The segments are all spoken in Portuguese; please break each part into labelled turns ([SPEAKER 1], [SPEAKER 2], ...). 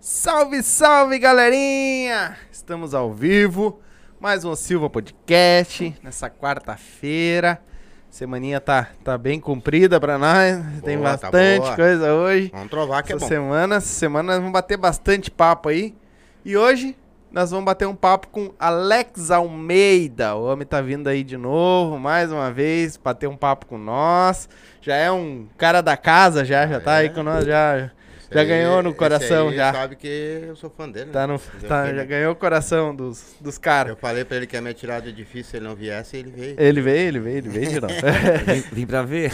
[SPEAKER 1] Salve, salve, galerinha! Estamos ao vivo, mais um Silva Podcast, nessa quarta-feira. Semaninha tá, tá bem comprida pra nós, tem
[SPEAKER 2] Boa, tá
[SPEAKER 1] bastante
[SPEAKER 2] boa.
[SPEAKER 1] coisa hoje.
[SPEAKER 2] Vamos trovar que é
[SPEAKER 1] essa
[SPEAKER 2] bom.
[SPEAKER 1] semana, essa semana nós vamos bater bastante papo aí. E hoje nós vamos bater um papo com Alex Almeida. O homem tá vindo aí de novo, mais uma vez, bater um papo com nós. Já é um cara da casa, já, já tá aí
[SPEAKER 2] é?
[SPEAKER 1] com nós, já.
[SPEAKER 2] Esse
[SPEAKER 1] já
[SPEAKER 2] aí-
[SPEAKER 1] ganhou no
[SPEAKER 2] esse
[SPEAKER 1] coração,
[SPEAKER 2] aí
[SPEAKER 1] já.
[SPEAKER 2] sabe que eu sou fã dele.
[SPEAKER 1] Tá
[SPEAKER 2] né?
[SPEAKER 1] no,
[SPEAKER 2] Fazer o
[SPEAKER 1] tá-
[SPEAKER 2] quê,
[SPEAKER 1] já
[SPEAKER 2] né?
[SPEAKER 1] ganhou o coração dos, dos caras.
[SPEAKER 2] Eu falei pra ele que ia me tirar do edifício, se é ele não viesse, ele veio.
[SPEAKER 1] Ele veio, ele veio, ele veio de novo.
[SPEAKER 3] Vim, vim pra ver.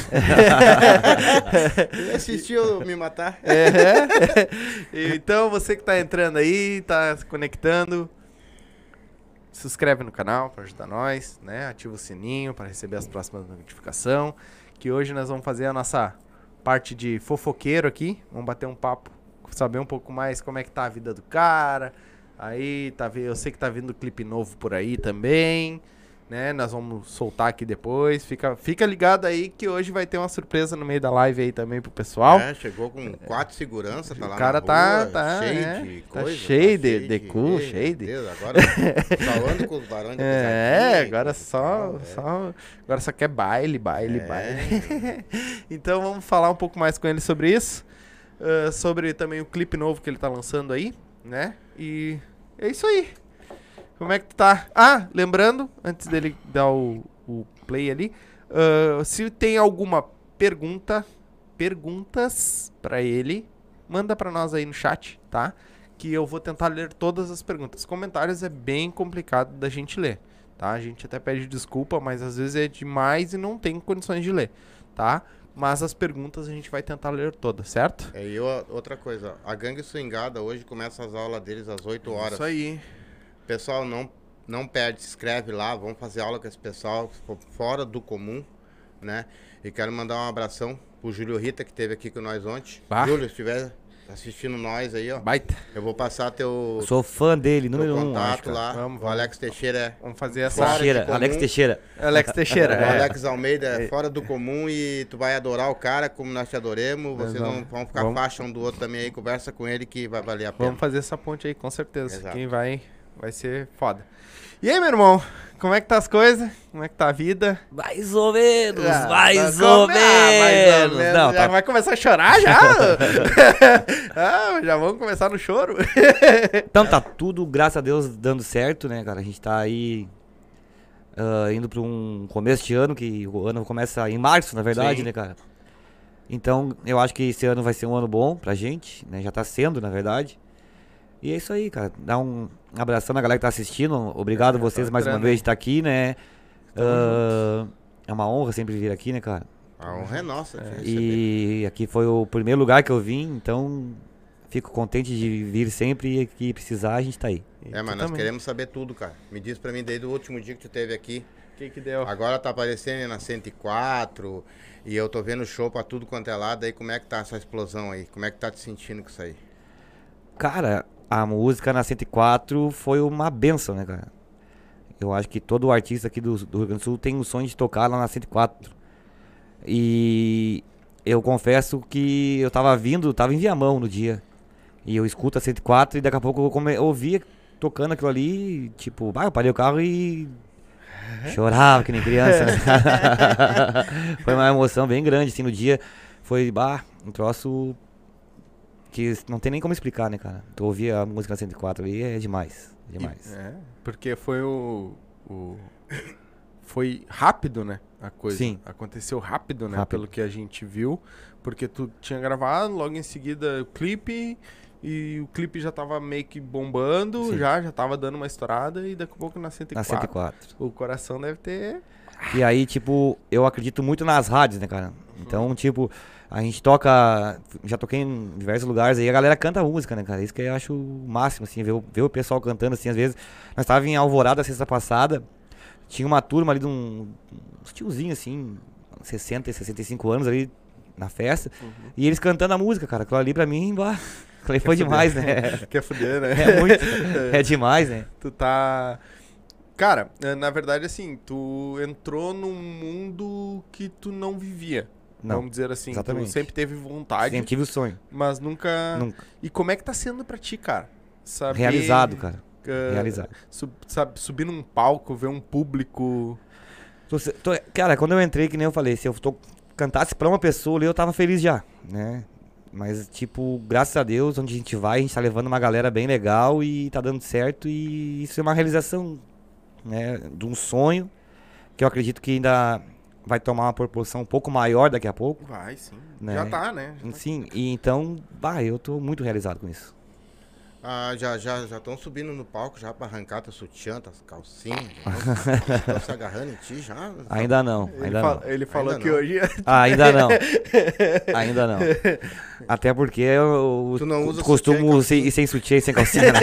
[SPEAKER 2] Ele assistiu me matar.
[SPEAKER 1] É. Então, você que tá entrando aí, tá se conectando, se inscreve no canal para ajudar nós, né? Ativa o sininho para receber as próximas notificações. Que hoje nós vamos fazer a nossa parte de fofoqueiro aqui. Vamos bater um papo, saber um pouco mais como é que tá a vida do cara. Aí, tá, vi- eu sei que tá vindo clipe novo por aí também, né? Nós vamos soltar aqui depois. Fica, fica ligado aí que hoje vai ter uma surpresa no meio da live aí também pro pessoal.
[SPEAKER 2] É, chegou com quatro segurança, tá lá
[SPEAKER 1] O cara
[SPEAKER 2] na
[SPEAKER 1] tá-
[SPEAKER 2] rua,
[SPEAKER 1] tá,
[SPEAKER 2] cheio
[SPEAKER 1] né?
[SPEAKER 2] de
[SPEAKER 1] Tá
[SPEAKER 2] coisa.
[SPEAKER 1] cheio de- de cu,
[SPEAKER 2] Meu
[SPEAKER 1] cheio de-
[SPEAKER 2] Deus, agora falando com os barões de
[SPEAKER 1] É,
[SPEAKER 2] Pisadinha,
[SPEAKER 1] agora só,
[SPEAKER 2] tal, é.
[SPEAKER 1] só, agora só quer baile, baile,
[SPEAKER 2] É.
[SPEAKER 1] baile. então vamos falar um pouco mais com ele sobre isso, ah, sobre também o clipe novo que ele tá lançando aí, né? E é isso aí. Como é que tu tá? Ah, lembrando, antes dele dar o, o play ali, ah, se tem alguma pergunta, perguntas pra ele, manda pra nós aí no chat, tá? Que eu vou tentar ler todas as perguntas. Comentários é bem complicado da gente ler, tá? A gente até pede desculpa, mas às vezes é demais e não tem condições de ler, tá? Mas as perguntas a gente vai tentar ler todas, certo?
[SPEAKER 2] É, e o- outra coisa, a gangue swingada hoje começa as aulas deles às 8 horas.
[SPEAKER 1] Isso aí.
[SPEAKER 2] Pessoal, não, não perde, se inscreve lá, vamos fazer aula com esse pessoal fo- fora do comum, né? E quero mandar um abração pro Júlio Rita, que esteve aqui com nós ontem.
[SPEAKER 1] Bah.
[SPEAKER 2] Júlio, se estiver assistindo nós aí, ó,
[SPEAKER 1] Baita.
[SPEAKER 2] eu vou passar teu,
[SPEAKER 3] Sou fã dele,
[SPEAKER 2] teu
[SPEAKER 3] número um. acho,
[SPEAKER 2] contato
[SPEAKER 3] cara.
[SPEAKER 2] lá.
[SPEAKER 1] Vamos,
[SPEAKER 2] O
[SPEAKER 1] vamos.
[SPEAKER 2] Alex Teixeira é...
[SPEAKER 1] Vamos fazer essa.
[SPEAKER 2] Fora de
[SPEAKER 3] Teixeira,
[SPEAKER 2] comum.
[SPEAKER 3] Alex Teixeira.
[SPEAKER 1] Alex Teixeira.
[SPEAKER 2] O
[SPEAKER 1] é.
[SPEAKER 2] Alex Almeida é fora do comum e tu vai adorar o cara como nós te adoremos.
[SPEAKER 1] Nós
[SPEAKER 2] Vocês vão,
[SPEAKER 1] vamos-
[SPEAKER 2] vão ficar
[SPEAKER 1] vamos-
[SPEAKER 2] faixa um do outro também aí. Conversa com ele que vai valer a pena.
[SPEAKER 1] É, Vamos fazer essa ponte aí, com certeza.
[SPEAKER 2] Exato.
[SPEAKER 1] Quem vai vai ser foda. E aí, meu irmão? Como é que tá as coisas? Como é que tá a vida?
[SPEAKER 3] Mais ou menos,
[SPEAKER 1] Ah,
[SPEAKER 3] mais,
[SPEAKER 1] tá-
[SPEAKER 3] ou
[SPEAKER 1] como- ah, mais ou
[SPEAKER 3] menos.
[SPEAKER 1] já
[SPEAKER 3] Não, tá,
[SPEAKER 1] vai começar a chorar já? ah, já vamos começar no choro?
[SPEAKER 3] então tá tudo, graças a Deus, dando certo, né, cara? A gente tá aí ah, indo pra um começo de ano, que o ano começa em março, na verdade,
[SPEAKER 2] Sim.
[SPEAKER 3] né, cara? Então, eu acho que esse ano vai ser um ano bom pra gente, né? Já tá sendo, na verdade. E é isso aí, cara. Dá um abração na galera que tá assistindo. Obrigado a vocês mais uma
[SPEAKER 1] entrando.
[SPEAKER 3] vez de estar aqui, né? Ah, é uma honra sempre vir aqui, né, cara?
[SPEAKER 2] A honra é nossa. te receber.
[SPEAKER 3] E aqui foi o primeiro lugar que eu vim, então fico contente de vir sempre e que precisar a gente tá aí.
[SPEAKER 1] E
[SPEAKER 2] É,
[SPEAKER 1] tu
[SPEAKER 2] mas nós
[SPEAKER 1] também.
[SPEAKER 2] queremos saber tudo, cara. Me diz pra mim desde o último dia que tu teve aqui.
[SPEAKER 1] O que que deu?
[SPEAKER 2] Agora tá aparecendo na 104 e eu tô vendo show pra tudo quanto é lado. Aí como é que tá essa explosão aí? Como é que tá te sentindo com isso aí?
[SPEAKER 3] Cara, a música na 104 foi uma benção, né, cara? Eu acho que todo artista aqui do, do Rio Grande do Sul tem o sonho de tocar lá na 104. E eu confesso que eu tava vindo, tava em Viamão no dia. E eu escuto a 104 e daqui a pouco eu come- eu ouvia tocando aquilo ali, e, tipo, bah, eu parei o carro e chorava que nem criança. né? foi uma emoção bem grande assim no dia. Foi, bah, um troço que não tem nem como explicar, né, cara? Tu ouvir a música na 104 ali é demais, demais.
[SPEAKER 1] É, porque foi o, o- Foi rápido, né? A coisa.
[SPEAKER 3] Sim.
[SPEAKER 1] Aconteceu rápido, né?
[SPEAKER 3] Rápido.
[SPEAKER 1] Pelo que a gente viu. Porque tu tinha gravado, logo em seguida o clipe. E o clipe já tava meio que bombando,
[SPEAKER 3] Sim.
[SPEAKER 1] já, já tava dando uma estourada. E daqui a pouco na 104.
[SPEAKER 3] na 104.
[SPEAKER 1] O coração deve ter.
[SPEAKER 3] E aí, tipo, eu acredito muito nas rádios, né, cara? Então, tipo, a gente toca. Já toquei em diversos lugares aí, a galera canta música, né, cara? Isso que eu acho o máximo, assim, ver, o- ver o pessoal cantando, assim, às vezes. Nós tava em Alvorada sexta passada, tinha uma turma ali de um. Uns tiozinhos, assim, 60, 65 anos ali na festa. E eles cantando a música, cara. Aquilo ali pra mim, bah, aquilo ali foi demais, né?
[SPEAKER 1] Quer fuder, né?
[SPEAKER 3] É muito. É demais, né?
[SPEAKER 1] Tu tá. Cara, eh, na verdade, assim, tu entrou num mundo que tu não vivia,
[SPEAKER 3] Não,
[SPEAKER 1] Vamos dizer assim,
[SPEAKER 3] exatamente.
[SPEAKER 1] tu sempre teve vontade,
[SPEAKER 3] Sempre tive o sonho.
[SPEAKER 1] mas nunca...
[SPEAKER 3] Nunca.
[SPEAKER 1] E como é que tá sendo pra ti, cara? Saber,
[SPEAKER 3] Realizado, cara.
[SPEAKER 1] ah,
[SPEAKER 3] Realizado.
[SPEAKER 1] sub- sabe, subir num palco, ver um público...
[SPEAKER 3] Tô se- tô- cara, quando eu entrei, que nem eu falei, se eu tô- cantasse pra uma pessoa ali, eu tava feliz já, né? Mas, tipo, graças a Deus, onde a gente vai, a gente tá levando uma galera bem legal e tá dando certo. E isso é uma realização, né, de um sonho que eu acredito que ainda vai tomar uma proporção um pouco maior daqui a pouco.
[SPEAKER 1] Vai, sim.
[SPEAKER 3] Né?
[SPEAKER 1] Já tá, né? Já tá.
[SPEAKER 3] Sim, e então, bah, eu tô muito realizado com isso.
[SPEAKER 2] Ah, já já já estão subindo no palco já pra arrancar teu sutiã, tuas calcinhas. Estão se agarrando em ti já.
[SPEAKER 3] Ainda não,
[SPEAKER 1] Ele,
[SPEAKER 3] ainda
[SPEAKER 1] fa-
[SPEAKER 3] não.
[SPEAKER 1] ele falou
[SPEAKER 2] Ainda
[SPEAKER 1] que
[SPEAKER 2] não.
[SPEAKER 1] hoje... é
[SPEAKER 3] Ah, ainda não. Ainda não. Até porque eu
[SPEAKER 2] Tu não
[SPEAKER 3] co-
[SPEAKER 2] usa sutiã e
[SPEAKER 3] costumo
[SPEAKER 2] calcinha?
[SPEAKER 3] se- ir sem sutiã e sem calcinha. né?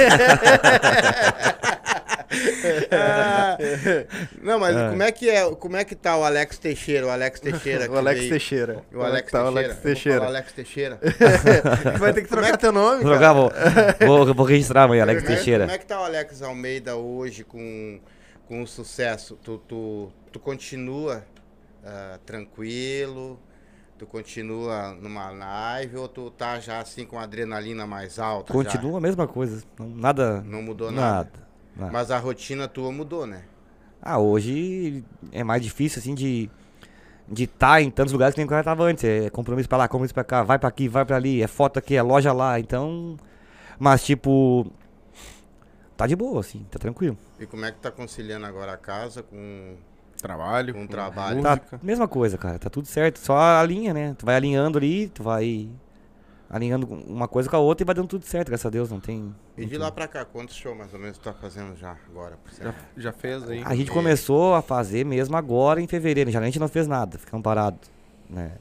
[SPEAKER 2] Não, mas como é que é? Como é que tá o Alex Teixeira? O Alex Teixeira.
[SPEAKER 1] o Alex
[SPEAKER 2] que veio-
[SPEAKER 1] Teixeira.
[SPEAKER 2] O Alex
[SPEAKER 1] Tá,
[SPEAKER 2] Teixeira.
[SPEAKER 1] o Alex
[SPEAKER 2] Eu vou falar
[SPEAKER 1] Teixeira.
[SPEAKER 2] Alex Teixeira.
[SPEAKER 1] Vai ter que trocar
[SPEAKER 2] é
[SPEAKER 1] teu nome,
[SPEAKER 2] tá?
[SPEAKER 3] Vou
[SPEAKER 1] cara.
[SPEAKER 3] jogar, vou, vou, vou registrar amanhã, Alex
[SPEAKER 2] Como é-
[SPEAKER 3] Teixeira.
[SPEAKER 2] Como é que tá o Alex Almeida hoje com, com o sucesso? Tu, tu, tu continua ah, tranquilo? Tu continua numa live ou tu tá já assim com a adrenalina mais alta? já?
[SPEAKER 3] Continua a mesma coisa. não- Nada.
[SPEAKER 2] tá? Não mudou nada.
[SPEAKER 3] nada. nada.
[SPEAKER 2] Mas a rotina tua mudou, né?
[SPEAKER 3] Ah, hoje é mais difícil, assim, de de estar em tantos lugares que nem quando eu tava antes. É compromisso pra lá, compromisso pra cá, vai pra aqui, vai pra ali, é foto aqui, é loja lá. Então. Mas, tipo. Tá de boa, assim, tá tranquilo.
[SPEAKER 2] E como é que tá conciliando agora a casa com,
[SPEAKER 1] Trabalho.
[SPEAKER 2] com o trabalho?
[SPEAKER 3] Tá,
[SPEAKER 1] Música.
[SPEAKER 3] mesma coisa, cara. Tá tudo certo. Só a linha, né? Tu vai alinhando ali, tu vai alinhando uma coisa com a outra e vai dando tudo certo, graças a Deus. Não tem.
[SPEAKER 2] E de lá pra cá, quantos shows mais ou menos tu tá fazendo já agora? Por
[SPEAKER 1] Já,
[SPEAKER 2] semana?
[SPEAKER 1] já fez aí.
[SPEAKER 3] A gente começou a fazer mesmo agora em fevereiro. Em janeiro a gente não fez nada, ficamos parados. Né?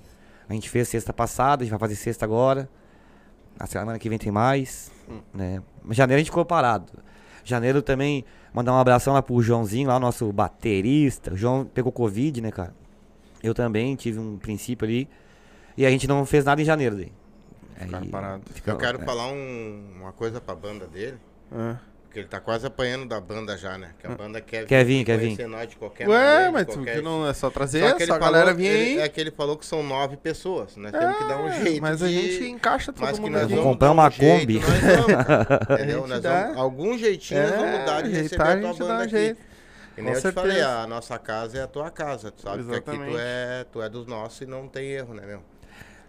[SPEAKER 3] A gente fez sexta passada, a gente vai fazer sexta agora. Na semana que vem tem mais. Né? Mas Janeiro a gente ficou parado. Janeiro também, mandar um abração lá pro Joãozinho, lá, o nosso baterista. O João pegou Covid, né, cara? Eu também tive um princípio ali. E a gente não fez nada em janeiro daí.
[SPEAKER 1] Ficaram
[SPEAKER 3] Aí-
[SPEAKER 1] parados.
[SPEAKER 2] Eu
[SPEAKER 3] ficamos-
[SPEAKER 2] quero
[SPEAKER 3] é.
[SPEAKER 2] falar um- uma coisa pra banda dele.
[SPEAKER 1] Ah.
[SPEAKER 2] Porque ele tá quase apanhando da banda já, né? Que a banda quer,
[SPEAKER 3] Hum. Quer vir, quer
[SPEAKER 2] conhecer nós de qualquer
[SPEAKER 1] Ué,
[SPEAKER 2] maneira, de
[SPEAKER 1] mas tu
[SPEAKER 2] qualquer...
[SPEAKER 1] que não é só trazer,
[SPEAKER 2] Só
[SPEAKER 1] só,
[SPEAKER 2] que ele
[SPEAKER 1] a
[SPEAKER 2] falou,
[SPEAKER 1] galera vinha aí.
[SPEAKER 2] ele- É que ele falou que são nove pessoas. Nós temos que dar um
[SPEAKER 1] É,
[SPEAKER 2] jeito
[SPEAKER 1] Mas a
[SPEAKER 2] de-
[SPEAKER 1] gente encaixa todo
[SPEAKER 2] Mas que
[SPEAKER 1] mundo
[SPEAKER 2] nós
[SPEAKER 1] aqui.
[SPEAKER 2] vamos
[SPEAKER 3] comprar
[SPEAKER 2] dar um
[SPEAKER 3] uma
[SPEAKER 2] jeito,
[SPEAKER 3] Kombi.
[SPEAKER 2] Nós vamos,
[SPEAKER 1] A
[SPEAKER 2] entendeu?
[SPEAKER 1] gente
[SPEAKER 2] Nós
[SPEAKER 1] dá.
[SPEAKER 2] vamos, algum
[SPEAKER 3] É,
[SPEAKER 2] jeitinho nós vamos dar de receber
[SPEAKER 1] ajeitar,
[SPEAKER 2] a tua banda
[SPEAKER 1] um
[SPEAKER 2] aqui.
[SPEAKER 1] jeito.
[SPEAKER 2] Que
[SPEAKER 1] Com
[SPEAKER 2] nem eu
[SPEAKER 1] certeza.
[SPEAKER 2] te falei, a nossa casa é a tua casa. Tu sabe que aqui
[SPEAKER 1] Exatamente.
[SPEAKER 2] tu é, tu é dos nossos e não tem erro, né, meu?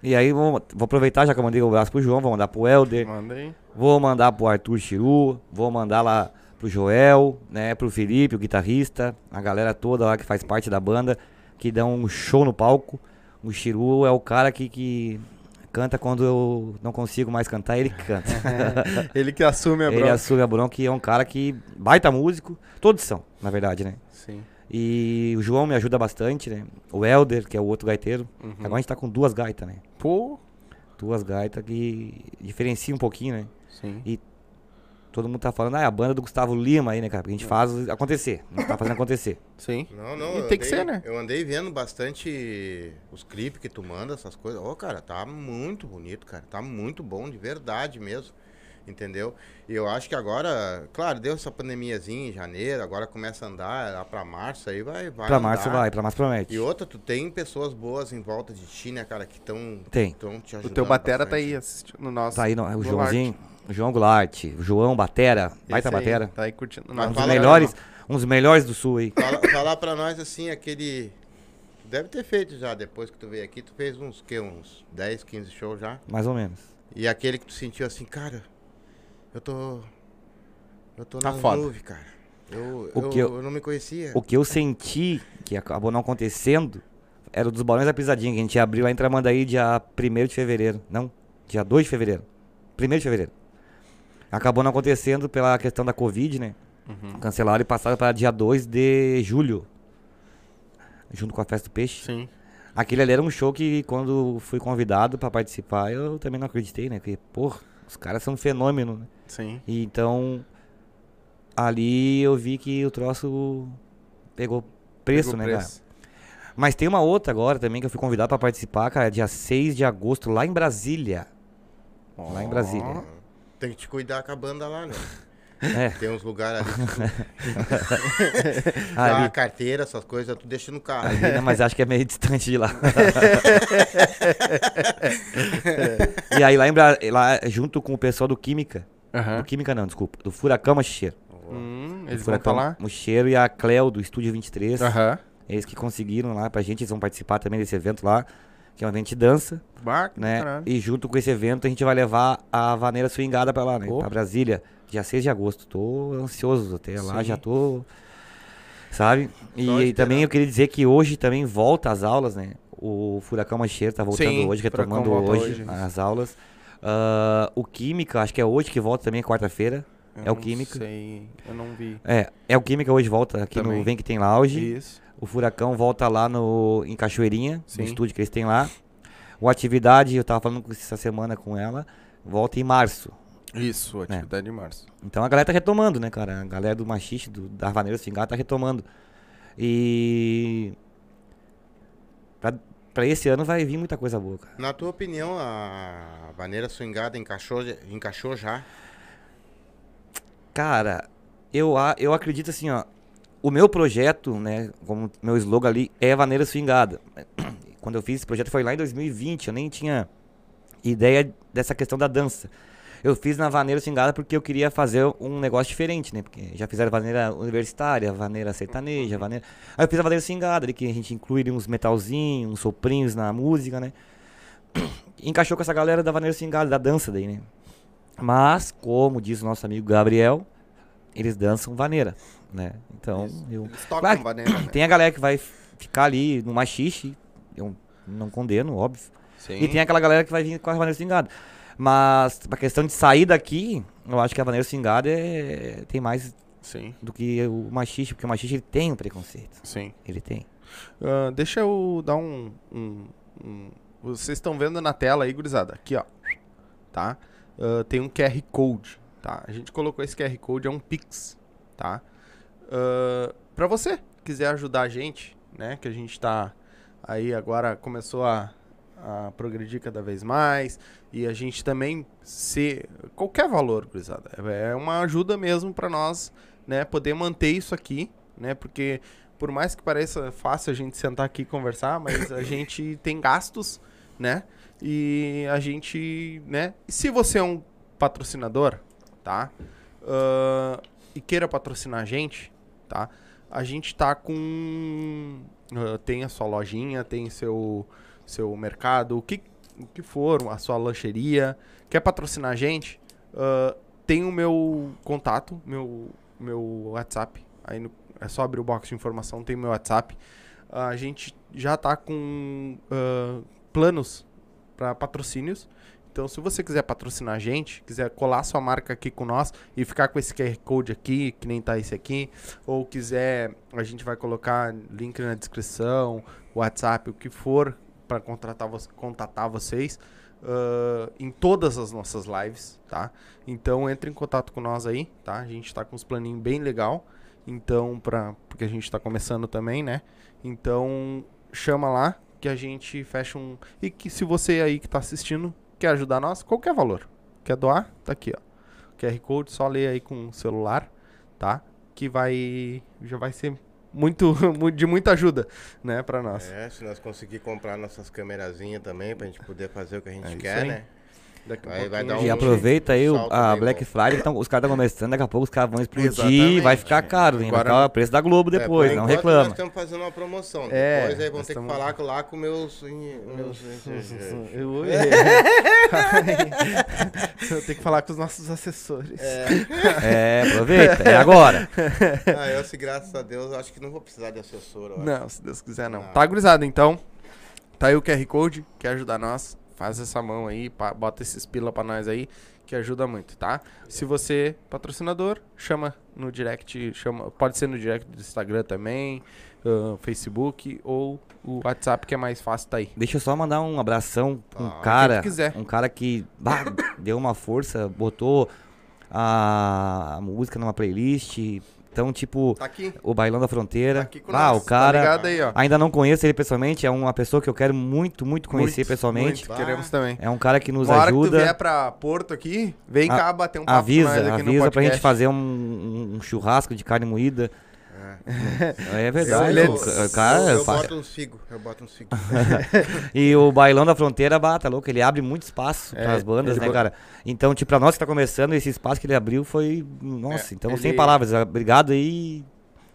[SPEAKER 3] E aí, vou, vou aproveitar, já que eu mandei o abraço pro João, vou mandar pro Helder.
[SPEAKER 1] Manda aí.
[SPEAKER 3] Vou mandar pro Arthur Chiru, vou mandar lá pro Joel, né, pro Felipe, o guitarrista, a galera toda lá que faz parte da banda, que dão um show no palco. O Chiru é o cara que, que canta quando eu não consigo mais cantar, ele que canta.
[SPEAKER 1] Ele que assume a
[SPEAKER 3] ele
[SPEAKER 1] bronca.
[SPEAKER 3] assume a bronca e é um cara que baita músico, todos são, na verdade, né?
[SPEAKER 1] Sim.
[SPEAKER 3] E o João me ajuda bastante, né? O Helder, que é o outro gaiteiro. Agora a gente tá com duas gaitas, né?
[SPEAKER 1] Pô.
[SPEAKER 3] Duas gaitas que diferencia um pouquinho, né?
[SPEAKER 1] Sim.
[SPEAKER 3] Todo mundo tá falando, ah, é a banda do Gustavo Lima aí, né, cara? Porque a gente faz acontecer. A gente tá fazendo acontecer.
[SPEAKER 1] Sim.
[SPEAKER 2] Não, não.
[SPEAKER 1] E
[SPEAKER 2] eu
[SPEAKER 1] tem que
[SPEAKER 2] andei-
[SPEAKER 1] ser, né?
[SPEAKER 2] Eu andei vendo bastante os clipes que tu manda, essas coisas. Ô, cara, tá muito bonito, cara. Tá muito bom, de verdade mesmo. Entendeu? E eu acho que agora, claro, deu essa pandemiazinha em janeiro, agora começa a andar, lá pra março aí vai. vai
[SPEAKER 3] pra
[SPEAKER 2] andar.
[SPEAKER 3] março vai, pra março promete.
[SPEAKER 2] E outra, tu tem pessoas boas em volta de ti, né, cara, que estão
[SPEAKER 3] Tem.
[SPEAKER 2] te
[SPEAKER 1] O
[SPEAKER 2] ajudando.
[SPEAKER 1] teu batera tá
[SPEAKER 2] bastante.
[SPEAKER 1] aí assistindo no nosso.
[SPEAKER 3] Tá aí, não, o
[SPEAKER 1] Goulart.
[SPEAKER 3] Joãozinho, o João Goulart, o João Batera,
[SPEAKER 1] Esse
[SPEAKER 3] baita
[SPEAKER 1] aí,
[SPEAKER 3] Batera.
[SPEAKER 1] Tá aí curtindo.
[SPEAKER 2] Mas
[SPEAKER 1] nós.
[SPEAKER 3] Um dos
[SPEAKER 2] Fala aí,
[SPEAKER 3] melhores, um dos melhores do Sul aí.
[SPEAKER 2] Fala, falar pra nós assim, aquele. Tu Deve ter feito já, depois que tu veio aqui, tu fez uns que? Uns 10, 15 shows já.
[SPEAKER 3] Mais ou menos.
[SPEAKER 2] E aquele que tu sentiu assim, cara, eu tô. Eu tô
[SPEAKER 1] Tá
[SPEAKER 2] nas
[SPEAKER 1] foda.
[SPEAKER 2] nuvens, cara. Eu,
[SPEAKER 3] O
[SPEAKER 2] eu,
[SPEAKER 3] que eu-
[SPEAKER 2] eu não me conhecia.
[SPEAKER 3] O que eu senti que acabou não acontecendo era o dos Balões da Pisadinha, que a gente abriu lá em Tramandaí dia 1 de fevereiro. Não, dia 2 de fevereiro. 1 de fevereiro. Acabou não acontecendo pela questão da Covid, né? Cancelaram e passaram para dia 2 de julho. Junto com a festa do peixe.
[SPEAKER 1] Sim.
[SPEAKER 3] Aquele ali era um show que quando fui convidado pra participar, eu também não acreditei, né? Porque, porra, os caras são um fenômeno, né?
[SPEAKER 1] Sim.
[SPEAKER 3] E então, ali eu vi que o troço pegou preço,
[SPEAKER 1] Pegou
[SPEAKER 3] né,
[SPEAKER 1] preço.
[SPEAKER 3] cara? Mas tem uma outra agora também que eu fui convidado pra participar, cara, dia 6 de agosto, lá em Brasília. Lá em Brasília.
[SPEAKER 2] Tem que te cuidar com a banda lá, né?
[SPEAKER 3] É.
[SPEAKER 2] Tem uns lugares ali. que tu dá
[SPEAKER 3] Ah, Ali,
[SPEAKER 2] a carteira, essas coisas, tu deixa no carro.
[SPEAKER 3] ali, né, mas acho que é meio distante de lá. e aí lá, em Bra- lá junto com o pessoal do Química, do
[SPEAKER 1] Aham.
[SPEAKER 3] Química não, desculpa, do Furacão Machicheiro.
[SPEAKER 1] Hum,
[SPEAKER 3] Do
[SPEAKER 1] eles vão estar
[SPEAKER 3] Furacão
[SPEAKER 1] lá?
[SPEAKER 3] Machicheiro e a Cleo do Estúdio 23.
[SPEAKER 1] Aham.
[SPEAKER 3] É Eles que conseguiram lá pra gente, eles vão participar também desse evento lá, que é um evento de dança,
[SPEAKER 1] Bah, que do
[SPEAKER 3] né?
[SPEAKER 1] caralho.
[SPEAKER 3] E junto com esse evento a gente vai levar a vaneira swingada pra lá, né?
[SPEAKER 1] Opa.
[SPEAKER 3] Pra Brasília, dia 6 de agosto. Tô ansioso até lá,
[SPEAKER 1] Sim.
[SPEAKER 3] já tô. Sabe? E,
[SPEAKER 2] Só
[SPEAKER 3] e
[SPEAKER 2] esperando.
[SPEAKER 3] também eu queria dizer que hoje também volta as aulas, né? O Furacão Mancheiro tá voltando
[SPEAKER 1] Sim,
[SPEAKER 3] hoje,
[SPEAKER 1] Furacão
[SPEAKER 3] retomando
[SPEAKER 1] volta
[SPEAKER 3] hoje,
[SPEAKER 1] hoje.
[SPEAKER 3] as aulas. Ah, o Química, acho que é hoje que volta também, quarta-feira.
[SPEAKER 1] Eu
[SPEAKER 3] é o
[SPEAKER 1] não
[SPEAKER 3] Química.
[SPEAKER 1] sei, eu não vi.
[SPEAKER 3] É, é o Química hoje volta aqui
[SPEAKER 1] Também.
[SPEAKER 3] no Vem Que Tem Lounge.
[SPEAKER 1] Isso.
[SPEAKER 3] O Furacão volta lá no, em Cachoeirinha,
[SPEAKER 1] Sim.
[SPEAKER 3] no estúdio que eles têm lá. O Atividade, eu tava falando com- essa semana com ela, volta em março. É.
[SPEAKER 1] Isso, atividade de março.
[SPEAKER 3] Então a galera tá retomando, né, cara? A galera do Machiste, do, da Vaneira Singada tá retomando. E. Pra, pra esse ano vai vir muita coisa boa, cara.
[SPEAKER 2] Na tua opinião, a maneira swingada encaixou, encaixou já?
[SPEAKER 3] Cara, eu, a- eu acredito assim, ó. O meu projeto, né, como meu slogan ali, é Vaneira Swingada. Quando eu fiz esse projeto foi lá em 2020, eu nem tinha ideia dessa questão da dança. Eu fiz na Vaneira Swingada porque eu queria fazer um negócio diferente, né? Porque já fizeram Vaneira Universitária, Vaneira Sertaneja, Vaneira... Aí eu fiz a Vaneira Swingada, ali que a gente inclui ali uns metalzinhos, uns soprinhos na música, né? E encaixou com essa galera da Vaneira Swingada, da dança daí, né? Mas, como diz o nosso amigo Gabriel, eles dançam vaneira, né? Então, eu...
[SPEAKER 2] Eles tocam
[SPEAKER 3] Claro que
[SPEAKER 2] maneira, né?
[SPEAKER 3] tem a galera que vai f- ficar ali no machixe, eu não condeno, óbvio.
[SPEAKER 1] Sim.
[SPEAKER 3] E tem aquela galera que vai vir com a vaneira swingada. Mas, pra questão de sair daqui, eu acho que a vaneira swingada é... tem mais
[SPEAKER 1] Sim,
[SPEAKER 3] do que o machixe, porque o machixe ele tem um preconceito.
[SPEAKER 1] sim.
[SPEAKER 3] Ele tem.
[SPEAKER 1] Ah, deixa eu dar um. um- um- Vocês estão vendo na tela aí, gurizada. Aqui, ó. Tá? Ah, tem um QR Code. Tá? A gente colocou esse QR Code, é um Pix. Tá? Ah, pra você que quiser ajudar a gente, né? Que a gente tá aí agora começou a, a progredir cada vez mais. E a gente também se. Qualquer valor, gurizada. É uma ajuda mesmo pra nós, né? Poder manter isso aqui, né? Porque por mais que pareça fácil a gente sentar aqui e conversar, mas a gente tem gastos, né? E a gente, né? E se você é um patrocinador, tá? Ah, e queira patrocinar a gente, tá? A gente tá com. ah, tem a sua lojinha, tem seu, seu mercado, o que, o que for, a sua lancheria. Quer patrocinar a gente? Ah, tem o meu contato, meu, meu WhatsApp. Aí no, é só abrir o box de informação, tem meu WhatsApp. Ah, A gente já tá com ah, planos para patrocínios. Então, se você quiser patrocinar a gente, quiser colar sua marca aqui com nós e ficar com esse QR Code aqui, que nem tá esse aqui, ou quiser, a gente vai colocar link na descrição, WhatsApp, o que for, para contratar vo- contatar vocês ah, em todas as nossas lives, tá? Então, entre em contato com nós aí, tá? A gente tá com uns planinhos bem legal. Então, pra, porque a gente tá começando também, né? Então, chama lá que a gente fecha um. E que se você aí que tá assistindo quer ajudar nós, qualquer valor. Quer doar? Tá aqui, ó. QR Code, só lê aí com o celular, tá? Que vai. Já vai ser muito, mu- de muita ajuda, né, pra nós.
[SPEAKER 2] É, se nós conseguir comprar nossas câmerazinhas também, pra gente poder fazer o que a gente
[SPEAKER 1] É isso
[SPEAKER 2] quer,
[SPEAKER 1] aí.
[SPEAKER 2] né?
[SPEAKER 1] Daqui a
[SPEAKER 2] Vai- vai
[SPEAKER 1] pouquinho
[SPEAKER 2] dar
[SPEAKER 1] a
[SPEAKER 2] um-
[SPEAKER 3] E
[SPEAKER 1] Então, gente-
[SPEAKER 3] aproveita aí o-
[SPEAKER 2] salto
[SPEAKER 3] a
[SPEAKER 2] bem
[SPEAKER 3] Black
[SPEAKER 2] bom.
[SPEAKER 3] Friday, então os caras estão começando, daqui a pouco os caras vão explodir,
[SPEAKER 1] Exatamente,
[SPEAKER 3] vai ficar caro, hein? vai
[SPEAKER 1] Agora-
[SPEAKER 3] ficar o preço da Globo
[SPEAKER 2] É, por
[SPEAKER 3] depois, não
[SPEAKER 2] enquanto, Nós
[SPEAKER 3] reclama.
[SPEAKER 2] estamos fazendo uma promoção.
[SPEAKER 1] É,
[SPEAKER 2] Depois aí vão
[SPEAKER 1] nós
[SPEAKER 2] ter
[SPEAKER 1] tamo-
[SPEAKER 2] que falar com- lá com meus. meus...
[SPEAKER 1] Eu, É. eu tenho que falar com os nossos assessores.
[SPEAKER 3] É, aproveita, é agora.
[SPEAKER 2] ah, eu, se graças a Deus, acho que não vou precisar de assessor. eu acho.
[SPEAKER 1] Não, se Deus quiser não.
[SPEAKER 2] Não.
[SPEAKER 1] Tá gurizada, então. Tá aí o QR Code, quer ajudar nós? Faz essa mão aí, pa- bota esses pila pra nós aí, que ajuda muito, tá? Se você, é patrocinador, chama no direct, chama, pode ser no direct do Instagram também, ah, Facebook ou o WhatsApp, que é mais fácil, tá aí.
[SPEAKER 3] Deixa eu só mandar um abração pra um
[SPEAKER 2] Ah,
[SPEAKER 3] cara.
[SPEAKER 1] quem quiser.
[SPEAKER 3] Um cara que bah, deu uma força, botou a, a música numa playlist, Então, tipo,
[SPEAKER 1] Tá aqui?
[SPEAKER 3] o Bailão da Fronteira.
[SPEAKER 1] Tá aqui com
[SPEAKER 3] ah,
[SPEAKER 1] nós,
[SPEAKER 3] o cara.
[SPEAKER 1] Tá ligado aí, ó.
[SPEAKER 3] ainda não conheço ele pessoalmente, é uma pessoa que eu quero muito, muito conhecer
[SPEAKER 1] Muito,
[SPEAKER 3] pessoalmente.
[SPEAKER 1] muito, Queremos também.
[SPEAKER 3] É um cara que nos
[SPEAKER 1] Uma hora que tu vier
[SPEAKER 3] ajuda.
[SPEAKER 1] pra Porto aqui, vem
[SPEAKER 3] A-
[SPEAKER 1] cá bater um papo com nós
[SPEAKER 3] Avisa,
[SPEAKER 1] aqui no
[SPEAKER 3] avisa pra gente
[SPEAKER 1] podcast.
[SPEAKER 3] fazer um, um- um churrasco de carne moída. É, verdade.
[SPEAKER 1] Excelente.
[SPEAKER 3] o cara, é
[SPEAKER 2] eu, eu
[SPEAKER 3] fa-
[SPEAKER 2] boto uns figo, eu boto uns figo.
[SPEAKER 3] E o Bailão da Fronteira, bah, tá louco, ele abre muito espaço pras bandas, né, cara? Então, tipo, pra nós que tá começando, esse espaço que ele abriu foi. Nossa, então
[SPEAKER 1] ele-
[SPEAKER 3] sem palavras. Obrigado aí.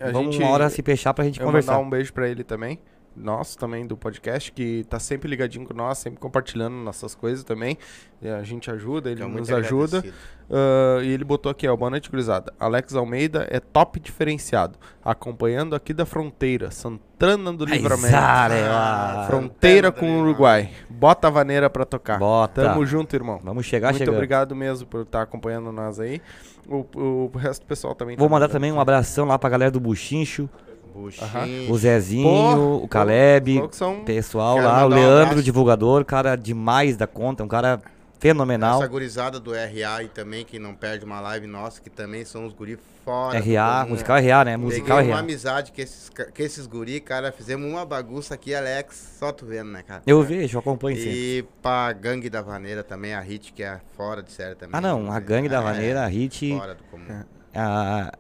[SPEAKER 1] A
[SPEAKER 3] Vamos
[SPEAKER 1] gente-
[SPEAKER 3] uma hora se fechar pra gente
[SPEAKER 1] Eu
[SPEAKER 3] conversar.
[SPEAKER 1] mandar um beijo pra ele também. Nosso também do podcast, que tá sempre ligadinho com nós, sempre compartilhando nossas coisas também. E a gente ajuda, ele
[SPEAKER 2] Então,
[SPEAKER 1] nos
[SPEAKER 2] muito
[SPEAKER 1] ajuda.
[SPEAKER 2] agradecido.
[SPEAKER 1] Ah, e ele botou aqui, ó, boa noite, gurizada. Alex Almeida é top diferenciado. Acompanhando aqui da fronteira, Santana do Livramento.
[SPEAKER 3] Aizara, ó.
[SPEAKER 1] Fronteira
[SPEAKER 2] Ah, Santana do
[SPEAKER 1] com o
[SPEAKER 2] Livramento.
[SPEAKER 1] Uruguai. Bota a vaneira pra tocar.
[SPEAKER 3] Bota.
[SPEAKER 1] Tamo junto, irmão.
[SPEAKER 3] Vamos chegar,
[SPEAKER 1] Muito
[SPEAKER 3] Tá chegando.
[SPEAKER 1] obrigado mesmo por estar acompanhando nós aí. O, o resto do pessoal também.
[SPEAKER 3] Vou
[SPEAKER 1] tá
[SPEAKER 3] mandar
[SPEAKER 1] mandando.
[SPEAKER 3] também um abração lá pra galera do Buchincho,
[SPEAKER 2] Buchinho.
[SPEAKER 3] o Zezinho,
[SPEAKER 1] Pô,
[SPEAKER 3] o Caleb,
[SPEAKER 1] Os loucos são-
[SPEAKER 3] pessoal
[SPEAKER 2] Quero
[SPEAKER 3] lá, o
[SPEAKER 2] mandar um
[SPEAKER 3] Leandro,
[SPEAKER 2] abraço.
[SPEAKER 3] divulgador, cara demais da conta, um cara fenomenal.
[SPEAKER 2] Essa gurizada do RA e também, que não perde uma live nossa, que também são os guri fora. do
[SPEAKER 3] RA,
[SPEAKER 2] comum.
[SPEAKER 3] musical RA, né?
[SPEAKER 2] Peguei
[SPEAKER 3] Musical
[SPEAKER 2] uma
[SPEAKER 3] RA.
[SPEAKER 2] amizade que esses, ca- que esses guri, cara, fizemos uma bagunça aqui, Alex, só tu vendo, né, cara?
[SPEAKER 3] Eu vejo, eu acompanho sempre.
[SPEAKER 2] E pra Gangue da Vaneira também, a Hit, que é fora de série também.
[SPEAKER 3] Ah não, a Gangue da
[SPEAKER 2] É,
[SPEAKER 3] Vaneira, a Hit, É.
[SPEAKER 2] Fora do comum.
[SPEAKER 3] a... Ah,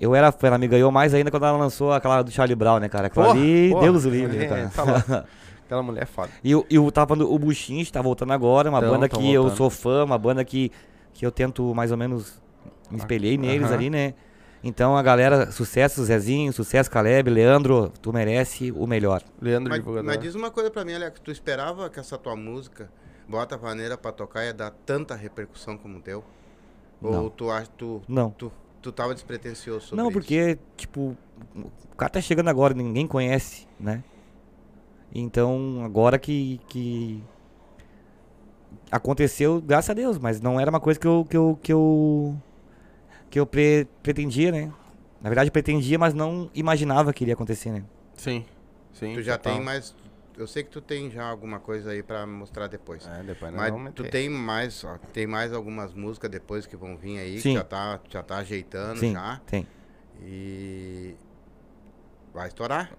[SPEAKER 3] Eu era fã, ela me ganhou mais ainda quando ela lançou aquela do Charlie Brown, né, cara? Aquela
[SPEAKER 1] Porra,
[SPEAKER 3] ali,
[SPEAKER 1] porra,
[SPEAKER 3] Deus o livre,
[SPEAKER 1] é,
[SPEAKER 3] cara.
[SPEAKER 1] tá louco. Aquela mulher é foda.
[SPEAKER 3] E eu, eu tava falando, o Buchinche tá voltando agora, uma
[SPEAKER 1] Tão,
[SPEAKER 3] banda que
[SPEAKER 1] tão
[SPEAKER 3] eu
[SPEAKER 1] voltando.
[SPEAKER 3] sou fã, uma banda que, que eu tento mais ou menos. Me espelhei neles
[SPEAKER 1] Aham.
[SPEAKER 3] ali, né? Então a galera, sucesso Zezinho, sucesso Caleb, Leandro, tu merece o melhor.
[SPEAKER 1] Leandro
[SPEAKER 2] Mas,
[SPEAKER 1] divulgador.
[SPEAKER 2] mas diz uma coisa pra mim, Alex, tu esperava que essa tua música, Bota a Vaneira pra tocar, ia dar tanta repercussão como o teu?
[SPEAKER 3] Não.
[SPEAKER 2] Ou tu acha tu,
[SPEAKER 3] Não.
[SPEAKER 2] tu, tu tava despretensioso sobre
[SPEAKER 3] Não,
[SPEAKER 2] isso?
[SPEAKER 3] porque, tipo, o cara tá chegando agora, ninguém conhece, né? Então, agora que, que aconteceu, graças a Deus, mas não era uma coisa que eu que eu que eu, que eu pre- pretendia, né? Na verdade, pretendia, mas não imaginava que iria acontecer, né?
[SPEAKER 2] Tá
[SPEAKER 1] Sim. Sim.
[SPEAKER 2] Tu já
[SPEAKER 1] total.
[SPEAKER 2] tem mais. Eu sei que tu tem já alguma coisa aí pra mostrar depois.
[SPEAKER 1] É, depois nós
[SPEAKER 2] Mas
[SPEAKER 1] vamos
[SPEAKER 2] tu
[SPEAKER 1] meter.
[SPEAKER 2] tem mais, ó, tem mais algumas músicas depois que vão vir aí,
[SPEAKER 3] Sim.
[SPEAKER 2] que já tá, já tá ajeitando
[SPEAKER 3] Sim,
[SPEAKER 2] já.
[SPEAKER 3] tem.
[SPEAKER 2] E vai estourar.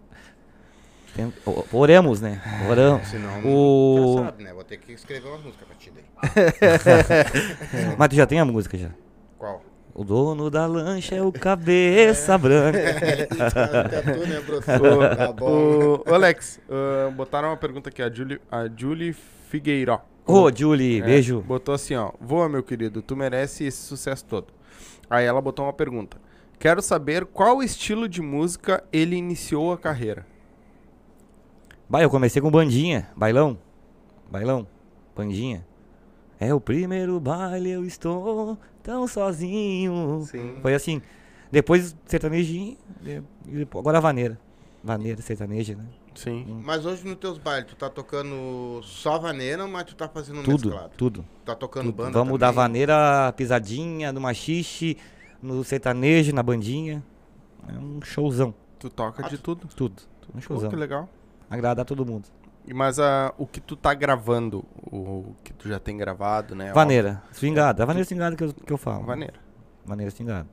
[SPEAKER 3] Tem- o- Oramos, né? Oramos.
[SPEAKER 2] Senão
[SPEAKER 3] O-
[SPEAKER 2] já sabe, né? Vou ter que escrever uma música pra ti daí.
[SPEAKER 3] Mas tu já tem a música já.
[SPEAKER 2] Qual?
[SPEAKER 3] O dono da lancha é o cabeça
[SPEAKER 2] É,
[SPEAKER 3] branca.
[SPEAKER 2] Até tu, né,
[SPEAKER 1] Ô,
[SPEAKER 2] professor? Tá bom.
[SPEAKER 1] ô, ô, Alex, ah, botaram uma pergunta aqui, a Julie, a Julie Figueiró.
[SPEAKER 3] Ô, Julie,
[SPEAKER 1] É,
[SPEAKER 3] beijo.
[SPEAKER 1] Botou assim, ó. Voa, meu querido, tu merece esse sucesso todo. Aí ela botou uma pergunta. Quero saber qual estilo de música ele iniciou a carreira.
[SPEAKER 3] Bah, eu comecei com bandinha, bailão. Bailão, bandinha. É o primeiro baile, eu estou tão sozinho.
[SPEAKER 1] Sim.
[SPEAKER 3] Foi assim. Depois sertanejinho, de- e depois- agora vaneira. Vaneira, sertaneja, né?
[SPEAKER 1] Sim.
[SPEAKER 2] Mas hoje nos teus bailes, tu tá tocando só vaneira, mas tu tá fazendo
[SPEAKER 3] tudo,
[SPEAKER 2] mesclado.
[SPEAKER 3] tudo.
[SPEAKER 2] Tá tocando
[SPEAKER 3] tudo.
[SPEAKER 2] banda também?
[SPEAKER 3] Vamos da vaneira, pisadinha, no machixe, no sertanejo, na bandinha. É um showzão,
[SPEAKER 1] Ah, Tu toca de tudo.
[SPEAKER 3] tudo. Um
[SPEAKER 1] Pô,
[SPEAKER 3] showzão.
[SPEAKER 1] que legal.
[SPEAKER 3] Agradar todo mundo.
[SPEAKER 1] E Mas ah, o que tu tá gravando, o que tu já tem gravado, né?
[SPEAKER 3] Vaneira, swingada. É vaneira swingada que eu, que eu falo.
[SPEAKER 1] Vaneira.
[SPEAKER 3] Maneira swingada.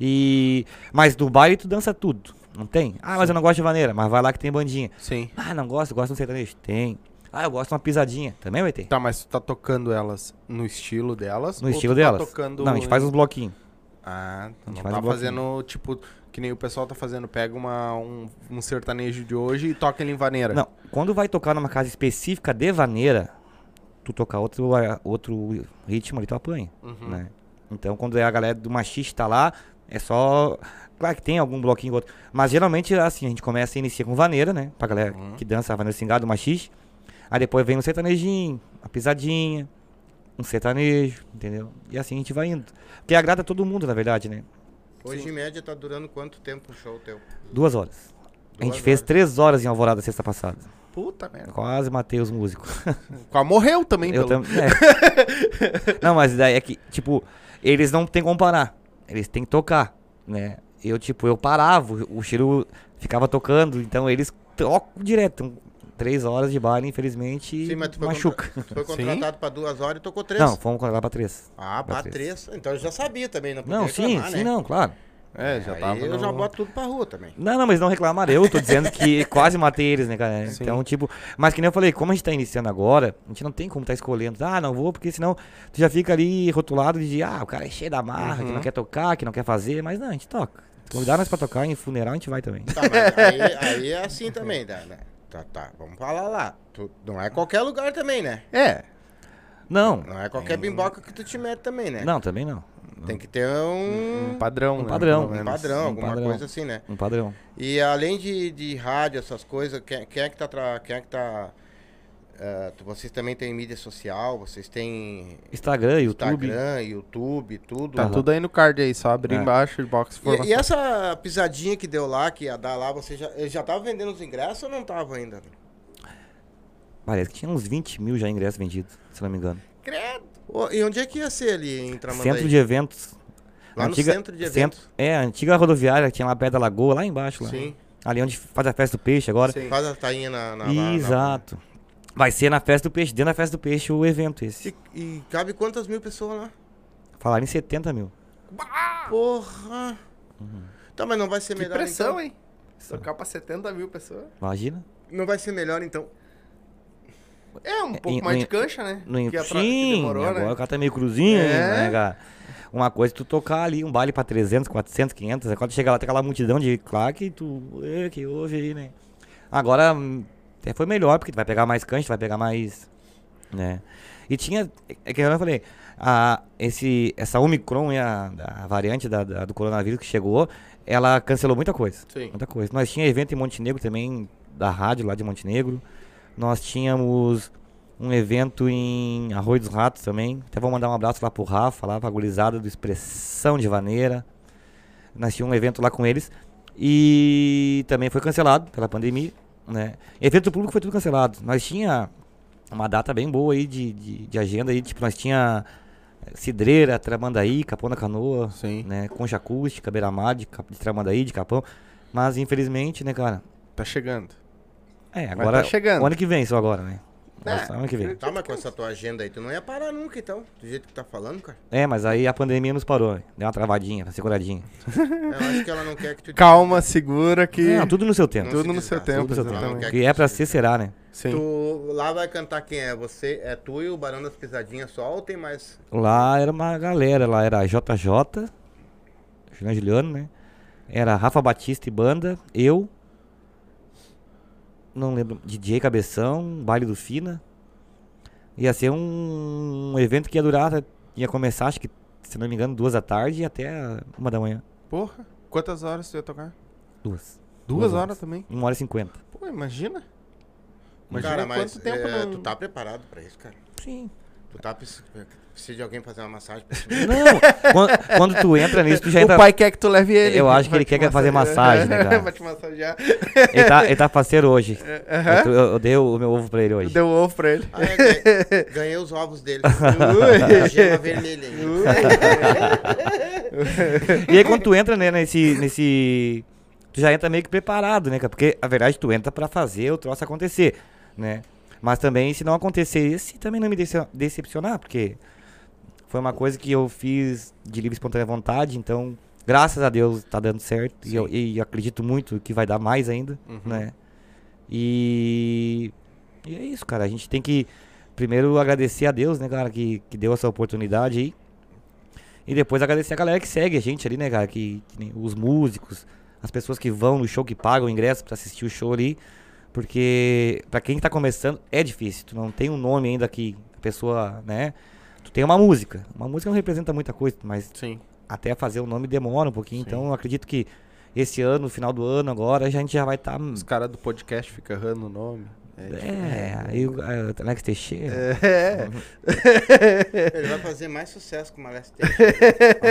[SPEAKER 3] E. Mas do baile tu dança tudo. Não tem? Ah, mas eu não gosto de vaneira. Mas vai lá que tem bandinha.
[SPEAKER 1] Sim.
[SPEAKER 3] Ah, não gosto, eu gosto de um sertanejo. Tem. Ah, eu gosto de uma pisadinha. Também vai ter.
[SPEAKER 1] Tá, mas tu tá tocando elas no estilo delas?
[SPEAKER 3] No
[SPEAKER 1] ou
[SPEAKER 3] estilo
[SPEAKER 1] tu
[SPEAKER 3] delas.
[SPEAKER 1] Tá tocando
[SPEAKER 3] Não, a gente faz
[SPEAKER 1] em-
[SPEAKER 3] uns bloquinhos.
[SPEAKER 1] Ah, tu
[SPEAKER 3] gente
[SPEAKER 1] não
[SPEAKER 3] faz
[SPEAKER 1] tá
[SPEAKER 3] um bloquinho.
[SPEAKER 1] fazendo, tipo, que nem o pessoal tá fazendo. Pega uma, um, um sertanejo de hoje e toca ele em vaneira.
[SPEAKER 3] Não, quando vai tocar numa casa específica de vaneira, tu tocar outro, ah, outro ritmo ali, tu apanha.
[SPEAKER 2] Uhum.
[SPEAKER 3] Né? Então quando é a galera do machista lá, é só. Claro que tem algum bloquinho outro. Mas geralmente assim, a gente começa e inicia com vaneira, né? Pra galera
[SPEAKER 2] Uhum.
[SPEAKER 3] que dança vaneira cingado, machista. Aí depois vem um sertanejinho, a pisadinha, um sertanejo, entendeu? E assim a gente vai indo. Porque agrada todo mundo, na verdade, né?
[SPEAKER 2] Hoje em média tá durando quanto tempo o show teu?
[SPEAKER 3] Duas horas. a gente
[SPEAKER 2] Duas
[SPEAKER 3] fez
[SPEAKER 2] horas.
[SPEAKER 3] três horas em Alvorada sexta passada.
[SPEAKER 1] Puta merda.
[SPEAKER 3] Quase matei os músicos.
[SPEAKER 1] Qual morreu também,
[SPEAKER 3] Eu
[SPEAKER 1] pelo
[SPEAKER 3] também. é. não, mas daí é que, tipo, eles não tem como parar. Eles têm que tocar, né? Eu, tipo, eu parava, o- o Chiro ficava tocando, então eles tocam direto. Um- Três horas de baile, infelizmente, machuca.
[SPEAKER 2] contra- tu foi contratado pra duas horas e tocou três.
[SPEAKER 3] Não, fomos lá pra três.
[SPEAKER 2] Ah,
[SPEAKER 3] pra
[SPEAKER 2] pra
[SPEAKER 3] três.
[SPEAKER 2] três. Então eu já sabia também, não podia
[SPEAKER 3] Não, sim,
[SPEAKER 2] reclamar,
[SPEAKER 3] sim,
[SPEAKER 2] né?
[SPEAKER 3] não, claro.
[SPEAKER 1] É, já tava.
[SPEAKER 2] Aí eu
[SPEAKER 1] no-
[SPEAKER 2] já boto tudo pra rua também.
[SPEAKER 3] Não, não, mas não reclamaram. Eu tô dizendo que quase matei eles, né, cara?
[SPEAKER 1] Sim.
[SPEAKER 3] Então, tipo, mas que nem eu falei, como a gente tá iniciando agora, a gente não tem como tá escolhendo. Ah, não vou, porque senão tu já fica ali rotulado de, ah, o cara é cheio da marra,
[SPEAKER 2] Uhum.
[SPEAKER 3] que não quer tocar, que não quer fazer, mas não, a gente toca. Convidar nós pra tocar em funeral, a gente vai também.
[SPEAKER 2] Tá, mas aí, aí é assim também, tá, né? Tá, tá, vamos falar lá. Tu, não é qualquer lugar também, né?
[SPEAKER 1] É.
[SPEAKER 3] Não,
[SPEAKER 2] Não é qualquer bimboca que tu te mete também, né?
[SPEAKER 3] não, também não.
[SPEAKER 2] Tem que ter um,
[SPEAKER 1] Um padrão,
[SPEAKER 3] Um
[SPEAKER 1] né,
[SPEAKER 3] padrão.
[SPEAKER 1] pelo
[SPEAKER 2] um
[SPEAKER 1] menos.
[SPEAKER 2] padrão,
[SPEAKER 3] um
[SPEAKER 2] alguma
[SPEAKER 3] padrão.
[SPEAKER 2] coisa assim, né?
[SPEAKER 3] Um padrão.
[SPEAKER 2] E além de, de rádio, essas coisas, quem, quem é que tá. tra- Quem é que tá eh, tu- vocês também têm mídia social, vocês têm
[SPEAKER 3] Instagram, YouTube.
[SPEAKER 2] Instagram, YouTube, tudo.
[SPEAKER 1] Tá tudo aí no card aí, só abrir
[SPEAKER 3] É.
[SPEAKER 1] embaixo, box
[SPEAKER 2] E,
[SPEAKER 1] formação.
[SPEAKER 2] e essa pisadinha que deu lá, que ia dar lá, você já, ele já tava vendendo os ingressos ou não tava ainda?
[SPEAKER 3] Parece que tinha uns 20 mil já ingressos vendidos, se não me engano.
[SPEAKER 2] Credo! e onde é que ia ser ali em Tramandaí?
[SPEAKER 3] Centro de eventos.
[SPEAKER 2] Lá no centro de eventos.
[SPEAKER 3] é, a antiga rodoviária que tinha lá perto da lagoa, lá embaixo. Lá.
[SPEAKER 2] Sim.
[SPEAKER 3] Ali onde faz a festa do peixe agora.
[SPEAKER 2] Sim. Faz a tainha na... na- na- na-
[SPEAKER 3] Exato. Vai ser na festa do peixe, dentro da festa do peixe o evento esse.
[SPEAKER 2] E, e cabe quantas mil pessoas lá?
[SPEAKER 3] Falaram em 70 mil.
[SPEAKER 2] Porra!
[SPEAKER 3] Uhum.
[SPEAKER 2] Tá, mas não vai ser
[SPEAKER 1] Ah. Que
[SPEAKER 2] melhor
[SPEAKER 1] pressão,
[SPEAKER 2] então?
[SPEAKER 1] hein?
[SPEAKER 3] É.
[SPEAKER 1] Tocar pra 70 mil pessoas.
[SPEAKER 3] Imagina.
[SPEAKER 2] Não vai ser melhor então?
[SPEAKER 1] É, um pouco
[SPEAKER 3] em-
[SPEAKER 1] mais
[SPEAKER 3] em-
[SPEAKER 1] de cancha, né?
[SPEAKER 3] No
[SPEAKER 1] que, atra- que
[SPEAKER 3] Sim,
[SPEAKER 1] demorou,
[SPEAKER 3] agora
[SPEAKER 1] né?
[SPEAKER 3] o cara tá meio cruzinho,
[SPEAKER 1] É.
[SPEAKER 3] né, cara? Uma coisa é tu tocar ali um baile pra 300, 400, 500, aí quando tu chega lá tem aquela multidão de claque e tu, "Ê, que houve aí, né? Agora hum, até foi melhor, porque tu vai pegar mais cancha, tu vai pegar mais, né? E tinha, é que eu falei, a, esse, essa Omicron, e a, a variante da- da- do coronavírus que chegou, ela cancelou muita coisa.
[SPEAKER 2] Sim.
[SPEAKER 3] Muita coisa. Nós tinha evento em Montenegro também, da rádio lá de Montenegro. Nós tínhamos um evento em Arroio dos Ratos também. Até vou mandar um abraço lá pro Rafa, lá pra gurizada do Expressão de Vaneira. Nós tínhamos um evento lá com eles. E também foi cancelado pela pandemia, né? Evento público foi tudo cancelado. Nós tinha uma data bem boa aí de, de, de agenda aí. Tipo, nós tinha eh, Cidreira, Tramandaí, Capão da Canoa,
[SPEAKER 2] Sim.
[SPEAKER 3] né? Concha Acústica, Beira-Mar, de, Cap- de Tramandaí, de Capão. Mas infelizmente, né, cara?
[SPEAKER 1] Tá chegando.
[SPEAKER 3] É,
[SPEAKER 1] Mas
[SPEAKER 3] agora.
[SPEAKER 1] tá chegando.
[SPEAKER 3] O ano que vem, só agora, né?
[SPEAKER 1] É,
[SPEAKER 3] Só ano que vem.
[SPEAKER 2] Tá, mas com essa tua agenda aí, tu não ia parar nunca então, do jeito que tá falando, cara.
[SPEAKER 3] É, mas aí a pandemia nos parou, né? Deu uma travadinha, uma seguradinha.
[SPEAKER 1] É.
[SPEAKER 2] Eu acho que ela não quer que tu...
[SPEAKER 1] Calma, segura que.
[SPEAKER 3] Não, tudo no seu tempo.
[SPEAKER 2] Não
[SPEAKER 1] tudo
[SPEAKER 2] se
[SPEAKER 1] no
[SPEAKER 2] desgasta,
[SPEAKER 1] seu tempo,
[SPEAKER 3] tudo no seu
[SPEAKER 2] Ela não
[SPEAKER 1] exatamente.
[SPEAKER 2] quer
[SPEAKER 3] tempo.
[SPEAKER 2] que
[SPEAKER 3] Que é
[SPEAKER 2] tu
[SPEAKER 3] pra
[SPEAKER 2] se
[SPEAKER 3] ser, será, né?
[SPEAKER 1] Sim.
[SPEAKER 2] Tu lá vai cantar quem é? Você é tu e o Barão das Pisadinhas só ou tem mais?
[SPEAKER 3] Lá era uma galera, lá era JJ, Juliano Juliano, né? Era Rafa Batista e banda, eu. Não lembro, DJ Cabeção, Baile do Fina. Ia ser um, evento que ia durar, ia começar, acho que, se não me engano, duas da tarde e até a uma da manhã.
[SPEAKER 1] Porra, quantas horas tu ia tocar?
[SPEAKER 3] Duas.
[SPEAKER 1] Duas horas também.
[SPEAKER 3] Uma hora e cinquenta.
[SPEAKER 1] Pô, imagina. Imagina
[SPEAKER 2] cara, mas
[SPEAKER 1] quanto tempo
[SPEAKER 2] é,
[SPEAKER 1] não-
[SPEAKER 2] tu tá preparado pra isso, cara?
[SPEAKER 3] Sim.
[SPEAKER 2] Tu tá precis- precisa de alguém fazer uma massagem pra ti?
[SPEAKER 3] Não, quan- quando, tu entra nisso, tu já entra.
[SPEAKER 1] O pai quer que tu leve ele.
[SPEAKER 3] Eu acho que
[SPEAKER 1] Vai
[SPEAKER 3] ele
[SPEAKER 1] te
[SPEAKER 3] quer que- fazer
[SPEAKER 1] massagear.
[SPEAKER 3] massagem, né, cara?
[SPEAKER 1] Vai te massagear.
[SPEAKER 3] Ele tá, ele tá faceiro hoje. Eu, tô- eu- eu dei o meu ovo pra ele hoje.
[SPEAKER 1] Deu um ovo pra ele.
[SPEAKER 2] Ah, é, ganhei, ganhei os ovos dele. Ui, gema vermelha ainda.
[SPEAKER 3] E aí quando tu entra né, nesse, nesse. Tu já entra meio que preparado, né, cara? Porque, a verdade, tu entra pra fazer o troço acontecer, né? Mas também, se não acontecer esse, também não me dece- decepcionar, porque foi uma coisa que eu fiz de livre e espontânea vontade, então, graças a Deus, tá dando certo. E eu, e eu acredito muito que vai dar mais ainda, né? E. E é isso, cara. A gente tem que primeiro agradecer a Deus, né, cara, que, que deu essa oportunidade aí. E depois agradecer a galera que segue a gente ali, né, cara? Que, que nem os músicos, as pessoas que vão no show, que pagam o ingresso pra assistir o show ali. Porque pra quem tá começando é difícil. Tu não tem um nome ainda que a pessoa, né? Tu tem uma música. Uma música não representa muita coisa, mas
[SPEAKER 2] Sim.
[SPEAKER 3] até fazer o nome demora um pouquinho. Então eu acredito que esse ano, no final do ano agora, a gente já vai tá estar.
[SPEAKER 1] Os caras do podcast ficam errando o nome.
[SPEAKER 3] É, aí o aí o Alex Teixeira.
[SPEAKER 1] É.
[SPEAKER 2] Ele vai fazer mais sucesso com o Maleste.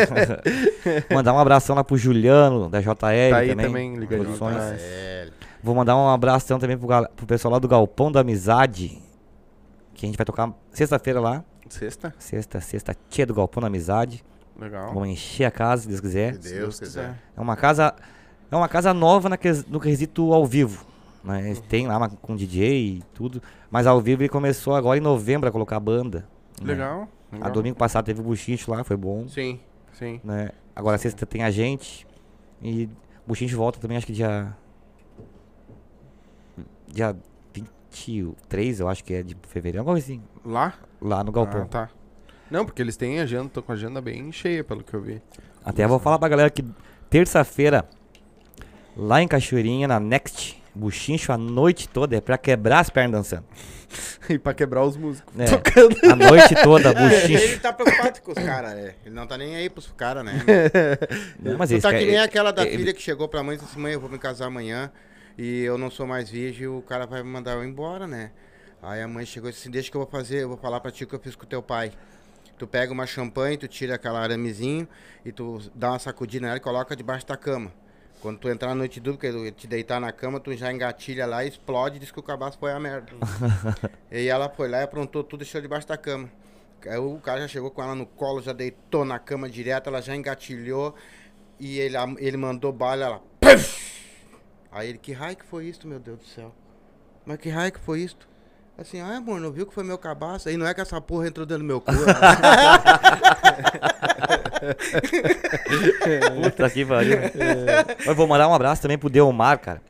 [SPEAKER 3] Mandar um abração lá pro Juliano, da JL
[SPEAKER 1] Tá aí
[SPEAKER 3] também.
[SPEAKER 1] também, ligadinho tá.
[SPEAKER 3] Produções.
[SPEAKER 1] com nós.
[SPEAKER 3] Vou mandar um abração também pro, gal- pro pessoal lá do Galpão da Amizade. Que a gente vai tocar sexta-feira lá.
[SPEAKER 1] Sexta?
[SPEAKER 3] Sexta, sexta, tia do Galpão da Amizade.
[SPEAKER 1] Legal.
[SPEAKER 3] Vamos encher a casa, se Deus quiser.
[SPEAKER 2] Se Deus quiser.
[SPEAKER 3] É uma casa, é uma casa nova na ques- no quesito ao vivo. Né?
[SPEAKER 1] Uhum.
[SPEAKER 3] Tem lá uma- com DJ e tudo. Mas ao vivo ele começou agora em novembro a colocar banda. né?
[SPEAKER 1] Legal.
[SPEAKER 3] A
[SPEAKER 1] legal.
[SPEAKER 3] domingo passado teve o Buchicho lá, foi bom.
[SPEAKER 2] Sim.
[SPEAKER 1] Sim.
[SPEAKER 3] né? Agora sexta tem a gente. E o Buchinho volta também, acho que dia. Dia 23, eu acho que é de fevereiro, alguma coisa assim.
[SPEAKER 1] Lá?
[SPEAKER 3] Lá no
[SPEAKER 1] Ah,
[SPEAKER 3] Galpão.
[SPEAKER 1] tá. Não, porque eles têm agenda, tô com a agenda bem cheia, pelo que eu vi.
[SPEAKER 2] Ah,
[SPEAKER 3] Até vou falar pra galera que terça-feira, lá em Cachoeirinha, na Next, buchincho a noite toda é pra quebrar as pernas dançando.
[SPEAKER 1] e pra quebrar os músicos.
[SPEAKER 3] É.
[SPEAKER 1] Tocando.
[SPEAKER 3] A noite toda,
[SPEAKER 2] É, ele
[SPEAKER 3] buchincho.
[SPEAKER 2] tá preocupado com os caras, é. Ele não tá nem aí pros caras, né?
[SPEAKER 3] Não, mas
[SPEAKER 2] tu
[SPEAKER 3] eles
[SPEAKER 2] tá que
[SPEAKER 3] querem-
[SPEAKER 2] nem aquela da
[SPEAKER 3] Assim, ele-
[SPEAKER 2] filha que chegou pra mãe e disse assim, mãe, eu vou me casar amanhã e eu não sou mais virgem, o cara vai me mandar eu embora, né? Aí a mãe chegou e disse assim, deixa que eu vou fazer, eu vou falar pra ti o que eu fiz com teu pai. Tu pega uma champanhe, tu tira aquela aramezinho e tu dá uma sacudida nela e coloca debaixo da cama. Quando tu entrar na noite dupla, que tu te deitar na cama, tu já engatilha lá, explode e diz que o cabaço foi a merda. e ela foi lá e aprontou tudo e deixou debaixo da cama. Aí o cara já chegou com ela no colo, já deitou na cama direto, ela já engatilhou e ele, a- ele mandou bala, ela. "Puf!" Aí ele, que raio que foi isso, meu Deus do céu? Mas que raio que foi isso? Assim, ai amor, não viu que foi meu cabaço? Aí não é que essa porra entrou dentro do meu cu. né? ela-
[SPEAKER 3] é Puta que pariu.
[SPEAKER 2] É.
[SPEAKER 3] Mas vou mandar um abraço também pro Delmar, cara.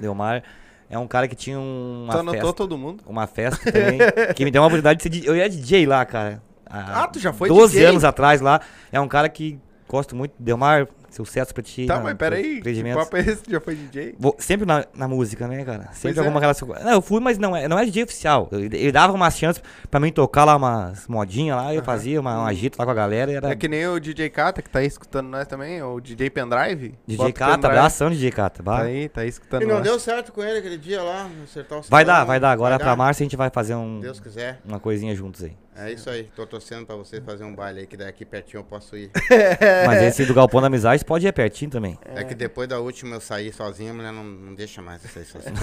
[SPEAKER 3] Delmar é um cara que tinha uma
[SPEAKER 1] Tu
[SPEAKER 3] festa.
[SPEAKER 1] anotou todo mundo?
[SPEAKER 3] Uma festa também. que me deu uma oportunidade de ser DJ. Eu era DJ lá, cara. há
[SPEAKER 1] Ah, tu já foi
[SPEAKER 3] 12
[SPEAKER 1] DJ?
[SPEAKER 3] anos atrás lá. É um cara que gosto muito. Delmar, sucesso pra ti.
[SPEAKER 1] Tá,
[SPEAKER 3] na-
[SPEAKER 1] mas peraí. Que
[SPEAKER 3] empreendimentos.
[SPEAKER 1] papo é esse? Já foi DJ?
[SPEAKER 3] Vou- sempre na, na música, né, cara? Sempre
[SPEAKER 1] Pois
[SPEAKER 3] alguma
[SPEAKER 1] é.
[SPEAKER 3] relação. com- Não, eu fui, mas não, é- não é DJ oficial. Eu- Ele dava umas chances pra mim tocar lá umas modinhas lá, eu fazia uma, um agito lá com a galera. e Era
[SPEAKER 1] É que nem o DJ Kata, que tá aí escutando nós também, ou o DJ Pendrive. Bota
[SPEAKER 3] DJ
[SPEAKER 1] o
[SPEAKER 3] Cata,
[SPEAKER 1] pendrive.
[SPEAKER 3] abração DJ Cata.
[SPEAKER 1] Tá
[SPEAKER 3] Vai,
[SPEAKER 1] aí, tá aí escutando
[SPEAKER 2] e não
[SPEAKER 1] nós.
[SPEAKER 2] deu certo com ele aquele dia lá, acertar o
[SPEAKER 3] vai
[SPEAKER 2] salão.
[SPEAKER 3] dar, vai dar. Agora é
[SPEAKER 2] Vai
[SPEAKER 3] pra março a gente vai fazer um,
[SPEAKER 2] Deus quiser.
[SPEAKER 3] uma coisinha juntos aí.
[SPEAKER 2] É isso aí. Tô torcendo pra você fazer um baile aí, que daqui pertinho eu posso ir.
[SPEAKER 1] É.
[SPEAKER 3] Mas esse do Galpão da Amizade pode ir pertinho também.
[SPEAKER 2] É que depois da última eu saí sozinha, a mulher não, não deixa mais eu sair sozinha.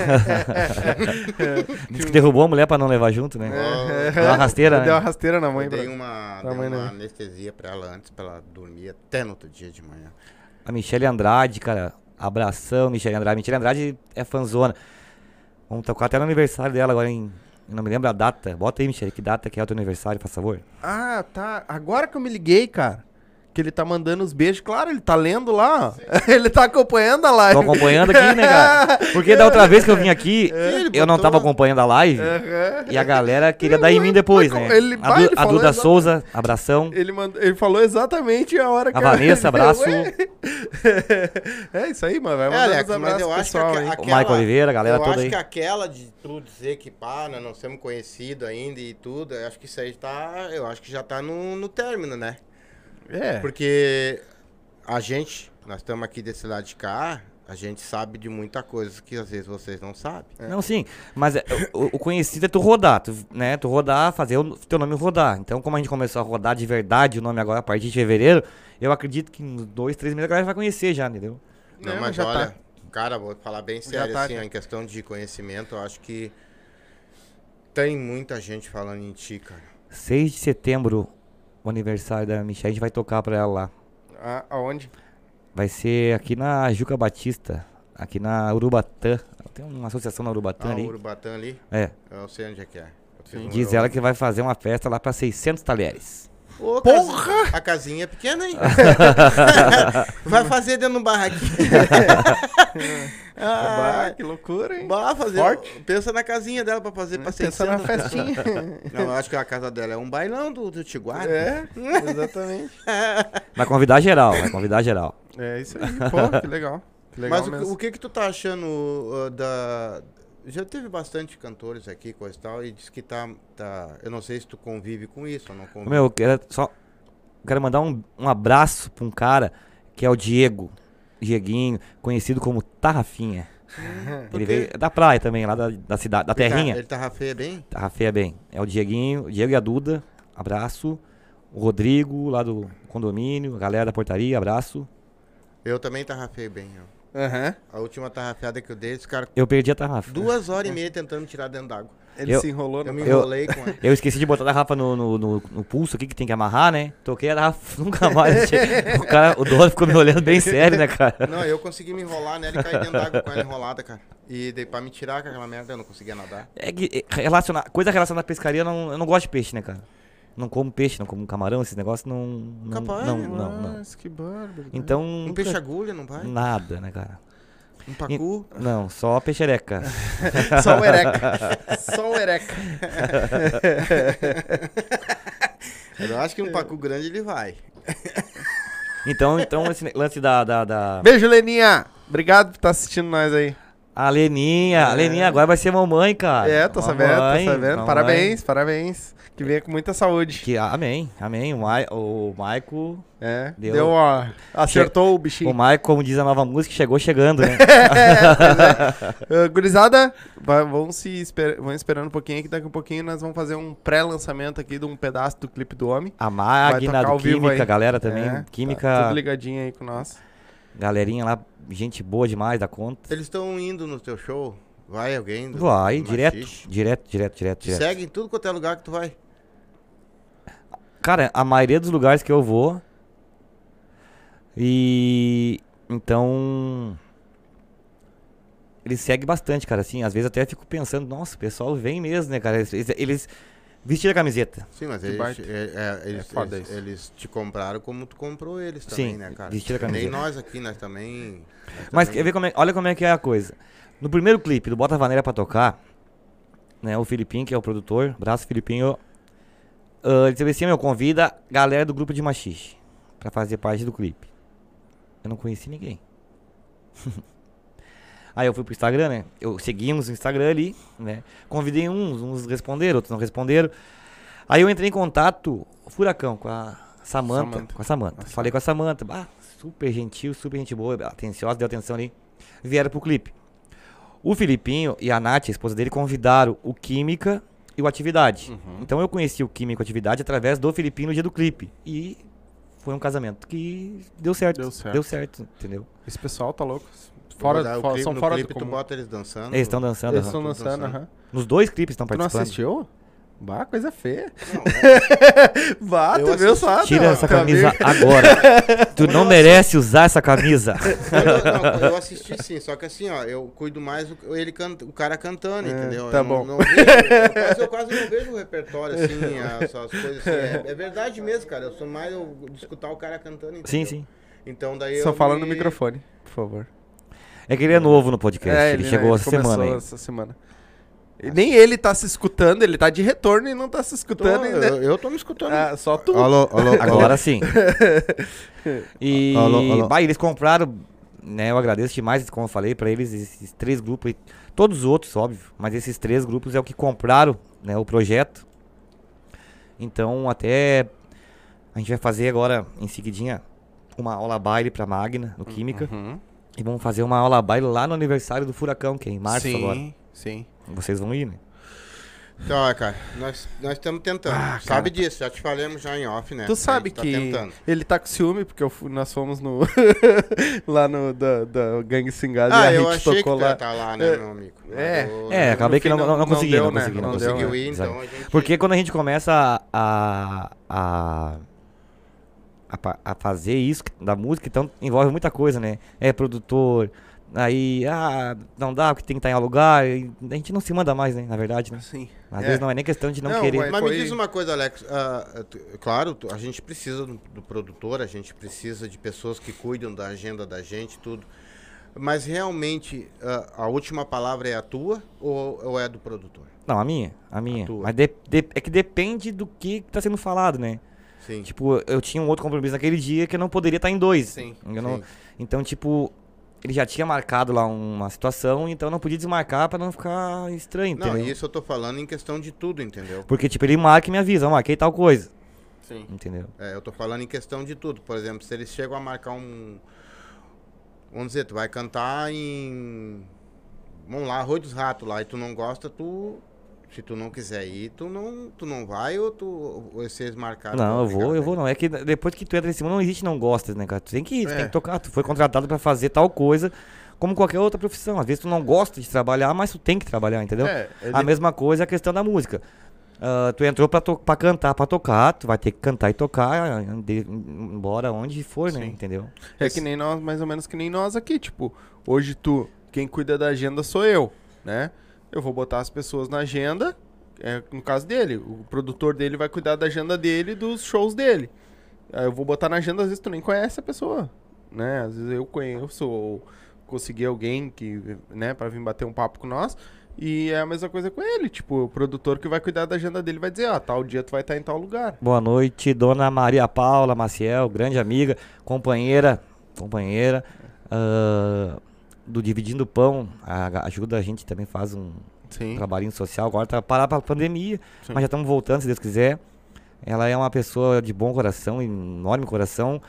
[SPEAKER 3] Diz que derrubou a mulher pra não levar junto, né?
[SPEAKER 2] É.
[SPEAKER 3] Deu uma rasteira,
[SPEAKER 1] Deu uma
[SPEAKER 3] né?
[SPEAKER 1] rasteira na mãe.
[SPEAKER 2] Eu dei um-
[SPEAKER 1] pra-
[SPEAKER 2] uma,
[SPEAKER 1] pra
[SPEAKER 2] dei
[SPEAKER 1] mãe, né?
[SPEAKER 2] uma anestesia pra ela antes, pra ela dormir até no outro dia de manhã.
[SPEAKER 3] A Michelle Andrade, cara. Abração, Michelle Andrade. Michelle Andrade é fanzona. Vamos tocar até no aniversário dela agora em. eu Não me lembro a data. Bota aí, Michelle, que data que é o teu aniversário, por favor.
[SPEAKER 1] Ah, tá. Agora que eu me liguei, cara. Que ele tá mandando os beijos. Claro, ele tá lendo lá. ó. ele tá acompanhando a
[SPEAKER 3] Tô
[SPEAKER 1] live.
[SPEAKER 3] acompanhando aqui, né, cara? Porque da outra vez que eu vim aqui,
[SPEAKER 1] É.
[SPEAKER 2] Ele
[SPEAKER 3] eu não
[SPEAKER 2] botou-
[SPEAKER 3] tava acompanhando a live.
[SPEAKER 1] Aham.
[SPEAKER 3] E a galera queria dar em mim depois, né?
[SPEAKER 1] É. Ele-
[SPEAKER 3] A, Du-
[SPEAKER 1] ele
[SPEAKER 3] a
[SPEAKER 1] falou
[SPEAKER 3] Duda
[SPEAKER 1] exatamente-
[SPEAKER 3] Souza, abração.
[SPEAKER 1] Ele, mandou, ele falou exatamente a hora que
[SPEAKER 3] A Vanessa, abraço.
[SPEAKER 1] Ué? é isso aí, mano. Vai
[SPEAKER 2] É,
[SPEAKER 1] mandar
[SPEAKER 2] Alex,
[SPEAKER 1] os abraços
[SPEAKER 2] mas eu
[SPEAKER 1] pro
[SPEAKER 2] acho que
[SPEAKER 1] pessoal
[SPEAKER 2] aque-
[SPEAKER 1] aí.
[SPEAKER 2] aquela...
[SPEAKER 3] O Michael Oliveira, a galera
[SPEAKER 2] eu
[SPEAKER 3] toda
[SPEAKER 2] acho
[SPEAKER 3] aí.
[SPEAKER 2] que aquela de tu dizer que pá, nós não somos conhecidos ainda e tudo, eu acho que isso aí tá... Eu acho que já tá no, no término, né?
[SPEAKER 1] É.
[SPEAKER 2] Porque a gente, nós estamos aqui desse lado de cá, a gente sabe de muita coisa que às vezes vocês não sabem.
[SPEAKER 3] Não, sim. Mas é, o, o conhecido é tu rodar, tu, né? Tu rodar, fazer o teu nome rodar. Então, como a gente começou a rodar de verdade o nome agora a partir de fevereiro, eu acredito que em dois, três meses a galera vai conhecer já, entendeu?
[SPEAKER 2] Não,
[SPEAKER 1] Não,
[SPEAKER 2] mas
[SPEAKER 1] já
[SPEAKER 2] olha,
[SPEAKER 1] tá.
[SPEAKER 2] cara, vou falar bem sério,
[SPEAKER 1] tá,
[SPEAKER 2] assim, ó,
[SPEAKER 1] já.
[SPEAKER 2] em questão de conhecimento, eu acho que tem muita gente falando em ti, cara.
[SPEAKER 3] 6 de setembro, o aniversário da Michelle, a gente vai tocar pra ela lá.
[SPEAKER 1] Ah, aonde?
[SPEAKER 3] Vai ser aqui na Juca Batista, aqui na Urubatã. Tem uma associação na Urubatã
[SPEAKER 2] Ah,
[SPEAKER 3] ali.
[SPEAKER 2] o Urubatã ali,
[SPEAKER 3] É.
[SPEAKER 2] eu não sei onde é que é. Eu fiz um
[SPEAKER 3] Diz
[SPEAKER 2] euro-
[SPEAKER 3] ela que vai fazer uma festa lá pra 600 talheres.
[SPEAKER 2] Ô,
[SPEAKER 1] Porra!
[SPEAKER 2] casa- A casinha é pequena, hein? Vai fazer dentro de um barraquinho.
[SPEAKER 1] Bah,
[SPEAKER 2] ah,
[SPEAKER 1] que loucura, hein?
[SPEAKER 2] vai fazer.
[SPEAKER 1] Forte.
[SPEAKER 2] Pensa na casinha dela pra fazer pra
[SPEAKER 1] Pensa na
[SPEAKER 2] 600.
[SPEAKER 1] festinha.
[SPEAKER 2] Não, eu acho que a casa dela é um bailão do, do Tiguara.
[SPEAKER 1] é, exatamente.
[SPEAKER 3] Vai convidar geral, vai convidar geral.
[SPEAKER 1] É isso aí. Pô, que legal. Que legal
[SPEAKER 2] Mas o, que-
[SPEAKER 1] mesmo.
[SPEAKER 2] o que que tu tá achando uh, da... Já teve bastante cantores aqui, coisa e tal, e diz que tá, tá... Eu não sei se tu convive com isso ou não
[SPEAKER 3] Ô,
[SPEAKER 2] convive.
[SPEAKER 3] Meu, eu quero só. Quero mandar um, um abraço pra um cara que é o Diego. Dieguinho, conhecido como Tarrafinha.
[SPEAKER 2] Hum. por
[SPEAKER 3] Ele
[SPEAKER 2] quê?
[SPEAKER 3] veio da praia também, lá da, da cidade, da
[SPEAKER 2] Ele tá-
[SPEAKER 3] terrinha.
[SPEAKER 2] Ele tá rafeia bem?
[SPEAKER 3] Tarrafeia bem. É o Dieguinho, o Diego e a Duda, abraço. O Rodrigo, lá do condomínio, a galera da portaria, abraço.
[SPEAKER 2] Eu também tá rafeio bem, ó.
[SPEAKER 1] Aham.
[SPEAKER 2] A última tarrafeada que eu dei, esse cara
[SPEAKER 3] Eu perdi a Tarrafa.
[SPEAKER 2] duas horas e meia tentando me tirar dentro d'água.
[SPEAKER 1] Ele
[SPEAKER 3] Eu-
[SPEAKER 1] se enrolou
[SPEAKER 2] Eu
[SPEAKER 1] no
[SPEAKER 2] me
[SPEAKER 3] Eu-
[SPEAKER 2] enrolei com ele.
[SPEAKER 3] Eu esqueci de botar a garrafa no, no, no- no pulso aqui, que tem que amarrar, né? Toquei a garrafa, nunca mais. o cara, o dono ficou me olhando bem sério, né, cara?
[SPEAKER 2] Não, eu consegui me enrolar nela e caí dentro d'água com ela enrolada, cara. E daí pra me tirar com aquela merda, eu não conseguia nadar.
[SPEAKER 3] É que é, relaciona- coisa relacionada à pescaria, eu não, eu não gosto de peixe, né, cara? Não como peixe, não como camarão, esses negócios não. Não,
[SPEAKER 2] Capaz,
[SPEAKER 3] não,
[SPEAKER 2] né?
[SPEAKER 3] não, não.
[SPEAKER 1] Mas que bárbaro.
[SPEAKER 3] Então.
[SPEAKER 2] Um
[SPEAKER 3] nunca-
[SPEAKER 2] peixe agulha,
[SPEAKER 1] é
[SPEAKER 2] não vai?
[SPEAKER 3] Nada, né, cara?
[SPEAKER 2] Um pacu?
[SPEAKER 3] Não, só peixereca. Então-
[SPEAKER 1] né? Só o Ereca. Só o
[SPEAKER 3] Tá
[SPEAKER 1] Ereca.
[SPEAKER 2] Eu acho que um pacu grande ele vai.
[SPEAKER 3] Então, então esse lance da. da, da...
[SPEAKER 1] Beijo, Leninha. Obrigado por estar assistindo nós aí.
[SPEAKER 3] A Leninha. A Leninha agora vai ser mamãe, cara.
[SPEAKER 1] é, tô sabendo,
[SPEAKER 3] Mamãe,
[SPEAKER 1] tô sabendo.
[SPEAKER 3] mamãe.
[SPEAKER 1] Parabéns, parabéns. Que venha com muita saúde.
[SPEAKER 3] Que, amém, amém. O, Ma, o Maico.
[SPEAKER 1] É, deu,
[SPEAKER 3] Deu.
[SPEAKER 1] ó. Acertou o
[SPEAKER 3] O
[SPEAKER 1] bichinho.
[SPEAKER 3] Maico, como diz a nova música, chegou chegando, né?
[SPEAKER 1] Ah, gurizada, va- vão se esper vão esperando um pouquinho que daqui a pouquinho nós vamos fazer um pré-lançamento aqui de um pedaço do clipe do homem.
[SPEAKER 3] A
[SPEAKER 1] Vai
[SPEAKER 3] Magna
[SPEAKER 1] tocar
[SPEAKER 3] do
[SPEAKER 1] ao vivo
[SPEAKER 3] Química,
[SPEAKER 1] aí.
[SPEAKER 3] galera também.
[SPEAKER 1] É, tá
[SPEAKER 3] química,
[SPEAKER 1] tudo ligadinho aí com nós.
[SPEAKER 3] galerinha lá, gente boa demais da conta.
[SPEAKER 2] Eles estão indo no teu show? Vai alguém? do-
[SPEAKER 3] Vai,
[SPEAKER 2] do
[SPEAKER 3] direto,
[SPEAKER 2] Machixe?
[SPEAKER 3] direto, direto, direto,
[SPEAKER 2] Te
[SPEAKER 3] direto.
[SPEAKER 2] segue em tudo quanto é lugar que tu vai.
[SPEAKER 3] Cara, a maioria dos lugares que eu vou. E. Então. Eles seguem bastante, cara, assim. Às vezes até fico pensando, nossa, o pessoal vem mesmo, né, cara? Eles, eles, eles vestiram a camiseta.
[SPEAKER 2] Sim, mas
[SPEAKER 1] Que
[SPEAKER 2] eles,
[SPEAKER 1] baita.
[SPEAKER 2] é- é, eles,
[SPEAKER 1] foda
[SPEAKER 2] eles-
[SPEAKER 1] isso.
[SPEAKER 2] eles te compraram como tu comprou eles
[SPEAKER 3] Sim,
[SPEAKER 2] também, né, cara?
[SPEAKER 3] vestiram a
[SPEAKER 2] Nem
[SPEAKER 3] camiseta.
[SPEAKER 2] nós aqui, nós também. nós
[SPEAKER 3] Mas
[SPEAKER 2] também-
[SPEAKER 3] quer ver como é- olha como é que é a coisa. No primeiro clipe do Bota a Vaneira pra tocar, né, o Filipinho, que é o produtor, braço Filipinho, ah, ele disse assim, meu, convida a galera do grupo de machixe pra fazer parte do clipe. Eu não conheci ninguém. Aí eu fui pro Instagram, né? Eu segui uns no Instagram ali, né? Convidei uns, uns responderam, outros não responderam. Aí eu entrei em contato, furacão, com a Samanta.
[SPEAKER 1] Samantha.
[SPEAKER 3] Com a Samanta.
[SPEAKER 1] Nossa.
[SPEAKER 3] Falei com a Samanta. Ah, super gentil, super gente boa, atenciosa, deu atenção ali. Vieram pro clipe. O Filipinho e a Nath, a esposa dele, convidaram o Química e o Atividade.
[SPEAKER 1] Uhum.
[SPEAKER 3] Então eu conheci o Química e o Atividade através do Filipinho no dia do clipe. E foi um casamento que deu certo.
[SPEAKER 1] Deu certo.
[SPEAKER 3] Deu certo, entendeu?
[SPEAKER 1] Esse pessoal tá louco.
[SPEAKER 2] Tu
[SPEAKER 1] Fora,
[SPEAKER 2] botar o
[SPEAKER 1] fora-
[SPEAKER 2] clipe-
[SPEAKER 1] são
[SPEAKER 2] no
[SPEAKER 1] fora do
[SPEAKER 2] clipe, tu
[SPEAKER 1] comum.
[SPEAKER 2] bota eles dançando.
[SPEAKER 3] Eles estão dançando.
[SPEAKER 1] Ah, Eles
[SPEAKER 3] aham.
[SPEAKER 1] estão
[SPEAKER 2] Tudo
[SPEAKER 1] dançando,
[SPEAKER 2] dançando.
[SPEAKER 1] aham.
[SPEAKER 3] Nos dois clipes estão
[SPEAKER 1] Tu não
[SPEAKER 3] Tá, participando.
[SPEAKER 1] assistiu? Bah, coisa feia.
[SPEAKER 2] Não,
[SPEAKER 1] Bah,
[SPEAKER 2] Eu
[SPEAKER 1] tu viu
[SPEAKER 2] assisti.
[SPEAKER 1] só? tá
[SPEAKER 3] Tira
[SPEAKER 1] teu-
[SPEAKER 3] essa
[SPEAKER 1] teu
[SPEAKER 3] camisa
[SPEAKER 1] amigo.
[SPEAKER 3] agora. tu não merece usar essa camisa.
[SPEAKER 2] eu, não, eu assisti sim, só que assim, ó, eu cuido mais o, ele canta, o cara cantando,
[SPEAKER 1] É,
[SPEAKER 2] entendeu?
[SPEAKER 1] tá
[SPEAKER 2] eu
[SPEAKER 1] bom.
[SPEAKER 2] Não, não vejo, eu, quase, eu quase não vejo o repertório, assim, as, as coisas assim. É, é verdade mesmo, cara. Eu sou mais eu, de escutar o cara cantando, entendeu?
[SPEAKER 3] sim, sim.
[SPEAKER 2] Então daí
[SPEAKER 1] Só
[SPEAKER 2] eu
[SPEAKER 1] fala
[SPEAKER 2] me-
[SPEAKER 1] no microfone, por favor.
[SPEAKER 3] É que ele é novo no podcast. ele, chegou essa
[SPEAKER 1] é, começou
[SPEAKER 3] semana aí. Ah,
[SPEAKER 1] essa semana. E Nem ele tá se escutando, ele tá de retorno e não tá se
[SPEAKER 2] Tô,
[SPEAKER 1] escutando ainda.
[SPEAKER 2] eu, eu tô me escutando. é
[SPEAKER 1] Ah, só tu.
[SPEAKER 2] Alô, alô,
[SPEAKER 3] Agora sim. E
[SPEAKER 2] Alô, alô.
[SPEAKER 3] bah, eles compraram, né? Eu agradeço demais, como eu falei pra eles, esses três grupos aí. Todos os outros, óbvio, mas esses três grupos é o que compraram, né, o projeto. Então, até a gente vai fazer agora em seguidinha uma aula baile pra Magna, no Química,
[SPEAKER 1] Uhum.
[SPEAKER 3] e vamos fazer uma aula baile lá no aniversário do Furacão, que é em março
[SPEAKER 1] sim,
[SPEAKER 3] agora.
[SPEAKER 1] sim.
[SPEAKER 3] Vocês vão ir, né?
[SPEAKER 2] Então, ó, cara, nós nós estamos tentando. Sabe disso, já te falamos já em off, né?
[SPEAKER 1] Tu sabe
[SPEAKER 2] A gente tá
[SPEAKER 1] que
[SPEAKER 2] tentando.
[SPEAKER 1] ele tá com ciúme, porque eu fui- nós fomos no. lá no. Da, da Gangue Singada
[SPEAKER 2] Ah,
[SPEAKER 1] e a
[SPEAKER 2] eu
[SPEAKER 1] gente
[SPEAKER 2] achei que
[SPEAKER 1] tocou
[SPEAKER 2] tu
[SPEAKER 1] lá.
[SPEAKER 2] ia tá lá, né, meu amigo? Mas
[SPEAKER 1] É.
[SPEAKER 2] eu-
[SPEAKER 3] É,
[SPEAKER 2] eu-
[SPEAKER 3] acabei
[SPEAKER 1] no
[SPEAKER 3] que não,
[SPEAKER 1] fim,
[SPEAKER 3] não,
[SPEAKER 1] não-
[SPEAKER 3] não consegui,
[SPEAKER 1] não
[SPEAKER 3] não,
[SPEAKER 1] deu, né?
[SPEAKER 3] consegui, não,
[SPEAKER 1] Não
[SPEAKER 3] consegui.
[SPEAKER 1] deu,
[SPEAKER 2] conseguiu
[SPEAKER 1] né?
[SPEAKER 2] ir,
[SPEAKER 3] Exato.
[SPEAKER 2] então a gente...
[SPEAKER 3] Porque quando a gente começa a. a. a, pa- a fazer isso da música, então envolve muita coisa, né? É produtor, aí, ah, não dá, porque tem que estar em algum lugar. e a gente não se manda mais, né? Na verdade, né?
[SPEAKER 1] Sim.
[SPEAKER 3] Às
[SPEAKER 1] É.
[SPEAKER 3] vezes não é nem questão de não,
[SPEAKER 1] Não,
[SPEAKER 3] querer.
[SPEAKER 1] mas-
[SPEAKER 2] Mas
[SPEAKER 1] foi-
[SPEAKER 2] me diz uma coisa, Alex. ah, tu- claro, tu- a gente precisa do, do produtor, a gente precisa de pessoas que cuidam da agenda da gente, tudo. Mas realmente ah, a última palavra é a tua ou, ou é a do produtor?
[SPEAKER 3] Não, a minha, a minha.
[SPEAKER 2] tua.
[SPEAKER 3] mas de- de- é que depende do que tá sendo falado, né?
[SPEAKER 2] Sim.
[SPEAKER 3] Tipo, eu tinha um outro compromisso naquele dia que eu não poderia estar em dois.
[SPEAKER 2] Sim,
[SPEAKER 3] Eu não-
[SPEAKER 2] sim.
[SPEAKER 3] Então, tipo, ele já tinha marcado lá uma situação, então eu não podia desmarcar pra não ficar estranho,
[SPEAKER 2] não,
[SPEAKER 3] entendeu?
[SPEAKER 2] isso eu tô falando em questão de tudo, entendeu?
[SPEAKER 3] Porque, tipo, ele marca e me avisa, ó, marquei tal coisa,
[SPEAKER 2] Sim.
[SPEAKER 3] entendeu?
[SPEAKER 2] É, eu tô falando em questão de tudo. Por exemplo, se eles chegam a marcar um. Vamos dizer, tu vai cantar em. Vamos lá, Arroio dos Ratos lá, e tu não gosta, tu. Se tu não quiser ir, tu não, tu não vai ou tu. Ou se eles
[SPEAKER 1] Ah,
[SPEAKER 2] marcaram.
[SPEAKER 3] não,
[SPEAKER 2] tu
[SPEAKER 3] eu vou,
[SPEAKER 2] obrigado
[SPEAKER 3] eu
[SPEAKER 2] a
[SPEAKER 3] vou
[SPEAKER 2] ir?
[SPEAKER 3] não. É que depois que tu entra em cima, não existe não gosta, né, cara? Tu tem que ir, tu
[SPEAKER 1] É.
[SPEAKER 3] tem que tocar. Tu foi contratado pra fazer tal coisa, como qualquer outra profissão. Às vezes tu não gosta de trabalhar, mas tu tem que trabalhar, entendeu?
[SPEAKER 1] É, ele-
[SPEAKER 3] A mesma coisa é a questão da música. Ah, tu entrou pra, to- pra cantar, pra tocar, tu vai ter que cantar e tocar, ah, de- embora onde for, né? Entendeu?
[SPEAKER 1] É que nem nós, mais ou menos que nem nós aqui. Tipo, hoje tu, quem cuida da agenda sou eu, né? Eu vou botar as pessoas na agenda É no caso dele. O produtor dele vai cuidar da agenda dele e dos shows dele. Aí eu vou botar na agenda, às vezes tu nem conhece a pessoa. Né? Às vezes eu conheço ou consegui alguém que, né, pra vir bater um papo com nós. E é a mesma coisa com ele. Tipo, o produtor que vai cuidar da agenda dele vai dizer, ó, tal dia tu vai estar em tal lugar.
[SPEAKER 3] Boa noite, dona Maria Paula Maciel, grande amiga, companheira, companheira ah, do Dividindo Pão. A- ajuda a gente também, faz um
[SPEAKER 1] Sim.
[SPEAKER 3] trabalhinho social. Agora tá parar pra pandemia,
[SPEAKER 1] Sim.
[SPEAKER 3] mas já estamos voltando, se Deus quiser. Ela é uma pessoa de bom coração, enorme coração.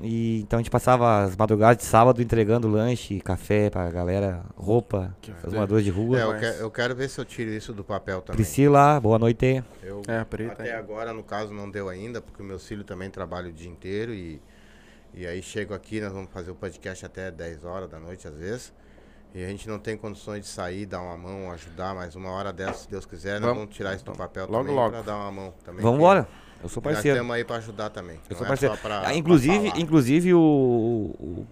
[SPEAKER 3] E então a gente passava as madrugadas de sábado entregando lanche, café pra galera, roupa,
[SPEAKER 1] Que
[SPEAKER 3] os moradores de rua.
[SPEAKER 2] É, eu,
[SPEAKER 1] mas-
[SPEAKER 2] que- eu quero ver se eu tiro isso do papel também.
[SPEAKER 3] Priscila, boa noite.
[SPEAKER 2] Eu,
[SPEAKER 1] É, preta,
[SPEAKER 2] até
[SPEAKER 1] é.
[SPEAKER 2] agora, no caso, não deu ainda, porque o meu filho também trabalha o dia inteiro e, e aí chego aqui, nós vamos fazer o podcast até 10 horas da noite, às vezes. E a gente não tem condições de sair, dar uma mão, ajudar, mas uma hora dessa, se Deus quiser, nós
[SPEAKER 1] Vamos-
[SPEAKER 2] vamos tirar isso do papel
[SPEAKER 1] logo,
[SPEAKER 2] também
[SPEAKER 1] logo.
[SPEAKER 2] pra dar uma mão também.
[SPEAKER 3] Vamos embora. Eu sou
[SPEAKER 2] Nós
[SPEAKER 3] parceiro.
[SPEAKER 2] estamos aí pra ajudar também.
[SPEAKER 3] Eu
[SPEAKER 2] não
[SPEAKER 3] sou
[SPEAKER 2] é
[SPEAKER 3] parceiro.
[SPEAKER 2] só pra-
[SPEAKER 3] Ah,
[SPEAKER 2] pra
[SPEAKER 3] inclusive,
[SPEAKER 2] falar.
[SPEAKER 3] inclusive o, o- o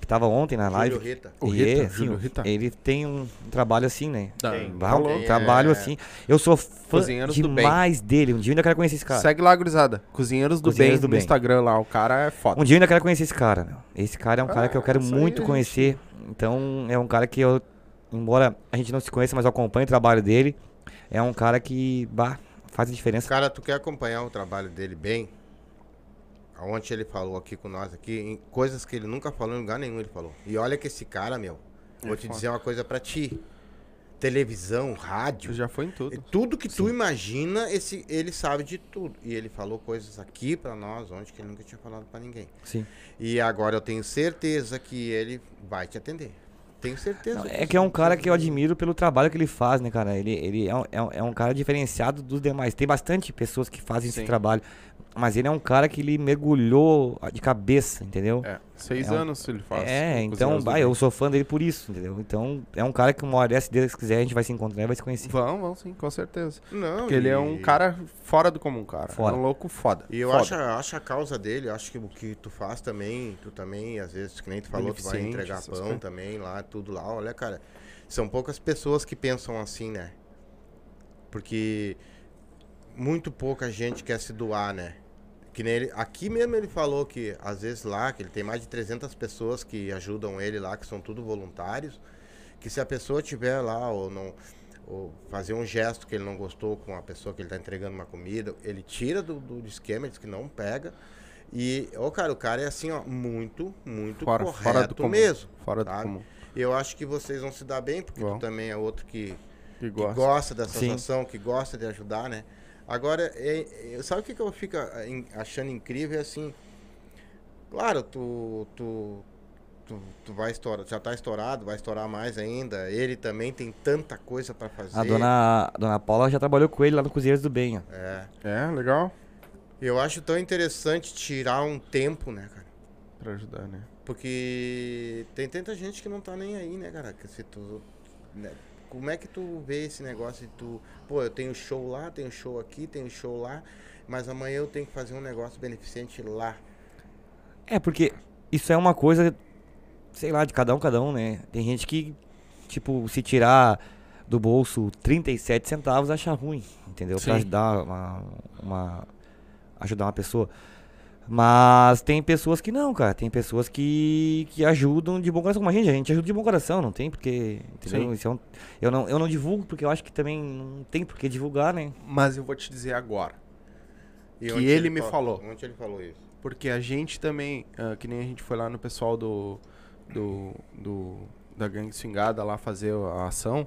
[SPEAKER 3] que tava ontem na
[SPEAKER 2] Júlio
[SPEAKER 3] live.
[SPEAKER 2] Rita.
[SPEAKER 1] O
[SPEAKER 3] e
[SPEAKER 1] Rita,
[SPEAKER 3] é,
[SPEAKER 1] Júlio
[SPEAKER 3] sim,
[SPEAKER 1] Rita.
[SPEAKER 3] Ele tem um trabalho assim, né?
[SPEAKER 2] Tá. Tem.
[SPEAKER 3] Bah, um
[SPEAKER 2] Tem,
[SPEAKER 3] trabalho
[SPEAKER 2] é.
[SPEAKER 3] assim. Eu sou fã
[SPEAKER 1] Cozinheiros do Bem.
[SPEAKER 3] demais dele. Um dia eu ainda quero conhecer esse cara.
[SPEAKER 1] Segue lá, gurizada. Cozinheiros do Bem
[SPEAKER 3] Cozinheiros do
[SPEAKER 1] no
[SPEAKER 3] Bem.
[SPEAKER 1] Instagram lá. O cara é foda.
[SPEAKER 3] Um dia eu ainda quero conhecer esse cara. meu. Esse cara é um cara que eu
[SPEAKER 1] Ah,
[SPEAKER 3] quero
[SPEAKER 1] isso aí a
[SPEAKER 3] muito
[SPEAKER 1] gente-
[SPEAKER 3] conhecer. Então, é um cara que eu, embora a gente não se conheça, mas eu acompanho o trabalho dele. É um cara que, bah, faz a diferença.
[SPEAKER 2] Cara, tu quer acompanhar o trabalho dele bem? Ontem ele falou aqui com nós aqui, em coisas que ele nunca falou em lugar nenhum, ele falou. E olha que esse cara, meu,
[SPEAKER 1] É
[SPEAKER 2] vou te dizer uma coisa pra ti. Televisão, rádio,
[SPEAKER 1] Já foi em tudo.
[SPEAKER 2] tudo, que tu imagina, esse ele sabe de tudo. E ele falou coisas aqui pra nós ontem que ele nunca tinha falado pra ninguém.
[SPEAKER 3] Sim.
[SPEAKER 2] E agora eu tenho certeza que ele vai te atender. Tenho certeza.
[SPEAKER 3] Não, É que é um cara que eu admiro pelo trabalho que ele faz, né, cara? Ele, ele é, um, é um- é um cara diferenciado dos demais. Tem bastante pessoas que fazem
[SPEAKER 1] Sim.
[SPEAKER 3] esse trabalho, mas ele é um cara que ele mergulhou de cabeça, entendeu?
[SPEAKER 1] É, seis
[SPEAKER 3] É um-
[SPEAKER 1] anos ele faz.
[SPEAKER 3] É,
[SPEAKER 1] com
[SPEAKER 3] então,
[SPEAKER 1] Cozinheiros do
[SPEAKER 3] bah,
[SPEAKER 1] Bem.
[SPEAKER 3] eu sou fã dele por isso, entendeu? Então, é um cara que uma hora dessa, se Deus quiser, a gente vai se encontrar e vai se conhecer.
[SPEAKER 1] Vão, vão sim, com certeza.
[SPEAKER 2] Não,
[SPEAKER 1] Porque ele é um
[SPEAKER 2] e-
[SPEAKER 1] cara fora do comum, cara.
[SPEAKER 3] Fora.
[SPEAKER 1] É um louco foda.
[SPEAKER 2] E eu
[SPEAKER 1] Foda.
[SPEAKER 2] acho, a- acho a causa dele, eu acho que o que tu faz também, tu também, às vezes, que nem tu falou, tu vai
[SPEAKER 1] Beneficente,
[SPEAKER 2] entregar
[SPEAKER 1] essas
[SPEAKER 2] pão
[SPEAKER 1] coisas.
[SPEAKER 2] também lá, tudo lá. Olha, cara, são poucas pessoas que pensam assim, né? Porque muito pouca gente quer se doar, né? Que nem ele, aqui mesmo ele falou que, às vezes lá, que ele tem mais de 300 pessoas que ajudam ele lá, que são tudo voluntários, que se a pessoa tiver lá ou não ou fazer um gesto que ele não gostou com a pessoa que ele está entregando uma comida, ele tira do, do do esquema, ele diz que não pega. E, ô, cara, o cara é assim, ó, muito, muito
[SPEAKER 1] Fora,
[SPEAKER 2] correto
[SPEAKER 1] fora do comum.
[SPEAKER 2] mesmo.
[SPEAKER 1] Fora do
[SPEAKER 2] sabe?
[SPEAKER 1] comum.
[SPEAKER 2] Eu acho que vocês vão se dar bem, porque
[SPEAKER 1] Vão.
[SPEAKER 2] tu também é outro que,
[SPEAKER 1] Que
[SPEAKER 2] que
[SPEAKER 1] gosta.
[SPEAKER 2] gosta dessa
[SPEAKER 3] Sim.
[SPEAKER 2] situação, que gosta de ajudar, né? Agora, é- é- sabe o que, que eu fico ah, em- achando incrível? É assim, claro, tu, tu, tu, tu vai estourar, já tá estourado, vai estourar mais ainda. Ele também tem tanta coisa para fazer.
[SPEAKER 3] A dona, a dona Paula já trabalhou com ele lá no Cozinheiros do Bem, ó.
[SPEAKER 2] É.
[SPEAKER 1] É, legal.
[SPEAKER 2] Eu acho tão interessante tirar um tempo, né, cara?
[SPEAKER 1] Pra ajudar, né?
[SPEAKER 2] Porque tem tanta gente que não tá nem aí, né, cara? Que se tu, né? Como é que tu vê esse negócio de tu, pô, eu tenho show lá, tenho show aqui, tenho show lá, mas amanhã eu tenho que fazer um negócio beneficente lá.
[SPEAKER 3] É, porque isso é uma coisa, sei lá, de cada um, cada um, né? Tem gente que, tipo, se tirar do bolso 37 centavos, acha ruim, entendeu?
[SPEAKER 1] Sim.
[SPEAKER 3] Pra ajudar uma, uma- ajudar uma pessoa. Mas tem pessoas que não, cara. Tem pessoas que, que ajudam de bom coração. Como a gente, a gente ajuda de bom coração, não tem porque. Entendeu?
[SPEAKER 1] Sim.
[SPEAKER 3] Isso é um- eu, não, eu não divulgo porque eu acho que também não tem por que divulgar, né?
[SPEAKER 1] Mas eu vou te dizer agora.
[SPEAKER 2] E
[SPEAKER 1] Que
[SPEAKER 2] onde
[SPEAKER 1] ele me
[SPEAKER 2] fa-
[SPEAKER 1] falou.
[SPEAKER 2] Onde ele falou isso?
[SPEAKER 1] Porque a gente também, ah, que nem a gente foi lá no pessoal do. do. do da Gangue Swingada lá fazer a ação.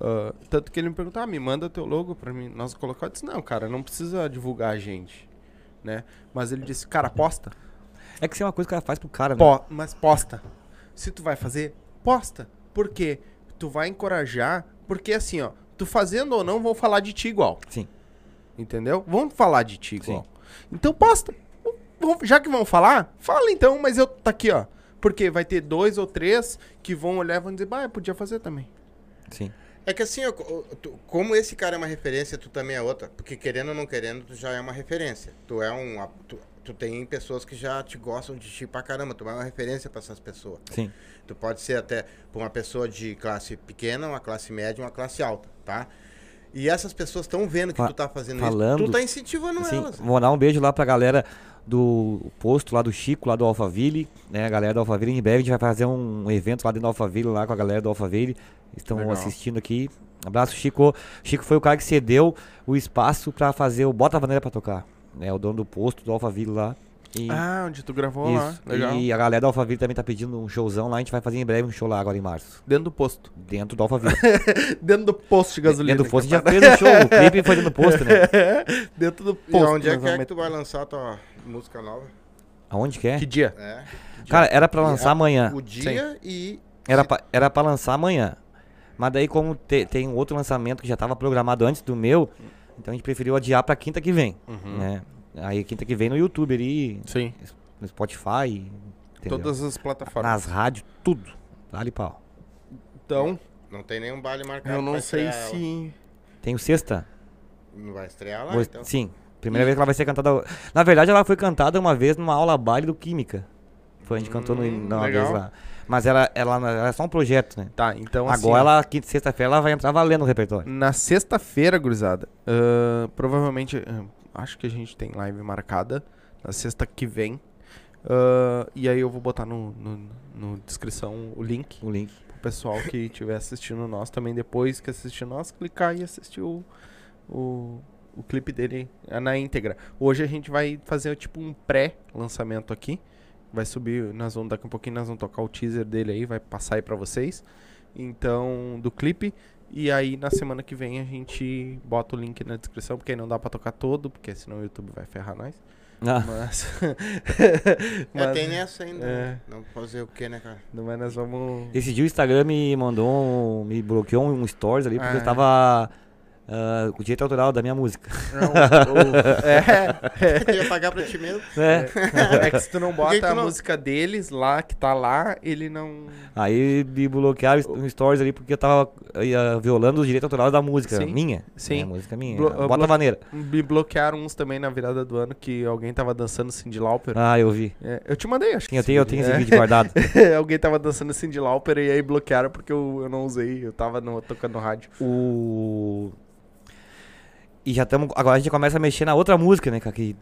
[SPEAKER 1] ah, tanto que ele me perguntou, ah, me manda teu logo pra mim. Nós colocar. Eu disse, não, cara, não precisa divulgar a gente. Né? Mas ele disse, cara, posta.
[SPEAKER 3] É que isso é uma coisa que o cara faz pro cara, né?
[SPEAKER 1] Po- mas posta. Se tu vai fazer, posta. Por quê? Tu vai encorajar. Porque assim, ó, tu fazendo ou não, vão falar de ti igual.
[SPEAKER 3] Sim.
[SPEAKER 1] Entendeu? Vão falar de ti igual.
[SPEAKER 3] Sim.
[SPEAKER 1] Então posta. Vão- Já que vão falar, fala então, mas eu tá aqui, ó. Porque vai ter dois ou três que vão olhar e vão dizer, bah, eu podia fazer também.
[SPEAKER 3] Sim.
[SPEAKER 2] É que assim, ó, co- o- tu- como esse cara é uma referência, tu também é outra. Porque querendo ou não querendo, tu já é uma referência. Tu é um. a- Tu, tu tem pessoas que já te gostam de ti pra caramba. Tu é uma referência pra essas pessoas.
[SPEAKER 3] Sim.
[SPEAKER 2] Tu pode ser até pra uma pessoa de classe pequena, uma classe média, uma classe alta, tá? E essas pessoas estão vendo que
[SPEAKER 3] Fa-
[SPEAKER 2] tu tá fazendo
[SPEAKER 3] falando-
[SPEAKER 2] isso. Tu tá incentivando
[SPEAKER 3] Assim,
[SPEAKER 2] elas.
[SPEAKER 3] vou mandar um beijo lá pra galera do posto lá do Chico, lá do Alphaville, né? A galera do Alphaville, em breve a gente vai fazer um evento lá dentro do Alphaville, lá com a galera do Alphaville. Estão
[SPEAKER 1] Legal.
[SPEAKER 3] assistindo aqui. Abraço, Chico. Chico foi o cara que cedeu o espaço pra fazer o Bota a Bandeira pra tocar. Né? O dono do posto do Alphaville lá. E,
[SPEAKER 1] Ah, onde tu gravou
[SPEAKER 3] isso.
[SPEAKER 1] lá. Legal.
[SPEAKER 3] e a galera do Alphaville também tá pedindo um showzão lá. A gente vai fazer em breve um show lá agora em março.
[SPEAKER 1] Dentro do posto.
[SPEAKER 3] Dentro do Alphaville.
[SPEAKER 1] Dentro do posto de gasolina. É,
[SPEAKER 3] dentro do posto. A gente já fez um show. O clipe foi dentro do posto, né?
[SPEAKER 1] Dentro do
[SPEAKER 2] E
[SPEAKER 1] posto.
[SPEAKER 2] onde é
[SPEAKER 1] nós
[SPEAKER 2] que, é
[SPEAKER 1] vamos
[SPEAKER 2] que tu vai lançar a tua música nova?
[SPEAKER 3] Aonde que é?
[SPEAKER 1] meter- Que dia?
[SPEAKER 2] É.
[SPEAKER 3] Cara, era pra
[SPEAKER 2] E
[SPEAKER 3] lançar
[SPEAKER 2] a-
[SPEAKER 3] amanhã.
[SPEAKER 2] O dia e.
[SPEAKER 3] Era pra, era pra lançar amanhã. Mas daí, como te- tem um outro lançamento que já tava programado antes do meu, então a gente preferiu adiar pra quinta que vem.
[SPEAKER 1] Uhum.
[SPEAKER 3] Né? Aí quinta que vem no YouTube ali,
[SPEAKER 1] Sim.
[SPEAKER 3] no Spotify, entendeu?
[SPEAKER 1] Todas as plataformas.
[SPEAKER 3] nas rádios, tudo. Vale pau.
[SPEAKER 1] Então,
[SPEAKER 2] Não tem nenhum baile marcado.
[SPEAKER 1] eu não
[SPEAKER 2] pra
[SPEAKER 1] sei
[SPEAKER 2] estrear ela.
[SPEAKER 1] se.
[SPEAKER 3] Tenho sexta?
[SPEAKER 2] Não vai estrear
[SPEAKER 1] Ah,
[SPEAKER 2] lá,
[SPEAKER 3] Vou-
[SPEAKER 2] então.
[SPEAKER 3] Sim. Primeira vez que ela vai ser cantada. Na verdade, ela foi cantada uma vez numa aula baile do Química. Foi, a gente cantou no,
[SPEAKER 1] Hum,
[SPEAKER 3] uma
[SPEAKER 1] legal.
[SPEAKER 3] vez lá. Mas ela, ela, ela é só um projeto, né?
[SPEAKER 1] Tá, então assim.
[SPEAKER 3] Agora, ela, quinta e sexta-feira, ela vai entrar valendo no repertório.
[SPEAKER 1] Na sexta-feira, gurizada, ahn, provavelmente, ahn, acho que a gente tem live marcada na sexta que vem. Ahn, e aí eu vou botar no, no, no descrição o link
[SPEAKER 3] O link.
[SPEAKER 1] pro pessoal que estiver assistindo nós também, depois que assistir nós, clicar e assistir o, o, o clipe dele ah, na íntegra. Hoje a gente vai fazer tipo um pré-lançamento aqui. Vai subir, nós vamos daqui a pouquinho, nós vamos tocar o teaser dele aí, vai passar aí pra vocês. Então, do clipe. E aí na semana que vem a gente bota o link na descrição, porque aí não dá pra tocar todo, porque senão o YouTube vai ferrar nós.
[SPEAKER 3] Ah.
[SPEAKER 1] Mas.
[SPEAKER 2] É, tem
[SPEAKER 1] mas,
[SPEAKER 2] nessa ainda.
[SPEAKER 1] É.
[SPEAKER 2] né? Não fazer o quê, né, cara?
[SPEAKER 1] mas nós vamos.
[SPEAKER 3] Esse dia o Instagram me mandou, um, me bloqueou um stories ali porque
[SPEAKER 1] Ah.
[SPEAKER 3] eu tava ah, com o direito autoral da minha música.
[SPEAKER 1] Não, o- um- é, é.
[SPEAKER 2] Tu ia pagar pra ti mesmo?
[SPEAKER 3] Né?
[SPEAKER 1] É que se tu não
[SPEAKER 2] Por que
[SPEAKER 1] bota
[SPEAKER 2] que tu
[SPEAKER 1] a
[SPEAKER 2] não-
[SPEAKER 1] música deles lá, que tá lá, ele não.
[SPEAKER 3] Aí me bloquearam um stories ali porque eu tava ah, violando os direitos autorais da música
[SPEAKER 1] Sim,
[SPEAKER 3] minha.
[SPEAKER 1] sim.
[SPEAKER 3] É, música minha.
[SPEAKER 1] Blo-
[SPEAKER 3] Bota
[SPEAKER 1] blo-
[SPEAKER 3] a maneira.
[SPEAKER 1] Me bloquearam uns também na virada do ano que alguém tava dançando Cindy Lauper.
[SPEAKER 3] Ah, eu vi.
[SPEAKER 1] É, eu te mandei, acho que.
[SPEAKER 3] Sim, eu tenho, eu
[SPEAKER 1] vídeo.
[SPEAKER 3] tenho esse vídeo guardado.
[SPEAKER 1] É, alguém tava dançando Cindy Lauper e aí bloquearam porque eu, eu não usei, eu tava no- tocando no rádio.
[SPEAKER 3] O. E já estamos. Agora a gente começa a mexer na outra música, né? cara, Que,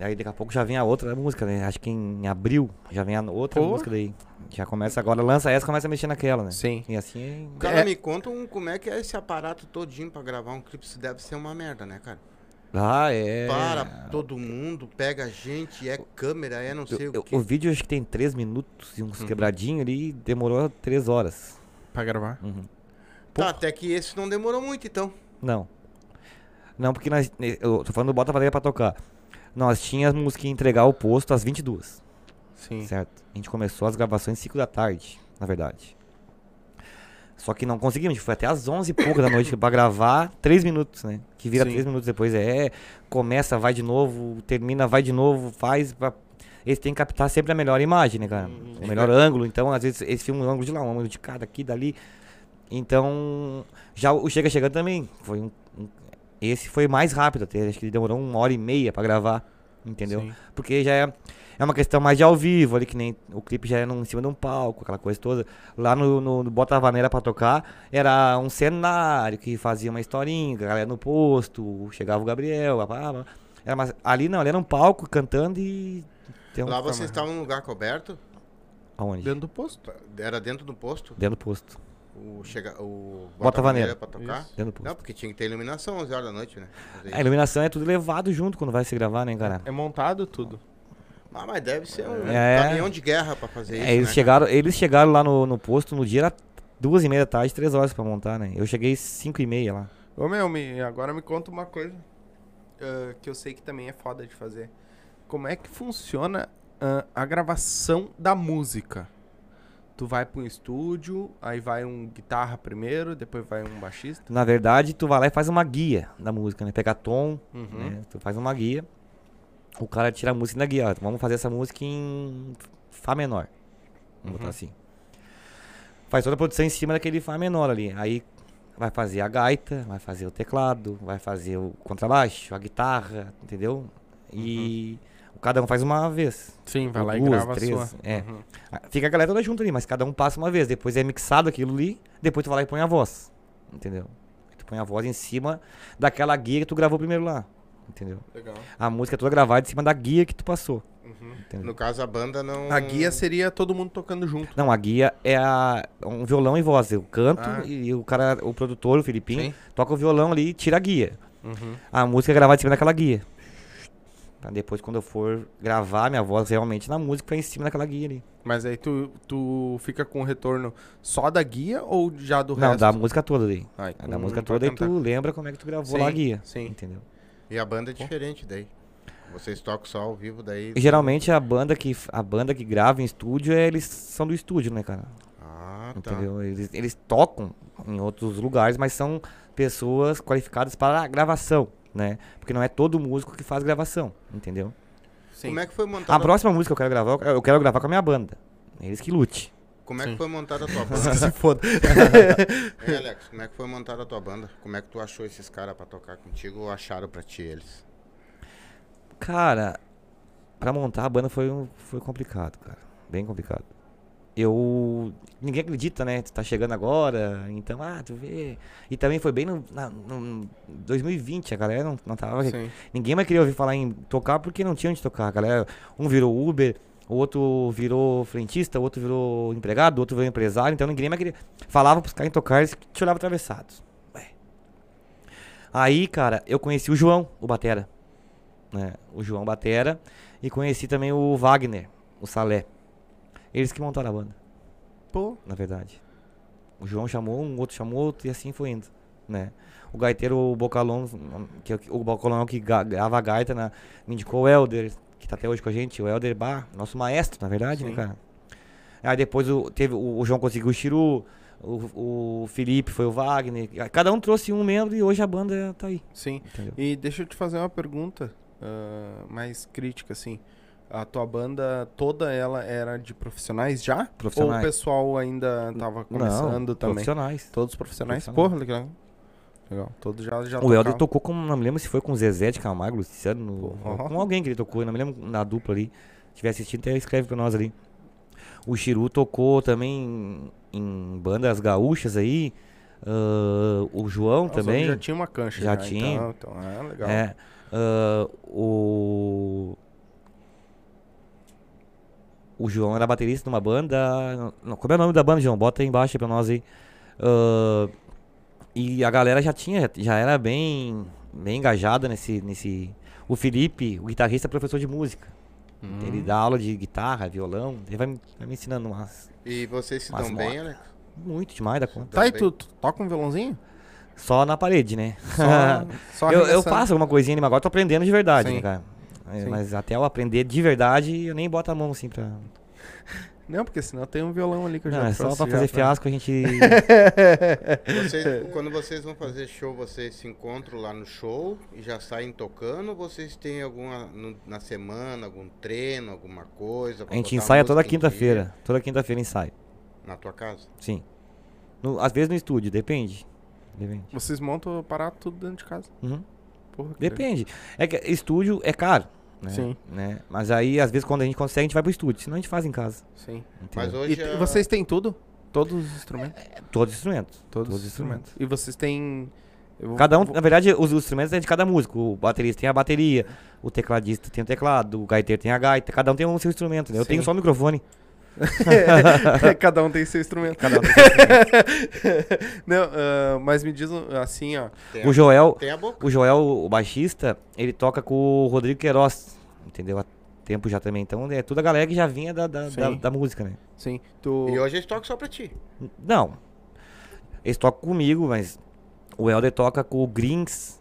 [SPEAKER 3] aí daqui a pouco já vem a outra música, né? Acho que em abril já vem a outra
[SPEAKER 1] Pô.
[SPEAKER 3] música daí. Já começa agora, lança essa, começa a mexer naquela, né?
[SPEAKER 1] Sim.
[SPEAKER 3] E assim.
[SPEAKER 2] Cara,
[SPEAKER 1] É.
[SPEAKER 2] me conta um, como é que é esse aparato todinho pra gravar um clipe. Isso deve ser uma merda, né, cara?
[SPEAKER 3] Ah, é.
[SPEAKER 2] Para todo mundo, pega a gente, é câmera, é não
[SPEAKER 3] Eu-
[SPEAKER 2] sei
[SPEAKER 3] eu-
[SPEAKER 2] o que.
[SPEAKER 3] o vídeo acho que tem 3 minutos e uns
[SPEAKER 2] Uhum.
[SPEAKER 3] quebradinhos ali, demorou 3 horas.
[SPEAKER 1] Pra gravar.
[SPEAKER 2] Tá, até que esse não demorou muito, então.
[SPEAKER 3] Não. Não, porque nós. Eu tô falando do Bota a Bandeira pra tocar. Nós tínhamos que entregar o posto às 22,
[SPEAKER 1] Sim.
[SPEAKER 3] certo? A gente começou as gravações às 5 da tarde, na verdade. Só que não conseguimos, a gente foi até às 11 e pouco da noite pra gravar 3 minutos, né? Que vira
[SPEAKER 1] Sim.
[SPEAKER 3] 3 minutos depois. É, começa, vai de novo, termina, vai de novo, faz. Pra... Eles têm que captar sempre a melhor imagem, né, cara?
[SPEAKER 1] Uhum.
[SPEAKER 3] O melhor ângulo. Então, às vezes, eles filmam um ângulo de lá, um ângulo de cada, aqui, dali. Então, já o Chega Chegando também. Foi um, um- esse foi mais rápido, até. Acho que ele demorou uma hora e meia pra gravar, entendeu?
[SPEAKER 1] Sim.
[SPEAKER 3] Porque já é, é uma questão mais de ao vivo, ali que nem o clipe já é num- em cima de um palco, aquela coisa toda. Lá no, no, no Bota a Vaneira pra tocar, era um cenário que fazia uma historinha, a galera no posto, chegava o Gabriel, blá, blá, blá. Era mais- ali não, ali era um palco cantando e. Tem um,
[SPEAKER 2] Lá vocês estavam num lugar coberto,
[SPEAKER 3] Aonde?
[SPEAKER 1] Dentro do posto.
[SPEAKER 2] era dentro do posto,
[SPEAKER 3] Dentro do posto.
[SPEAKER 2] o, chega, o
[SPEAKER 3] Bota a vaneira.
[SPEAKER 2] pra tocar.
[SPEAKER 1] Isso.
[SPEAKER 3] Dentro do posto.
[SPEAKER 2] Não, porque tinha que ter iluminação 11 horas da noite, né? Fazer
[SPEAKER 3] A iluminação é tudo levado junto quando vai se gravar, né, cara?
[SPEAKER 1] É montado tudo.
[SPEAKER 2] isso. Ah, mas deve ser um
[SPEAKER 3] É.
[SPEAKER 2] caminhão de guerra pra fazer isso,
[SPEAKER 3] É, eles,
[SPEAKER 2] né?
[SPEAKER 3] chegaram, eles chegaram lá no, no posto no dia, era duas e meia da tarde, três horas pra montar, né? Eu cheguei cinco e meia lá.
[SPEAKER 1] Ô meu, me, agora me conta uma coisa ah, que eu sei que também é foda de fazer. Como é que funciona ah, a gravação da música? Tu vai pra um estúdio, aí vai um guitarra primeiro, depois vai um baixista.
[SPEAKER 3] Na verdade, tu vai lá e faz uma guia da música, né? Pega tom,
[SPEAKER 1] Uhum.
[SPEAKER 3] né? Tu faz uma guia, o cara tira a música da guia, ó, vamos fazer essa música em Fá menor. Vamos botar assim. Faz toda a produção em cima daquele Fá menor ali. Aí vai fazer a gaita, vai fazer o teclado, vai fazer o contrabaixo, a guitarra, entendeu? E cada um faz uma vez.
[SPEAKER 1] Sim, vai
[SPEAKER 3] Ou
[SPEAKER 1] lá e
[SPEAKER 3] duas,
[SPEAKER 1] grava
[SPEAKER 3] três,
[SPEAKER 1] a sua.
[SPEAKER 3] é.
[SPEAKER 1] Uhum.
[SPEAKER 3] Ah, Fica a galera toda junto ali, mas cada um passa uma vez. Depois é mixado aquilo ali, depois tu vai lá e põe a voz. Entendeu? Tu põe a voz em cima daquela guia que tu gravou primeiro lá. Entendeu?
[SPEAKER 2] Legal.
[SPEAKER 3] A música é toda gravada em cima da guia que tu passou.
[SPEAKER 1] Uhum.
[SPEAKER 3] Entendeu?
[SPEAKER 2] No caso, a banda não.
[SPEAKER 1] A guia seria todo mundo tocando junto.
[SPEAKER 3] Não, a guia é a- um violão e voz. Eu canto
[SPEAKER 1] Ah.
[SPEAKER 3] e o cara, o produtor, o Filipinho,
[SPEAKER 2] Sim.
[SPEAKER 3] toca o violão ali e tira a guia.
[SPEAKER 1] Uhum.
[SPEAKER 3] A música é gravada em cima daquela guia. Pra depois, quando eu for gravar minha voz realmente na música, é em cima daquela guia ali.
[SPEAKER 1] Mas aí tu, tu fica com o retorno só da guia ou já do
[SPEAKER 3] Não,
[SPEAKER 1] resto?
[SPEAKER 3] da música toda ali.
[SPEAKER 1] Ai,
[SPEAKER 3] Da
[SPEAKER 1] hum,
[SPEAKER 3] Ah, música
[SPEAKER 1] vai
[SPEAKER 3] toda e tu
[SPEAKER 1] cantar.
[SPEAKER 3] lembra como é que tu gravou
[SPEAKER 1] Sim,
[SPEAKER 3] lá a guia.
[SPEAKER 1] sim.
[SPEAKER 3] Entendeu?
[SPEAKER 2] E a banda é diferente daí. Vocês tocam só ao vivo daí.
[SPEAKER 3] E, geralmente a banda que f- a banda que grava em estúdio, é, eles são do estúdio, né, cara?
[SPEAKER 2] Ah, tá.
[SPEAKER 3] Entendeu? Eles, eles tocam em outros lugares, mas são pessoas qualificadas para a gravação, né? Porque não é todo músico que faz gravação, entendeu?
[SPEAKER 1] Sim.
[SPEAKER 2] Como é que foi
[SPEAKER 3] A
[SPEAKER 2] montada,
[SPEAKER 3] próxima música que eu quero gravar, eu quero gravar com a minha banda. Eles que lute.
[SPEAKER 2] como é que
[SPEAKER 1] Sim.
[SPEAKER 2] foi montada a tua
[SPEAKER 1] Que
[SPEAKER 2] banda?
[SPEAKER 1] se foda.
[SPEAKER 2] Hein, Alex, como é que foi montada a tua banda? Como é que tu achou esses caras pra tocar contigo ou acharam pra ti eles?
[SPEAKER 3] Cara, pra montar a banda foi, um- foi complicado, cara. Bem complicado. Eu. Ninguém acredita, né? Tu tá chegando agora, então, ah, tu vê. E também foi bem no. na- no 2020, a galera não, não tava
[SPEAKER 1] Sim.
[SPEAKER 3] Ninguém mais queria ouvir falar em tocar porque não tinha onde tocar, galera. Um virou Uber, o outro virou frentista, o outro virou empregado, o outro virou empresário, então ninguém mais queria. Falava pros caras em tocar, eles te olhavam atravessados. Ué. Aí, cara, eu conheci o João, o Batera. Né? O João Batera. E conheci também o Wagner, o Salé. Eles que montaram a banda,
[SPEAKER 1] Pô,
[SPEAKER 3] na verdade. O João chamou um, o outro chamou outro, e assim foi indo, né? O gaiteiro, o Bocalon, que é o que- o Bocalon que ga- grava a gaita, na, me indicou o Helder, que tá até hoje com a gente, o Helder Bar, nosso maestro, na verdade, né,
[SPEAKER 1] Sim.
[SPEAKER 3] cara? Aí depois o, teve, o, o João conseguiu o Chiru, o, o Felipe foi o Wagner, cada um trouxe um membro e hoje a banda tá aí,
[SPEAKER 1] sim.
[SPEAKER 3] entendeu?
[SPEAKER 1] E deixa eu te fazer uma pergunta ah, mais crítica, assim. A tua banda toda ela era de profissionais já? Ou o
[SPEAKER 3] Profissionais.
[SPEAKER 1] pessoal ainda tava começando
[SPEAKER 3] Não,
[SPEAKER 1] também?
[SPEAKER 3] profissionais.
[SPEAKER 1] Todos profissionais?
[SPEAKER 3] Profissional.
[SPEAKER 1] Porra, legal. Legal. Todos já, já
[SPEAKER 3] O Helder
[SPEAKER 1] tocavam.
[SPEAKER 3] tocou com, não me lembro se foi com o Zezé de Camargo, Luciano,
[SPEAKER 1] Pô, ó.
[SPEAKER 3] com alguém que ele tocou, eu não me lembro na dupla ali. Se tiver assistindo, até escreve pra nós ali. O Chiru tocou também em, em bandas gaúchas aí. ah, o João
[SPEAKER 1] Ah, os
[SPEAKER 3] também.
[SPEAKER 1] homens Já tinha uma cancha.
[SPEAKER 3] Já tinha.
[SPEAKER 1] Então, então, é legal.
[SPEAKER 3] É. ah, o. O João era baterista de uma banda. não, Como é o nome da banda, João? Bota aí embaixo aí pra nós aí. Ah, e a galera já tinha, já era bem, bem engajada nesse, nesse. O Felipe, o guitarrista, é professor de música.
[SPEAKER 1] Hum.
[SPEAKER 3] Ele dá aula de guitarra, violão. Ele vai, me- vai me ensinando umas,
[SPEAKER 2] E vocês se
[SPEAKER 3] Mas
[SPEAKER 2] dão bem, Alex?
[SPEAKER 3] muito demais da conta.
[SPEAKER 1] Tá, e
[SPEAKER 2] Também.
[SPEAKER 1] tu, tu toca um violãozinho?
[SPEAKER 3] Só na parede, né?
[SPEAKER 1] só
[SPEAKER 3] eu, eu
[SPEAKER 1] arregaçando.
[SPEAKER 3] faço alguma coisinha ali, mas agora eu tô aprendendo de verdade,
[SPEAKER 1] Sim.
[SPEAKER 3] né, cara? É,
[SPEAKER 1] Sim.
[SPEAKER 3] Mas até eu aprender de verdade, eu nem boto a mão assim pra.
[SPEAKER 1] Não, porque senão tem um violão ali que eu
[SPEAKER 3] Não,
[SPEAKER 1] já
[SPEAKER 3] é só
[SPEAKER 1] trouxe
[SPEAKER 3] pra
[SPEAKER 1] já né?
[SPEAKER 3] fazer fiasco a gente. É.
[SPEAKER 2] Vocês- quando vocês vão fazer show, vocês se encontram lá no show e já saem tocando? Ou vocês têm alguma no- na semana, algum treino, alguma coisa? pra
[SPEAKER 3] A gente
[SPEAKER 2] botar
[SPEAKER 3] ensaia toda
[SPEAKER 2] música em dia?
[SPEAKER 3] quinta-feira. Toda quinta-feira ensaio.
[SPEAKER 2] Na tua casa?
[SPEAKER 3] Sim. No- às vezes no estúdio, depende. Depende.
[SPEAKER 1] Vocês montam parar tudo dentro de casa.
[SPEAKER 3] Uhum.
[SPEAKER 1] Porra, que
[SPEAKER 3] Depende. É que estúdio é caro. Né?
[SPEAKER 1] Sim.
[SPEAKER 3] Né? Mas aí, às vezes, quando a gente consegue, a gente vai pro estúdio. Senão a gente faz em casa.
[SPEAKER 1] legal. Sim.
[SPEAKER 2] Mas
[SPEAKER 3] entendeu?
[SPEAKER 1] E
[SPEAKER 2] hoje. é-
[SPEAKER 1] t-
[SPEAKER 2] a-
[SPEAKER 1] vocês têm tudo? Todos os instrumentos?
[SPEAKER 3] Todos os instrumentos.
[SPEAKER 1] todos os instrumentos. E vocês têm. eu vou-
[SPEAKER 3] Cada um,
[SPEAKER 1] vou-
[SPEAKER 3] na verdade, os os instrumentos é de cada músico. O baterista tem a bateria, o tecladista tem o teclado, o gaiteiro tem a gaita, cada um tem um seu instrumento, né? Eu
[SPEAKER 1] Sim.
[SPEAKER 3] tenho só o microfone.
[SPEAKER 1] Cada um tem seu instrumento.
[SPEAKER 3] Cada um tem
[SPEAKER 1] Não, ah, mas me diz assim, ó.
[SPEAKER 2] tem a-
[SPEAKER 3] O Joel,
[SPEAKER 2] Tem a boca.
[SPEAKER 3] o Joel, o baixista, ele toca com o Rodrigo Queiroz, entendeu? Há tempo já também. Então é toda a galera que já vinha da, da, da-
[SPEAKER 1] Sim.
[SPEAKER 3] da música, né?
[SPEAKER 1] Sim. Tu.
[SPEAKER 2] E hoje eles tocam só pra ti.
[SPEAKER 3] Não. Eles tocam comigo, mas o Helder toca com o Grings,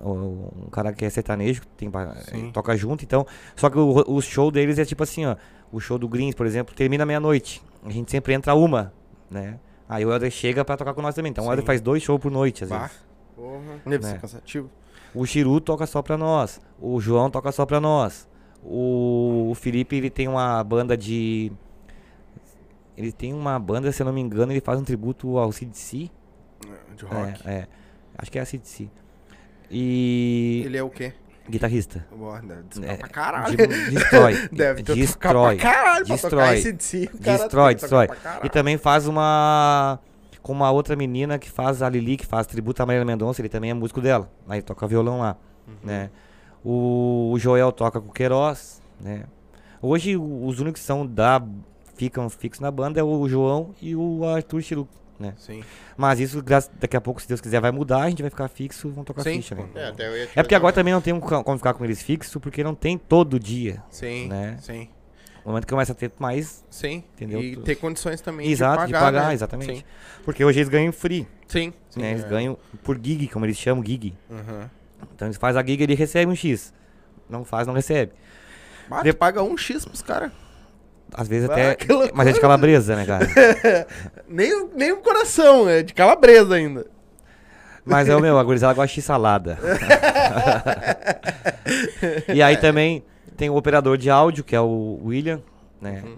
[SPEAKER 3] o- um cara que é sertanejo, que tem, ba-
[SPEAKER 1] Sim.
[SPEAKER 3] ele toca junto, então. Só que o, ro- o show deles é tipo assim, ó. O show do Grings, por exemplo, termina meia-noite. A gente sempre entra uma, né? Aí o Helder chega pra tocar com nós também. Então o Helder
[SPEAKER 1] Sim.
[SPEAKER 3] faz dois shows por noite, às
[SPEAKER 1] Bah.
[SPEAKER 3] vezes.
[SPEAKER 2] Porra.
[SPEAKER 1] Deve ser
[SPEAKER 3] né?
[SPEAKER 1] é cansativo.
[SPEAKER 3] O Chiru toca só pra nós. O João toca só pra nós. O o Felipe, ele tem uma banda de. Ele tem uma banda, se eu não me engano, ele faz um tributo ao CDC.
[SPEAKER 1] De
[SPEAKER 3] É,
[SPEAKER 1] rock.
[SPEAKER 3] É, Acho que é a CDC. E.
[SPEAKER 1] Ele é o quê?
[SPEAKER 3] Guitarrista.
[SPEAKER 1] Boa, deve tocar
[SPEAKER 3] É,
[SPEAKER 1] pra caralho.
[SPEAKER 3] De- Destrói.
[SPEAKER 1] Deve ter
[SPEAKER 3] destrói.
[SPEAKER 1] tocar pra caralho pra
[SPEAKER 3] Destrói.
[SPEAKER 1] tocar AC/DC, o cara tem que
[SPEAKER 3] Destrói,
[SPEAKER 1] tocar
[SPEAKER 3] destrói.
[SPEAKER 1] pra caralho.
[SPEAKER 3] E também faz uma. com uma outra menina que faz a Lili, que faz tributo a Marília Mendonça, ele também é músico dela. Aí toca violão lá,
[SPEAKER 1] Uhum.
[SPEAKER 3] né? O, o Joel toca com o Queiroz, né? Hoje o- os únicos que são da ficam fixos na banda é o João e o Arthur Chiru, né?
[SPEAKER 1] Sim.
[SPEAKER 3] Mas isso graças- daqui a pouco, se Deus quiser, vai mudar, a gente vai ficar fixo, vão tocar
[SPEAKER 1] Sim.
[SPEAKER 3] ficha, né?
[SPEAKER 2] É, até eu ia te
[SPEAKER 3] É porque
[SPEAKER 2] perguntar,
[SPEAKER 3] agora também não tem co- como ficar com eles fixo, porque não tem todo dia.
[SPEAKER 1] Sim.
[SPEAKER 3] Né?
[SPEAKER 1] Sim.
[SPEAKER 3] No momento que começa a ter mais
[SPEAKER 1] Sim.
[SPEAKER 3] Entendeu?
[SPEAKER 1] E ter condições também
[SPEAKER 3] Exato,
[SPEAKER 1] de
[SPEAKER 3] de
[SPEAKER 1] pagar.
[SPEAKER 3] pagar,
[SPEAKER 1] né?
[SPEAKER 3] exatamente.
[SPEAKER 1] Sim.
[SPEAKER 3] Porque hoje eles ganham free,
[SPEAKER 1] Sim. Sim. Uhum.
[SPEAKER 3] né? Eles
[SPEAKER 2] é.
[SPEAKER 3] ganham por gig, como eles chamam, gig.
[SPEAKER 1] Aham.
[SPEAKER 3] Então eles fazem a gig, ele recebe um X. Não faz, não recebe.
[SPEAKER 1] Bah,
[SPEAKER 3] De-
[SPEAKER 1] tu paga um X pros caras.
[SPEAKER 3] Às vezes
[SPEAKER 1] Ah,
[SPEAKER 3] até.
[SPEAKER 1] que loucura.
[SPEAKER 3] Mas é de calabresa, né, cara?
[SPEAKER 1] Nem, o- nem o coração, é de calabresa ainda.
[SPEAKER 3] Mas é o meu, a gurizada gosta de salada. e aí também tem o operador de áudio, que é o William, né?
[SPEAKER 1] Uhum.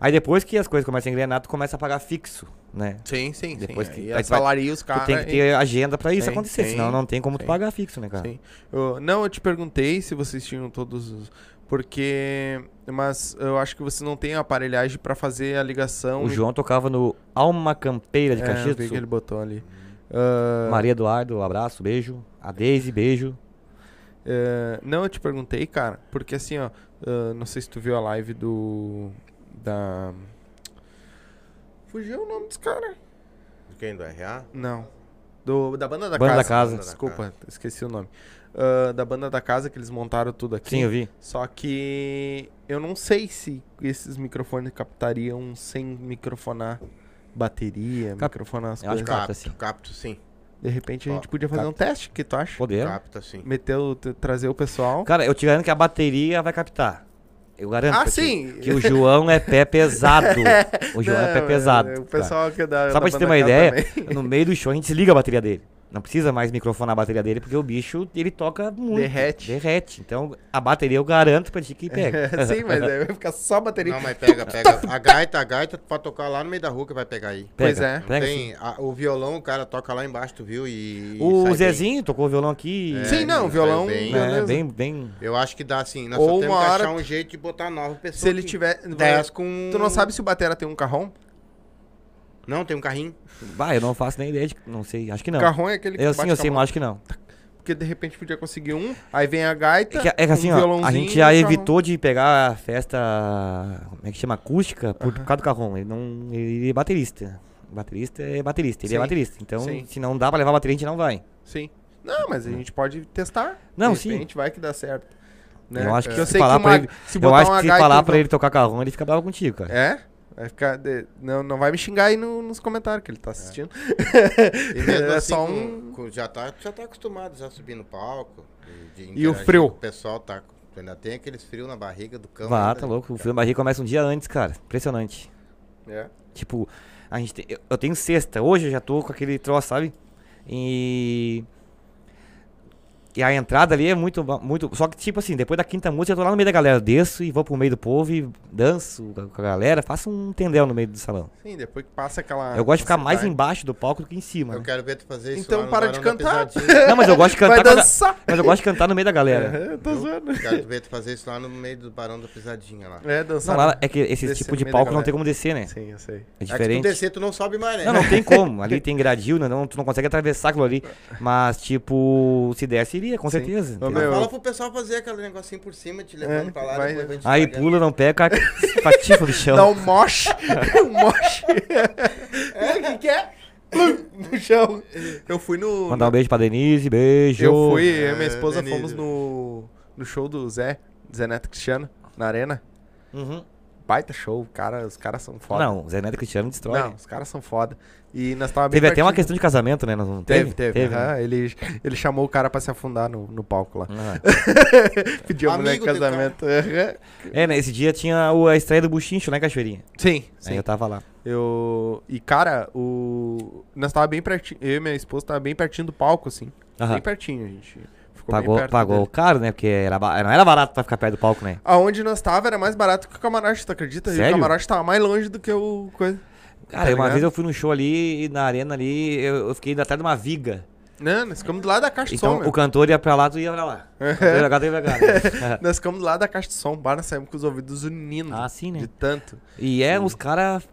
[SPEAKER 3] Aí depois que as coisas começam a engrenar, tu começa a pagar fixo, né?
[SPEAKER 1] Sim, sim,
[SPEAKER 3] Depois
[SPEAKER 1] sim.
[SPEAKER 3] que-
[SPEAKER 1] Aí
[SPEAKER 3] aí tu vai-
[SPEAKER 1] assalaria os é caras.
[SPEAKER 3] tu tem que
[SPEAKER 1] e-
[SPEAKER 3] ter né? agenda pra isso
[SPEAKER 1] Sim,
[SPEAKER 3] acontecer,
[SPEAKER 1] sim,
[SPEAKER 3] senão não tem como
[SPEAKER 1] sim.
[SPEAKER 3] tu pagar fixo, né, cara?
[SPEAKER 1] Sim. Eu- não, eu te perguntei se vocês tinham todos os. Porque. Mas eu acho que você não tem aparelhagem pra fazer a ligação.
[SPEAKER 3] O
[SPEAKER 1] e-
[SPEAKER 3] João tocava no Alma Campeira de
[SPEAKER 1] É, eu
[SPEAKER 3] Caxias do
[SPEAKER 1] vi que
[SPEAKER 3] Sul.
[SPEAKER 1] ele botou ali. Ah,
[SPEAKER 3] Maria Eduardo, um abraço, beijo. A Daisy, beijo.
[SPEAKER 1] É, não, eu te perguntei, cara, porque assim, ó, ah, não sei se tu viu a live do. Da. Fugiu o nome dos caras.
[SPEAKER 3] tá-
[SPEAKER 2] De quem? Do RA?
[SPEAKER 1] Não. Do, da banda da
[SPEAKER 3] Banda
[SPEAKER 1] casa.
[SPEAKER 3] da Casa.
[SPEAKER 2] Banda da
[SPEAKER 1] Desculpa, esqueci o nome. Ah, da banda da casa que eles montaram tudo aqui.
[SPEAKER 3] Sim, eu vi.
[SPEAKER 1] Só que eu não sei se esses microfones captariam sem microfonar bateria,
[SPEAKER 3] Cap-
[SPEAKER 1] microfonar as
[SPEAKER 3] Eu
[SPEAKER 1] coisas.
[SPEAKER 3] acho que- Capta, sim.
[SPEAKER 2] capto sim.
[SPEAKER 1] De repente a
[SPEAKER 2] Ó,
[SPEAKER 1] gente podia fazer um teste, o que tu acha?
[SPEAKER 3] Poder.
[SPEAKER 2] Capta sim.
[SPEAKER 1] Meter o, t- trazer o pessoal.
[SPEAKER 3] Cara, eu te garanto que a bateria vai captar. Eu garanto.
[SPEAKER 1] Ah,
[SPEAKER 3] pra ti
[SPEAKER 1] sim.
[SPEAKER 3] Que o João é pé pesado. O João é pé
[SPEAKER 1] Não,
[SPEAKER 3] pesado.
[SPEAKER 1] é, O
[SPEAKER 3] cara.
[SPEAKER 1] pessoal que é da.
[SPEAKER 3] Só
[SPEAKER 1] da
[SPEAKER 3] pra gente ter
[SPEAKER 1] banda
[SPEAKER 3] uma
[SPEAKER 1] Casa
[SPEAKER 3] ideia,
[SPEAKER 1] também.
[SPEAKER 3] no meio do show a gente desliga a bateria dele. Não precisa mais microfonar a bateria dele, porque o bicho, ele toca muito.
[SPEAKER 1] Derrete.
[SPEAKER 3] Derrete. Então, a bateria eu garanto pra ti que pega.
[SPEAKER 1] Sim, mas aí vai ficar só bateria.
[SPEAKER 2] Não, mas pega, pega. A gaita, a gaita, tu pode tocar lá no meio da rua que vai pegar aí.
[SPEAKER 1] Pois
[SPEAKER 3] Pega,
[SPEAKER 1] é.
[SPEAKER 2] Não
[SPEAKER 3] pega sim.
[SPEAKER 2] tem, a- o violão, o cara toca lá embaixo, tu viu? E. e sai
[SPEAKER 3] O
[SPEAKER 2] bem.
[SPEAKER 3] Zezinho tocou violão aqui.
[SPEAKER 2] É,
[SPEAKER 1] Sim, não,
[SPEAKER 2] saiu
[SPEAKER 1] violão,
[SPEAKER 2] bem.
[SPEAKER 1] né?
[SPEAKER 3] né,
[SPEAKER 1] beleza.
[SPEAKER 3] bem, bem.
[SPEAKER 2] Eu acho que dá assim. Nós
[SPEAKER 1] Ou
[SPEAKER 2] só temos
[SPEAKER 1] uma
[SPEAKER 2] que
[SPEAKER 1] hora
[SPEAKER 2] achar um
[SPEAKER 1] tu-
[SPEAKER 2] jeito de botar nova pessoa.
[SPEAKER 1] Se ele
[SPEAKER 2] que-
[SPEAKER 1] tiver.
[SPEAKER 2] 10 com.
[SPEAKER 1] Tu não sabe se o Batera tem um carrão?
[SPEAKER 2] Não, tem um carrinho.
[SPEAKER 3] Vai, eu não faço nem ideia de. Não sei, acho que não.
[SPEAKER 1] Carrão é aquele que
[SPEAKER 3] Eu
[SPEAKER 1] tu
[SPEAKER 3] sim,
[SPEAKER 1] bate
[SPEAKER 3] eu
[SPEAKER 1] com a
[SPEAKER 3] sei,
[SPEAKER 1] mão.
[SPEAKER 3] mas acho que não.
[SPEAKER 1] Porque de repente podia conseguir um, aí vem a gaita.
[SPEAKER 3] É que, é que assim,
[SPEAKER 1] um
[SPEAKER 3] ó,
[SPEAKER 1] violãozinho
[SPEAKER 3] a gente
[SPEAKER 1] e
[SPEAKER 3] já
[SPEAKER 1] um carrão.
[SPEAKER 3] evitou de pegar a festa. Como é que chama? Acústica por causa do carrão. Ele não. Ele é baterista. Baterista é baterista, ele é
[SPEAKER 1] Sim,
[SPEAKER 3] baterista. Então,
[SPEAKER 1] sim.
[SPEAKER 3] se não dá pra levar a bateria, a gente não vai.
[SPEAKER 1] Sim. Não, mas a gente pode testar.
[SPEAKER 3] Não,
[SPEAKER 1] de
[SPEAKER 3] sim.
[SPEAKER 1] repente vai que dá certo. Né?
[SPEAKER 3] Eu acho que
[SPEAKER 1] Porque
[SPEAKER 3] se falar pra ele-
[SPEAKER 1] se
[SPEAKER 3] eu
[SPEAKER 1] botar
[SPEAKER 3] acho
[SPEAKER 1] uma
[SPEAKER 3] que se
[SPEAKER 1] gaita
[SPEAKER 3] falar
[SPEAKER 1] e
[SPEAKER 3] pra
[SPEAKER 1] um-
[SPEAKER 3] ele tocar carrão, ele fica bravo contigo, cara.
[SPEAKER 1] É? Vai ficar. de- Não, não vai me xingar aí no- nos comentários que ele tá assistindo.
[SPEAKER 2] E mesmo
[SPEAKER 1] é
[SPEAKER 2] assim,
[SPEAKER 1] só
[SPEAKER 2] com-
[SPEAKER 1] um.
[SPEAKER 2] com- já, tá, já tá acostumado, já subir no palco. de- de
[SPEAKER 1] E o
[SPEAKER 2] interagir
[SPEAKER 1] frio?
[SPEAKER 2] com O pessoal tá. tu Ainda tem aqueles frios na barriga do cão.
[SPEAKER 3] Vá,
[SPEAKER 2] ainda,
[SPEAKER 3] tá
[SPEAKER 2] né?
[SPEAKER 3] louco. O filme barriga começa um dia antes, cara. Impressionante.
[SPEAKER 1] É.
[SPEAKER 3] Tipo, a gente tem- eu- eu tenho sexta. Hoje eu já tô com aquele troço, sabe? E. E a entrada ali é muito, ba- muito. Só que, tipo assim, depois da quinta música, eu tô lá no meio da galera. Eu desço e vou pro meio do povo e danço com a galera. Faço um tendel no meio do salão.
[SPEAKER 1] Sim, depois que passa aquela.
[SPEAKER 3] eu gosto de ficar mais
[SPEAKER 1] ansiedade.
[SPEAKER 3] embaixo do palco do que em cima.
[SPEAKER 2] Eu
[SPEAKER 3] né?
[SPEAKER 2] quero ver tu fazer isso.
[SPEAKER 1] Então
[SPEAKER 2] lá no
[SPEAKER 1] para de
[SPEAKER 2] Barão da
[SPEAKER 1] cantar.
[SPEAKER 2] Pisadinha.
[SPEAKER 3] Não, mas eu gosto de cantar.
[SPEAKER 1] Vai
[SPEAKER 3] com a ga-
[SPEAKER 1] dançar!
[SPEAKER 3] Mas eu gosto de cantar no meio da galera.
[SPEAKER 1] É, eu tô zoando.
[SPEAKER 2] Quero ver tu fazer isso lá no meio do Barão da Pisadinha lá.
[SPEAKER 1] É,
[SPEAKER 3] Não,
[SPEAKER 1] dançar.
[SPEAKER 3] lá é que esse
[SPEAKER 1] Descer
[SPEAKER 3] tipo
[SPEAKER 1] no
[SPEAKER 3] de
[SPEAKER 1] meio da
[SPEAKER 3] palco não
[SPEAKER 1] galera.
[SPEAKER 3] tem como descer, né?
[SPEAKER 1] Sim, eu sei.
[SPEAKER 3] É
[SPEAKER 2] É que tu
[SPEAKER 3] diferente.
[SPEAKER 2] descer, tu não sobe mais, né?
[SPEAKER 3] Não, não tem como. Ali tem gradil, né? Não, tu não consegue atravessar aquilo ali. Mas, tipo, se desse, iria, com
[SPEAKER 1] Sim.
[SPEAKER 3] certeza.
[SPEAKER 1] Ô,
[SPEAKER 3] entendeu?
[SPEAKER 1] meu,
[SPEAKER 2] Fala pro pessoal fazer aquele negocinho por cima, te levando
[SPEAKER 1] É,
[SPEAKER 2] pra lá,
[SPEAKER 1] vai-
[SPEAKER 2] depois vem te
[SPEAKER 3] Aí
[SPEAKER 2] pagando.
[SPEAKER 3] pula, não pega, cai- patifa no chão.
[SPEAKER 1] Dá um moche. um moche. É, o que que é? Plum, No chão. Eu fui no...
[SPEAKER 3] Mandar um beijo pra Denise, beijo.
[SPEAKER 1] Eu fui, eu e
[SPEAKER 3] é,
[SPEAKER 1] minha esposa
[SPEAKER 2] Denise.
[SPEAKER 1] fomos no, no show do Zé, Zé Neto Cristiano, na arena.
[SPEAKER 3] Uhum.
[SPEAKER 1] Baita show, cara, os caras são foda.
[SPEAKER 3] Não, Zé Neto Cristiano destrói.
[SPEAKER 1] Não, os caras são foda. E nós tava bem
[SPEAKER 3] Teve até uma
[SPEAKER 1] pertinho.
[SPEAKER 3] questão de casamento, né? Não- Não
[SPEAKER 1] Teve,
[SPEAKER 3] teve?
[SPEAKER 1] teve.
[SPEAKER 3] né?
[SPEAKER 1] aham. ele, ele chamou o cara pra se afundar no, no palco lá.
[SPEAKER 3] Aham.
[SPEAKER 1] Pediu a mulher em
[SPEAKER 2] Hum. Amigo do
[SPEAKER 1] casamento. aham.
[SPEAKER 3] É, né? Esse dia tinha o- a estreia do Buchincho, né, Cachoeirinha?
[SPEAKER 1] Sim,
[SPEAKER 3] Aí
[SPEAKER 1] sim.
[SPEAKER 3] eu tava lá.
[SPEAKER 1] Eu. E, cara, o. Nós tava bem pertinho. Eu e minha esposa tava bem pertinho do palco, assim.
[SPEAKER 3] Aham.
[SPEAKER 1] Bem pertinho, a gente. Ficou bem
[SPEAKER 3] Pagou,
[SPEAKER 1] perto
[SPEAKER 3] pagou
[SPEAKER 1] dele.
[SPEAKER 3] caro, né? Porque era, ba- não era barato pra ficar perto do palco, né?
[SPEAKER 1] Aonde nós tava era mais barato que o camarote, tu acredita? E
[SPEAKER 3] Sério?
[SPEAKER 1] o camarote tava mais longe do que o. Coisa.
[SPEAKER 3] Cara,
[SPEAKER 1] Tá
[SPEAKER 3] uma
[SPEAKER 1] ligado?
[SPEAKER 3] vez eu fui num show ali, na arena ali, eu, eu fiquei atrás de uma viga.
[SPEAKER 1] Não, Né? nós ficamos do lado da caixa de
[SPEAKER 3] Então
[SPEAKER 1] som,
[SPEAKER 3] o
[SPEAKER 1] meu. É.
[SPEAKER 3] cantor ia pra lá, tu ia pra lá. O cantor ia pra cá, tu ia pra cá.
[SPEAKER 1] Nós ficamos do lado da caixa de som, bar, nós saímos com os ouvidos unindo.
[SPEAKER 3] Ah, sim, né?
[SPEAKER 1] De tanto.
[SPEAKER 3] E é uns caras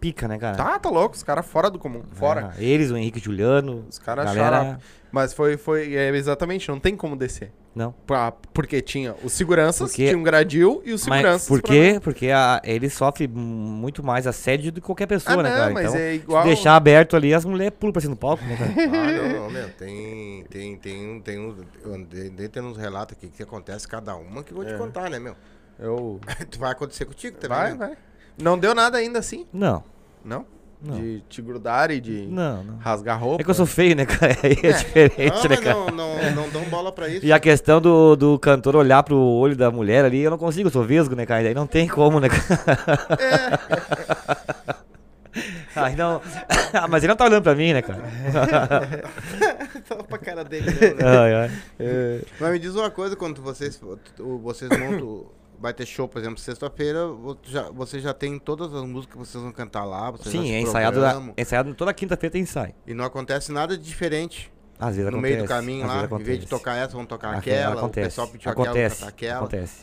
[SPEAKER 3] pica, né, cara?
[SPEAKER 1] Tá, tá louco, os caras fora do comum. Fora.
[SPEAKER 3] Ah, eles, o Henrique e o Juliano.
[SPEAKER 1] Os caras
[SPEAKER 3] galera... é.
[SPEAKER 1] acharam. Mas foi, foi é, exatamente, não tem como descer.
[SPEAKER 3] Não.
[SPEAKER 1] Pra- porque tinha os seguranças,
[SPEAKER 3] Porque-
[SPEAKER 1] tinha um gradil e os
[SPEAKER 3] Mas
[SPEAKER 1] seguranças.
[SPEAKER 3] por
[SPEAKER 1] pra-
[SPEAKER 3] quê? Porque é a, ele sofre muito mais assédio do que qualquer pessoa,
[SPEAKER 1] Ah,
[SPEAKER 3] né,
[SPEAKER 1] não,
[SPEAKER 3] cara?
[SPEAKER 1] mas
[SPEAKER 3] então,
[SPEAKER 1] é
[SPEAKER 3] se
[SPEAKER 1] igual-
[SPEAKER 3] deixar aberto ali, as mulheres pulam pra cima do palco, né, cara?
[SPEAKER 2] Ah, não, não, meu, tem, tem, tem, um- tem uns, eu andei, andei tendo uns relatos aqui que acontece cada uma que eu vou te contar, né, meu?
[SPEAKER 1] Eu...
[SPEAKER 2] Tu vai acontecer contigo também,
[SPEAKER 1] Vai,
[SPEAKER 2] né?
[SPEAKER 1] vai. Não deu nada ainda assim?
[SPEAKER 3] Não,
[SPEAKER 1] Não?
[SPEAKER 3] Não.
[SPEAKER 1] De te grudar e de
[SPEAKER 3] não, não.
[SPEAKER 1] rasgar roupa?
[SPEAKER 3] É que eu sou feio, né, cara? Aí é, diferente,
[SPEAKER 2] Ah,
[SPEAKER 3] né,
[SPEAKER 2] mas
[SPEAKER 3] cara?
[SPEAKER 2] não, não, não dão bola pra isso.
[SPEAKER 3] E a questão do, do cantor olhar pro olho da mulher ali, eu não consigo, eu sou vesgo, né, cara? Aí não tem como, né, cara?
[SPEAKER 2] É.
[SPEAKER 3] Aí não... Ah, mas ele não tá olhando pra mim, né, cara?
[SPEAKER 2] Fala pra cara dele. né?
[SPEAKER 3] Ai, ai.
[SPEAKER 1] É.
[SPEAKER 2] Mas me diz uma coisa, quando vocês, tu- vocês montam. Vai ter show, por exemplo, sexta-feira, vo- já- você já tem todas as músicas que vocês vão cantar lá, vocês já
[SPEAKER 3] Sim,
[SPEAKER 2] se
[SPEAKER 3] é ensaiado, na-
[SPEAKER 2] programam,
[SPEAKER 3] é ensaiado toda quinta-feira tem ensaio.
[SPEAKER 2] E não acontece nada de diferente.
[SPEAKER 3] Às vezes
[SPEAKER 2] no
[SPEAKER 3] acontece.
[SPEAKER 2] meio do caminho
[SPEAKER 3] às
[SPEAKER 2] lá,
[SPEAKER 3] vezes
[SPEAKER 2] em vez de
[SPEAKER 3] acontece.
[SPEAKER 2] tocar essa, vão tocar
[SPEAKER 3] Aque-
[SPEAKER 2] aquela,
[SPEAKER 3] acontece,
[SPEAKER 2] o pessoal pediu aquela, vão
[SPEAKER 3] acontece,
[SPEAKER 2] cantar aquela.
[SPEAKER 3] Acontece.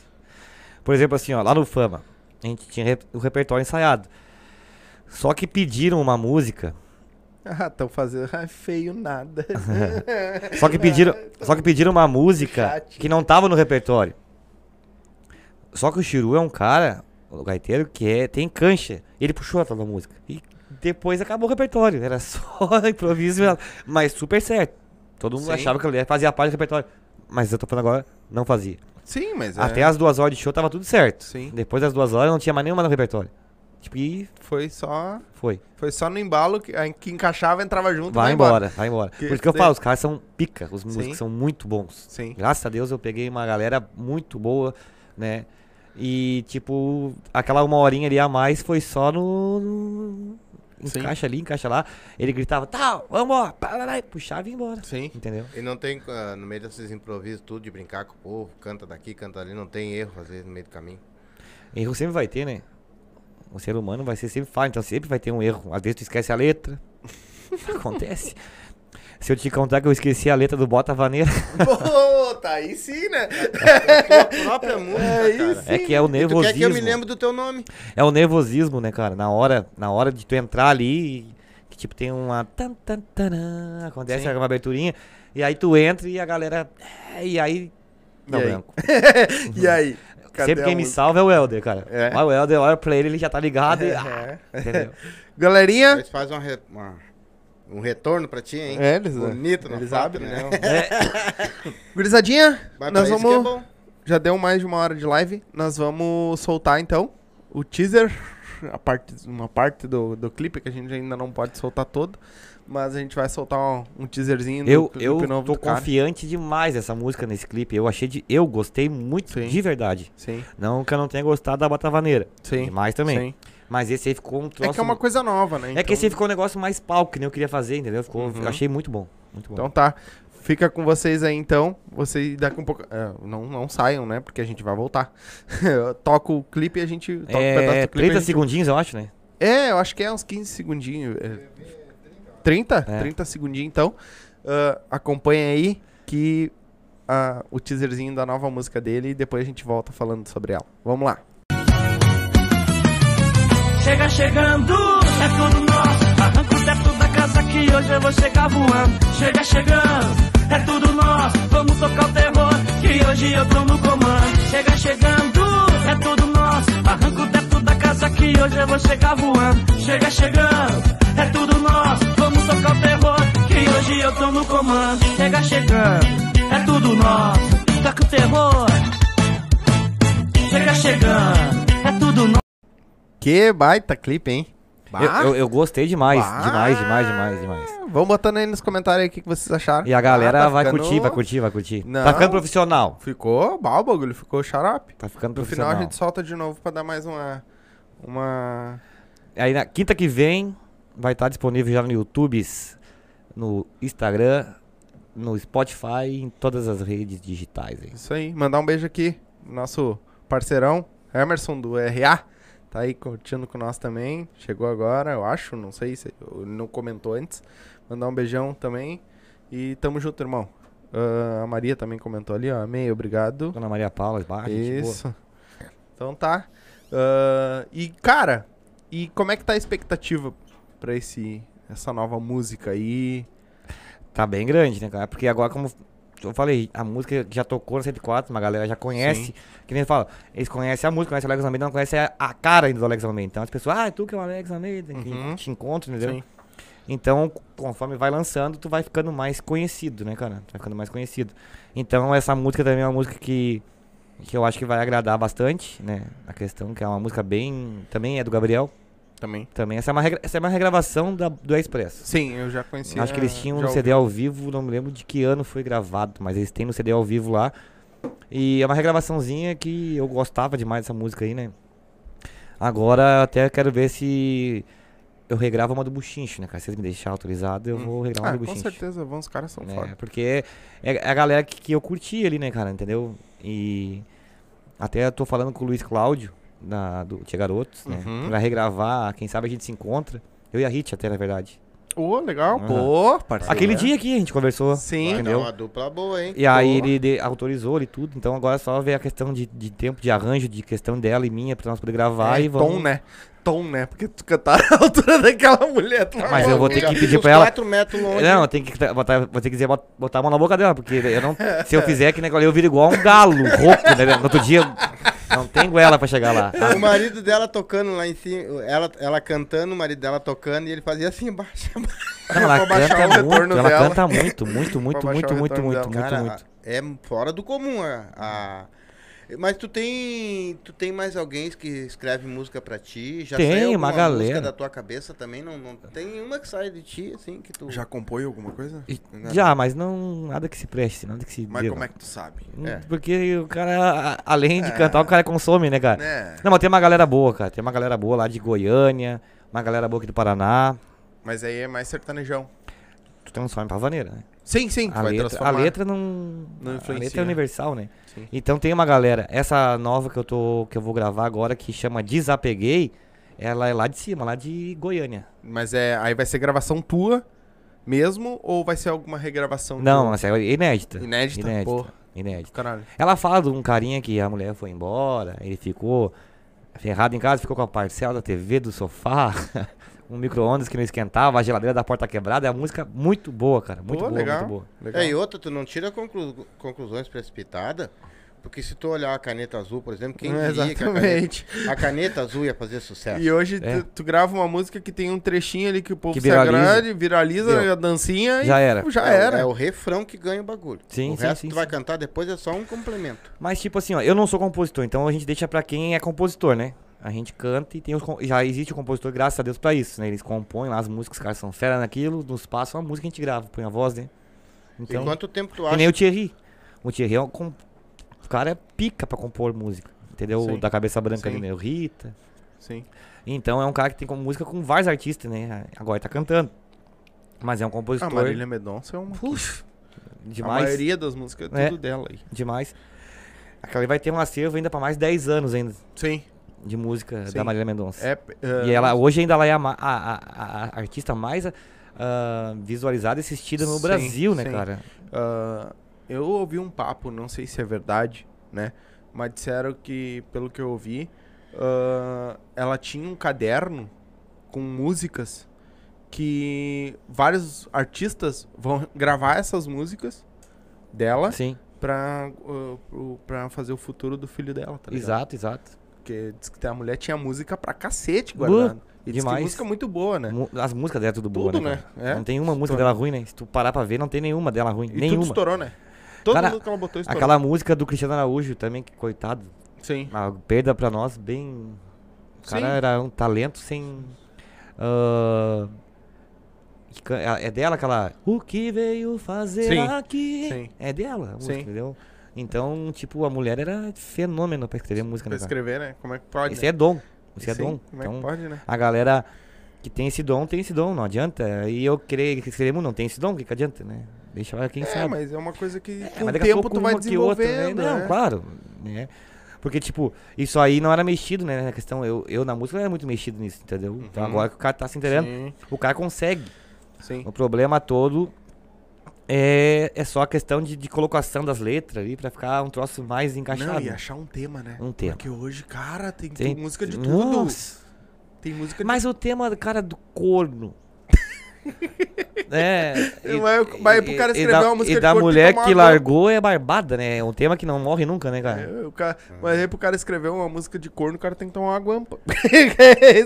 [SPEAKER 3] Por exemplo, assim, ó, lá no Fama, a gente tinha rep- o repertório ensaiado. Só que pediram uma música.
[SPEAKER 1] Ah, tão fazendo. Ah, feio nada.
[SPEAKER 3] Só que pediram, só que pediram uma música
[SPEAKER 1] Chate.
[SPEAKER 3] que não tava no repertório. Só que o Chiru é um cara, o gaiteiro, que é, tem cancha. Ele puxou a tal da música. E depois acabou o repertório. Era só improviso, mas super certo. Todo mundo
[SPEAKER 1] Sim.
[SPEAKER 3] achava que ele fazia parte do repertório. Mas eu tô falando agora, não fazia.
[SPEAKER 1] Sim, mas é-
[SPEAKER 3] Até as duas horas de show tava tudo certo.
[SPEAKER 1] Sim.
[SPEAKER 3] Depois das duas horas não tinha mais nenhuma no repertório. Tipo, e
[SPEAKER 1] foi só.
[SPEAKER 3] foi.
[SPEAKER 1] Foi só no embalo que, a- que encaixava, entrava junto. e
[SPEAKER 3] Vai embora, vai embora.
[SPEAKER 1] Que-
[SPEAKER 3] Por isso que eu
[SPEAKER 1] de-
[SPEAKER 3] falo, os caras são pica, os
[SPEAKER 1] Sim.
[SPEAKER 3] músicos são muito bons.
[SPEAKER 1] Sim.
[SPEAKER 3] Graças a Deus eu peguei uma galera muito boa, né? E, tipo, aquela uma horinha ali a mais foi só no. no-
[SPEAKER 1] Sim.
[SPEAKER 3] Encaixa ali, encaixa lá. Ele gritava, tal, vamos, puxava e ia embora.
[SPEAKER 1] Sim.
[SPEAKER 3] Entendeu?
[SPEAKER 2] E não tem, ah, no meio desses improvisos, tudo de brincar com o povo, canta daqui, canta ali, não tem erro, às vezes, no meio do caminho.
[SPEAKER 3] Erro sempre vai ter, né? O ser humano vai ser sempre falho, então sempre vai ter um erro. Às vezes tu esquece a letra. Acontece. Se eu te contar que eu esqueci a letra do Bota Vaneira,
[SPEAKER 1] Pô, tá aí sim, né?
[SPEAKER 2] É A própria música, cara.
[SPEAKER 3] é que é o
[SPEAKER 2] E tu quer
[SPEAKER 3] nervosismo.
[SPEAKER 2] que eu me lembre do teu nome?
[SPEAKER 3] É o nervosismo, né, cara? Na hora, na hora de tu entrar ali, que tipo tem uma tan, tan, taran, acontece
[SPEAKER 1] Sim.
[SPEAKER 3] uma aberturinha e aí tu entra e a galera é, e aí dá
[SPEAKER 1] aí?
[SPEAKER 3] branco.
[SPEAKER 1] e aí?
[SPEAKER 3] Sempre quem me
[SPEAKER 1] sabe.
[SPEAKER 3] salva é o Helder, cara.
[SPEAKER 1] É.
[SPEAKER 3] Mas o Helder olha pra ele, ele já tá ligado. e, ah, entendeu?
[SPEAKER 1] Galerinha.
[SPEAKER 2] Eles fazem uma re- uma- um retorno pra ti, hein?
[SPEAKER 1] É, eles-
[SPEAKER 2] Bonito, na
[SPEAKER 1] eles
[SPEAKER 2] foto,
[SPEAKER 1] abrem,
[SPEAKER 2] né?
[SPEAKER 3] É.
[SPEAKER 1] Gurizadinha,
[SPEAKER 2] Mas pra
[SPEAKER 1] nós
[SPEAKER 2] isso que
[SPEAKER 1] vamos.
[SPEAKER 2] é bom.
[SPEAKER 1] Já deu mais de uma hora de live. Nós vamos soltar então o teaser, a parte, uma parte do, do clipe que a gente ainda não pode soltar todo. Mas a gente vai soltar um, um teaserzinho
[SPEAKER 3] Eu,
[SPEAKER 1] do clipe
[SPEAKER 3] eu
[SPEAKER 1] novo
[SPEAKER 3] tô
[SPEAKER 1] do cara.
[SPEAKER 3] confiante demais dessa música nesse clipe. Eu achei de. Eu gostei muito
[SPEAKER 1] Sim.
[SPEAKER 3] de verdade.
[SPEAKER 1] Sim,
[SPEAKER 3] Não que eu não tenha gostado da Batavaneira.
[SPEAKER 1] sim.
[SPEAKER 3] Demais também.
[SPEAKER 1] sim.
[SPEAKER 3] Mas esse aí ficou um troço.
[SPEAKER 1] É que é uma coisa Uhum. nova, né?
[SPEAKER 3] É que esse aí ficou um negócio mais palco, que nem eu queria fazer, entendeu? Ficou, Eu achei muito bom. Muito bom.
[SPEAKER 1] Então tá. Fica com vocês aí então. Vocês daqui um pouco. é, não, não saiam, né? Porque a gente vai voltar. Eu toco o clipe e a gente. Toca um pedaço
[SPEAKER 3] é,
[SPEAKER 1] do clipe.
[SPEAKER 3] 30
[SPEAKER 1] a gente-
[SPEAKER 3] segundinhos, eu acho, né?
[SPEAKER 1] É, eu acho que é uns 15 segundinhos. é, 30?
[SPEAKER 3] É.
[SPEAKER 1] 30 segundinhos, então. Ah, acompanha aí que ah, o teaserzinho da nova música dele e depois a gente volta falando sobre ela. Vamos lá.
[SPEAKER 4] Chega chegando, é tudo nosso. Arranca o teto da casa que hoje eu vou chegar voando. Chega chegando, é tudo nosso. Vamos tocar o terror que hoje eu tô no comando. Chega chegando, é tudo nosso. Arranca o teto da casa que hoje eu vou chegar voando. Chega chegando, é tudo nosso. Vamos tocar o terror que hoje eu tô no comando. Chega chegando, é tudo nosso. Toca o terror. Chega chegando, é tudo nosso.
[SPEAKER 1] Que baita clipe, hein?
[SPEAKER 3] Eu, eu, eu gostei demais,
[SPEAKER 1] Bah.
[SPEAKER 3] demais, demais, demais, demais.
[SPEAKER 1] Vão botando aí nos comentários aí o que que vocês acharam.
[SPEAKER 3] E a galera
[SPEAKER 1] Ah, tá
[SPEAKER 3] vai
[SPEAKER 1] ficando-
[SPEAKER 3] curtir, vai curtir, vai curtir.
[SPEAKER 1] Não.
[SPEAKER 3] Tá ficando profissional.
[SPEAKER 1] Ficou, bah, o bagulho ficou xarope.
[SPEAKER 3] Tá ficando
[SPEAKER 1] No final
[SPEAKER 3] profissional.
[SPEAKER 1] a gente solta de novo pra dar mais uma. Uma.
[SPEAKER 3] Aí na quinta que vem vai estar disponível já no YouTube, no Instagram, no Spotify, em todas as redes digitais. aí.
[SPEAKER 1] Isso aí. Mandar um beijo aqui, nosso parceirão, Emerson do RA. Tá aí curtindo com nós também. Chegou agora, eu acho, não sei se ele não comentou antes. Mandar um beijão também. E tamo junto, irmão. Ah, a Maria também comentou ali, ó. Amei, obrigado.
[SPEAKER 3] Dona
[SPEAKER 1] Ah,
[SPEAKER 3] Maria Paula, baixa,
[SPEAKER 1] Isso. Então tá. Ah, e, cara, E como é que tá a expectativa pra esse, essa nova música aí?
[SPEAKER 3] Tá bem grande, né, cara? Porque agora, como eu falei, a música já tocou na 104, uma galera já conhece. Que nem eu falo, eles conhecem a música, conhecem o Alex Almeida, não conhecem a, a cara ainda do Alex Almeida. Então as pessoas, ah, é tu que é o Alex Almeida, que
[SPEAKER 2] Uhum.
[SPEAKER 3] te encontram, entendeu?
[SPEAKER 1] Sim.
[SPEAKER 3] Então, conforme vai lançando, tu vai ficando mais conhecido, né, cara? Tu vai ficando mais conhecido. Então, essa música também é uma música que, que eu acho que vai agradar bastante, né? A questão que é uma música bem. Também é do Gabriel.
[SPEAKER 1] Também.
[SPEAKER 3] Também. Essa é uma, regra- essa é uma regravação da, do Expresso.
[SPEAKER 1] Sim, eu já conheci.
[SPEAKER 3] Acho que eles tinham
[SPEAKER 1] já
[SPEAKER 3] no CD ao vivo, não me lembro de que ano foi gravado, mas eles têm no CD ao vivo lá. E é uma regravaçãozinha que eu gostava demais dessa música aí, né? Agora até quero ver se eu regravo uma do Buchincho, né, cara? Se vocês me deixarem autorizado, eu vou regravar
[SPEAKER 1] Ah,
[SPEAKER 3] uma do
[SPEAKER 1] com
[SPEAKER 3] Buchincho.
[SPEAKER 1] certeza, vão, os caras são
[SPEAKER 3] É,
[SPEAKER 1] foda.
[SPEAKER 3] porque é é a galera que, que eu curti ali, né, cara, entendeu? E até eu tô falando com o Luiz Cláudio, da, do Tia Garotos, né?
[SPEAKER 2] Uhum.
[SPEAKER 3] Pra regravar, quem sabe a gente se encontra. Eu e a Hit até, na verdade.
[SPEAKER 1] Ô, legal.
[SPEAKER 3] Aham. é.
[SPEAKER 1] Pô, parceiro.
[SPEAKER 3] Aquele dia que a gente conversou.
[SPEAKER 1] né? Sim.
[SPEAKER 2] Vai dar
[SPEAKER 3] entendeu?
[SPEAKER 2] uma dupla boa, hein?
[SPEAKER 3] E aí
[SPEAKER 2] Pô.
[SPEAKER 3] ele de- autorizou e tudo, então agora é só ver a questão de, de tempo, de arranjo, de questão dela e minha, pra nós poder gravar
[SPEAKER 1] É,
[SPEAKER 3] e vamos...
[SPEAKER 1] Tom, né? Tom, né? Porque tu cantar a altura daquela mulher. tu-
[SPEAKER 3] Ah,
[SPEAKER 1] tá
[SPEAKER 3] Mas eu vou ter
[SPEAKER 2] Já
[SPEAKER 3] que
[SPEAKER 2] fiz
[SPEAKER 3] pedir
[SPEAKER 2] uns
[SPEAKER 3] pra ela-
[SPEAKER 2] quatro metros longe.
[SPEAKER 3] Não, tem que tra- botar, vou ter que dizer, bot- botar a mão na boca dela, porque eu não, se eu fizer que negócio, eu viro igual um galo, rouco, né? No outro dia, não tem goela pra chegar lá.
[SPEAKER 2] O marido dela tocando lá em cima, ela, ela cantando, o marido dela tocando, e ele fazia assim, baixa, baixa.
[SPEAKER 3] Não, ela
[SPEAKER 1] Pra baixar o
[SPEAKER 3] canta muito,
[SPEAKER 1] retorno
[SPEAKER 3] ela
[SPEAKER 1] dela.
[SPEAKER 3] canta muito, muito,
[SPEAKER 1] baixar
[SPEAKER 3] muito,
[SPEAKER 1] o
[SPEAKER 3] muito, muito,
[SPEAKER 1] retorno
[SPEAKER 3] muito,
[SPEAKER 1] dela.
[SPEAKER 3] muito,
[SPEAKER 2] Cara,
[SPEAKER 3] muito.
[SPEAKER 2] é fora do comum a... a- Mas tu tem, tu tem mais alguém que escreve música pra ti? Já
[SPEAKER 3] Tem,
[SPEAKER 2] saiu
[SPEAKER 3] uma
[SPEAKER 2] alguma
[SPEAKER 3] galera.
[SPEAKER 2] música da tua cabeça também? Não, não tem uma que sai de ti, assim, que tu...
[SPEAKER 1] Já compõe alguma coisa?
[SPEAKER 3] E- Já, mas não, nada que se preste, nada que se
[SPEAKER 1] Mas
[SPEAKER 3] deva.
[SPEAKER 1] como é que tu sabe?
[SPEAKER 3] Hum,
[SPEAKER 2] É.
[SPEAKER 3] Porque o cara, a- além de cantar, o cara consome, né, cara?
[SPEAKER 2] É.
[SPEAKER 1] Né?
[SPEAKER 3] Não, mas tem uma galera boa, cara. Tem uma galera boa lá de Goiânia, uma galera boa aqui do Paraná.
[SPEAKER 1] Mas aí é mais sertanejão.
[SPEAKER 3] Tu transforma em pavaneira, né?
[SPEAKER 1] Sim, sim, tu
[SPEAKER 3] A
[SPEAKER 1] vai
[SPEAKER 3] letra, a
[SPEAKER 1] transformar.
[SPEAKER 3] letra não. a letra
[SPEAKER 1] influencia.
[SPEAKER 3] é universal, né?
[SPEAKER 1] Sim.
[SPEAKER 3] Então tem uma galera. Essa nova que eu tô. que eu vou gravar agora, que chama Desapeguei, ela é lá de cima, lá de Goiânia.
[SPEAKER 1] Mas é, aí vai ser gravação tua mesmo ou vai ser alguma regravação?
[SPEAKER 3] Não, né?
[SPEAKER 1] tua?
[SPEAKER 3] essa é inédita.
[SPEAKER 1] Inédita? Porra.
[SPEAKER 3] Inédita.
[SPEAKER 1] Caralho.
[SPEAKER 3] Ela fala de um carinha que a mulher foi embora, ele ficou ferrado em casa, ficou com a parcela da TV, do sofá, um micro-ondas que não esquentava, a geladeira da porta quebrada. É uma música muito boa, cara. Muito
[SPEAKER 1] Pô,
[SPEAKER 3] boa,
[SPEAKER 1] legal.
[SPEAKER 3] muito boa.
[SPEAKER 1] Legal.
[SPEAKER 2] É, e outra, tu não tira conclu- conclusões precipitadas, porque se tu olhar a caneta azul, por exemplo, quem
[SPEAKER 1] É,
[SPEAKER 2] diria que a
[SPEAKER 1] Exatamente.
[SPEAKER 2] caneta, a caneta azul ia fazer sucesso?
[SPEAKER 1] E hoje
[SPEAKER 3] É.
[SPEAKER 1] tu, tu grava uma música que tem um trechinho ali que o povo
[SPEAKER 3] Que
[SPEAKER 1] se
[SPEAKER 3] viraliza.
[SPEAKER 1] agrade, viraliza
[SPEAKER 3] Viu?
[SPEAKER 1] a dancinha
[SPEAKER 3] Já
[SPEAKER 1] e
[SPEAKER 3] era.
[SPEAKER 1] já
[SPEAKER 2] É o-
[SPEAKER 1] era.
[SPEAKER 2] É o refrão que ganha o bagulho.
[SPEAKER 3] Sim,
[SPEAKER 2] o
[SPEAKER 3] sim,
[SPEAKER 2] resto
[SPEAKER 3] sim,
[SPEAKER 2] tu vai
[SPEAKER 3] sim.
[SPEAKER 2] cantar depois é só um complemento.
[SPEAKER 3] Mas tipo assim, ó, eu não sou compositor, então a gente deixa pra quem é compositor, né? A gente canta e tem os com- já existe o compositor, graças a Deus, pra isso, né? Eles compõem lá as músicas, os caras são fera naquilo, nos passam a música, a gente grava, põe a voz, né?
[SPEAKER 2] e quanto tempo tu
[SPEAKER 3] Que
[SPEAKER 2] acha?
[SPEAKER 3] nem o Thierry. O Thierry é um. com- O cara é pica pra compor música. Entendeu?
[SPEAKER 1] Sim.
[SPEAKER 3] Da cabeça branca
[SPEAKER 1] Sim.
[SPEAKER 3] ali, né? O Rita.
[SPEAKER 1] Sim.
[SPEAKER 3] Então é um cara que tem como música com vários artistas, né? Agora ele tá cantando. Mas é um
[SPEAKER 1] A
[SPEAKER 3] compositor.
[SPEAKER 1] Marília Mendonça Ah, é uma.
[SPEAKER 3] Puxa.
[SPEAKER 1] A
[SPEAKER 3] Demais.
[SPEAKER 1] maioria das músicas é
[SPEAKER 3] É.
[SPEAKER 1] tudo dela aí.
[SPEAKER 3] Demais. Aquela ali vai ter um acervo ainda pra mais 10 anos ainda
[SPEAKER 1] Sim.
[SPEAKER 3] de música
[SPEAKER 1] Sim.
[SPEAKER 3] da Marília Mendonça.
[SPEAKER 1] É, é,
[SPEAKER 3] E ela, hoje ainda ela é a, ma- a- a- a artista mais ah, visualizada e assistida no
[SPEAKER 1] Sim,
[SPEAKER 3] Brasil, né,
[SPEAKER 1] sim.
[SPEAKER 3] cara?
[SPEAKER 1] Ah, eu ouvi um papo, não sei se é verdade, né? Mas disseram que, pelo que eu ouvi, ah, ela tinha um caderno com músicas que vários artistas vão gravar essas músicas dela
[SPEAKER 3] Sim,
[SPEAKER 1] pra, ah, pro- pra fazer o futuro do filho dela, tá ligado?
[SPEAKER 3] exato, exato.
[SPEAKER 1] Porque diz que a mulher tinha música pra cacete guardada. E diz que
[SPEAKER 3] demais.
[SPEAKER 1] música muito boa, né?
[SPEAKER 3] Mu- As músicas dela é tudo boa,
[SPEAKER 1] Tudo,
[SPEAKER 3] né?
[SPEAKER 1] né?
[SPEAKER 3] cara?
[SPEAKER 1] É.
[SPEAKER 3] Não tem uma música
[SPEAKER 1] Estoura.
[SPEAKER 3] dela ruim, né? Se tu parar pra ver, não tem nenhuma dela ruim.
[SPEAKER 1] E tudo
[SPEAKER 3] nenhuma.
[SPEAKER 1] estourou, né? Todo
[SPEAKER 3] Cara,
[SPEAKER 1] mundo que ela botou estourou.
[SPEAKER 3] Aquela música do Cristiano Araújo também, que coitado.
[SPEAKER 1] Sim.
[SPEAKER 3] Uma perda pra nós, bem. O cara
[SPEAKER 1] Sim.
[SPEAKER 3] era um talento sem. ah, que can- É é dela aquela. O que veio fazer
[SPEAKER 1] Sim,
[SPEAKER 3] aqui?
[SPEAKER 1] sim.
[SPEAKER 3] É dela, a música,
[SPEAKER 1] Sim.
[SPEAKER 3] entendeu? Então, tipo, a mulher era fenômeno pra escrever música,
[SPEAKER 1] Pra
[SPEAKER 3] né? cara?
[SPEAKER 1] escrever, né? Como é que pode?
[SPEAKER 3] Esse
[SPEAKER 1] né?
[SPEAKER 3] é dom. Esse é
[SPEAKER 1] Sim,
[SPEAKER 3] dom.
[SPEAKER 1] Como é que
[SPEAKER 3] Então,
[SPEAKER 1] pode, né?
[SPEAKER 3] a galera que tem esse dom, tem esse dom, não adianta. E eu querer que escrevemos não tem esse dom, o que, que adianta, né? Deixa lá quem
[SPEAKER 1] É,
[SPEAKER 3] sabe.
[SPEAKER 1] mas é uma coisa que
[SPEAKER 3] É,
[SPEAKER 1] com o
[SPEAKER 3] daqui a
[SPEAKER 1] tempo
[SPEAKER 3] pouco
[SPEAKER 1] tu vai
[SPEAKER 3] uma que outra, né?
[SPEAKER 1] desenvolvendo.
[SPEAKER 3] Não,
[SPEAKER 1] né?
[SPEAKER 3] claro, né? Porque, tipo, isso aí não era mexido, né? Na questão, eu, eu na música não era muito mexido nisso, entendeu? Então agora que o cara tá se inteirando,
[SPEAKER 1] Uhum. Sim,
[SPEAKER 3] o cara consegue.
[SPEAKER 1] sim.
[SPEAKER 3] O problema todo é, é só a questão de, de colocação das letras ali pra ficar um troço mais encaixado.
[SPEAKER 1] é Não, e achar um tema, né?
[SPEAKER 3] Um tema.
[SPEAKER 1] Porque hoje, cara, tem,
[SPEAKER 3] Tem-
[SPEAKER 1] música de tudo.
[SPEAKER 3] Nossa,
[SPEAKER 1] Tem música de-
[SPEAKER 3] Mas o tema, cara, do corno. é. e-
[SPEAKER 1] Mas- mas pro cara
[SPEAKER 3] e- e
[SPEAKER 1] escrever
[SPEAKER 3] da-
[SPEAKER 1] uma música
[SPEAKER 3] E
[SPEAKER 1] de
[SPEAKER 3] da
[SPEAKER 1] corno, tem
[SPEAKER 3] mulher
[SPEAKER 1] que tomar
[SPEAKER 3] que
[SPEAKER 1] uma-
[SPEAKER 3] largou é barbada, né? É um tema que não morre nunca, né, cara?
[SPEAKER 1] É, o cara, Mas aí pro cara escrever uma música de corno, o cara tem que tomar uma guampa.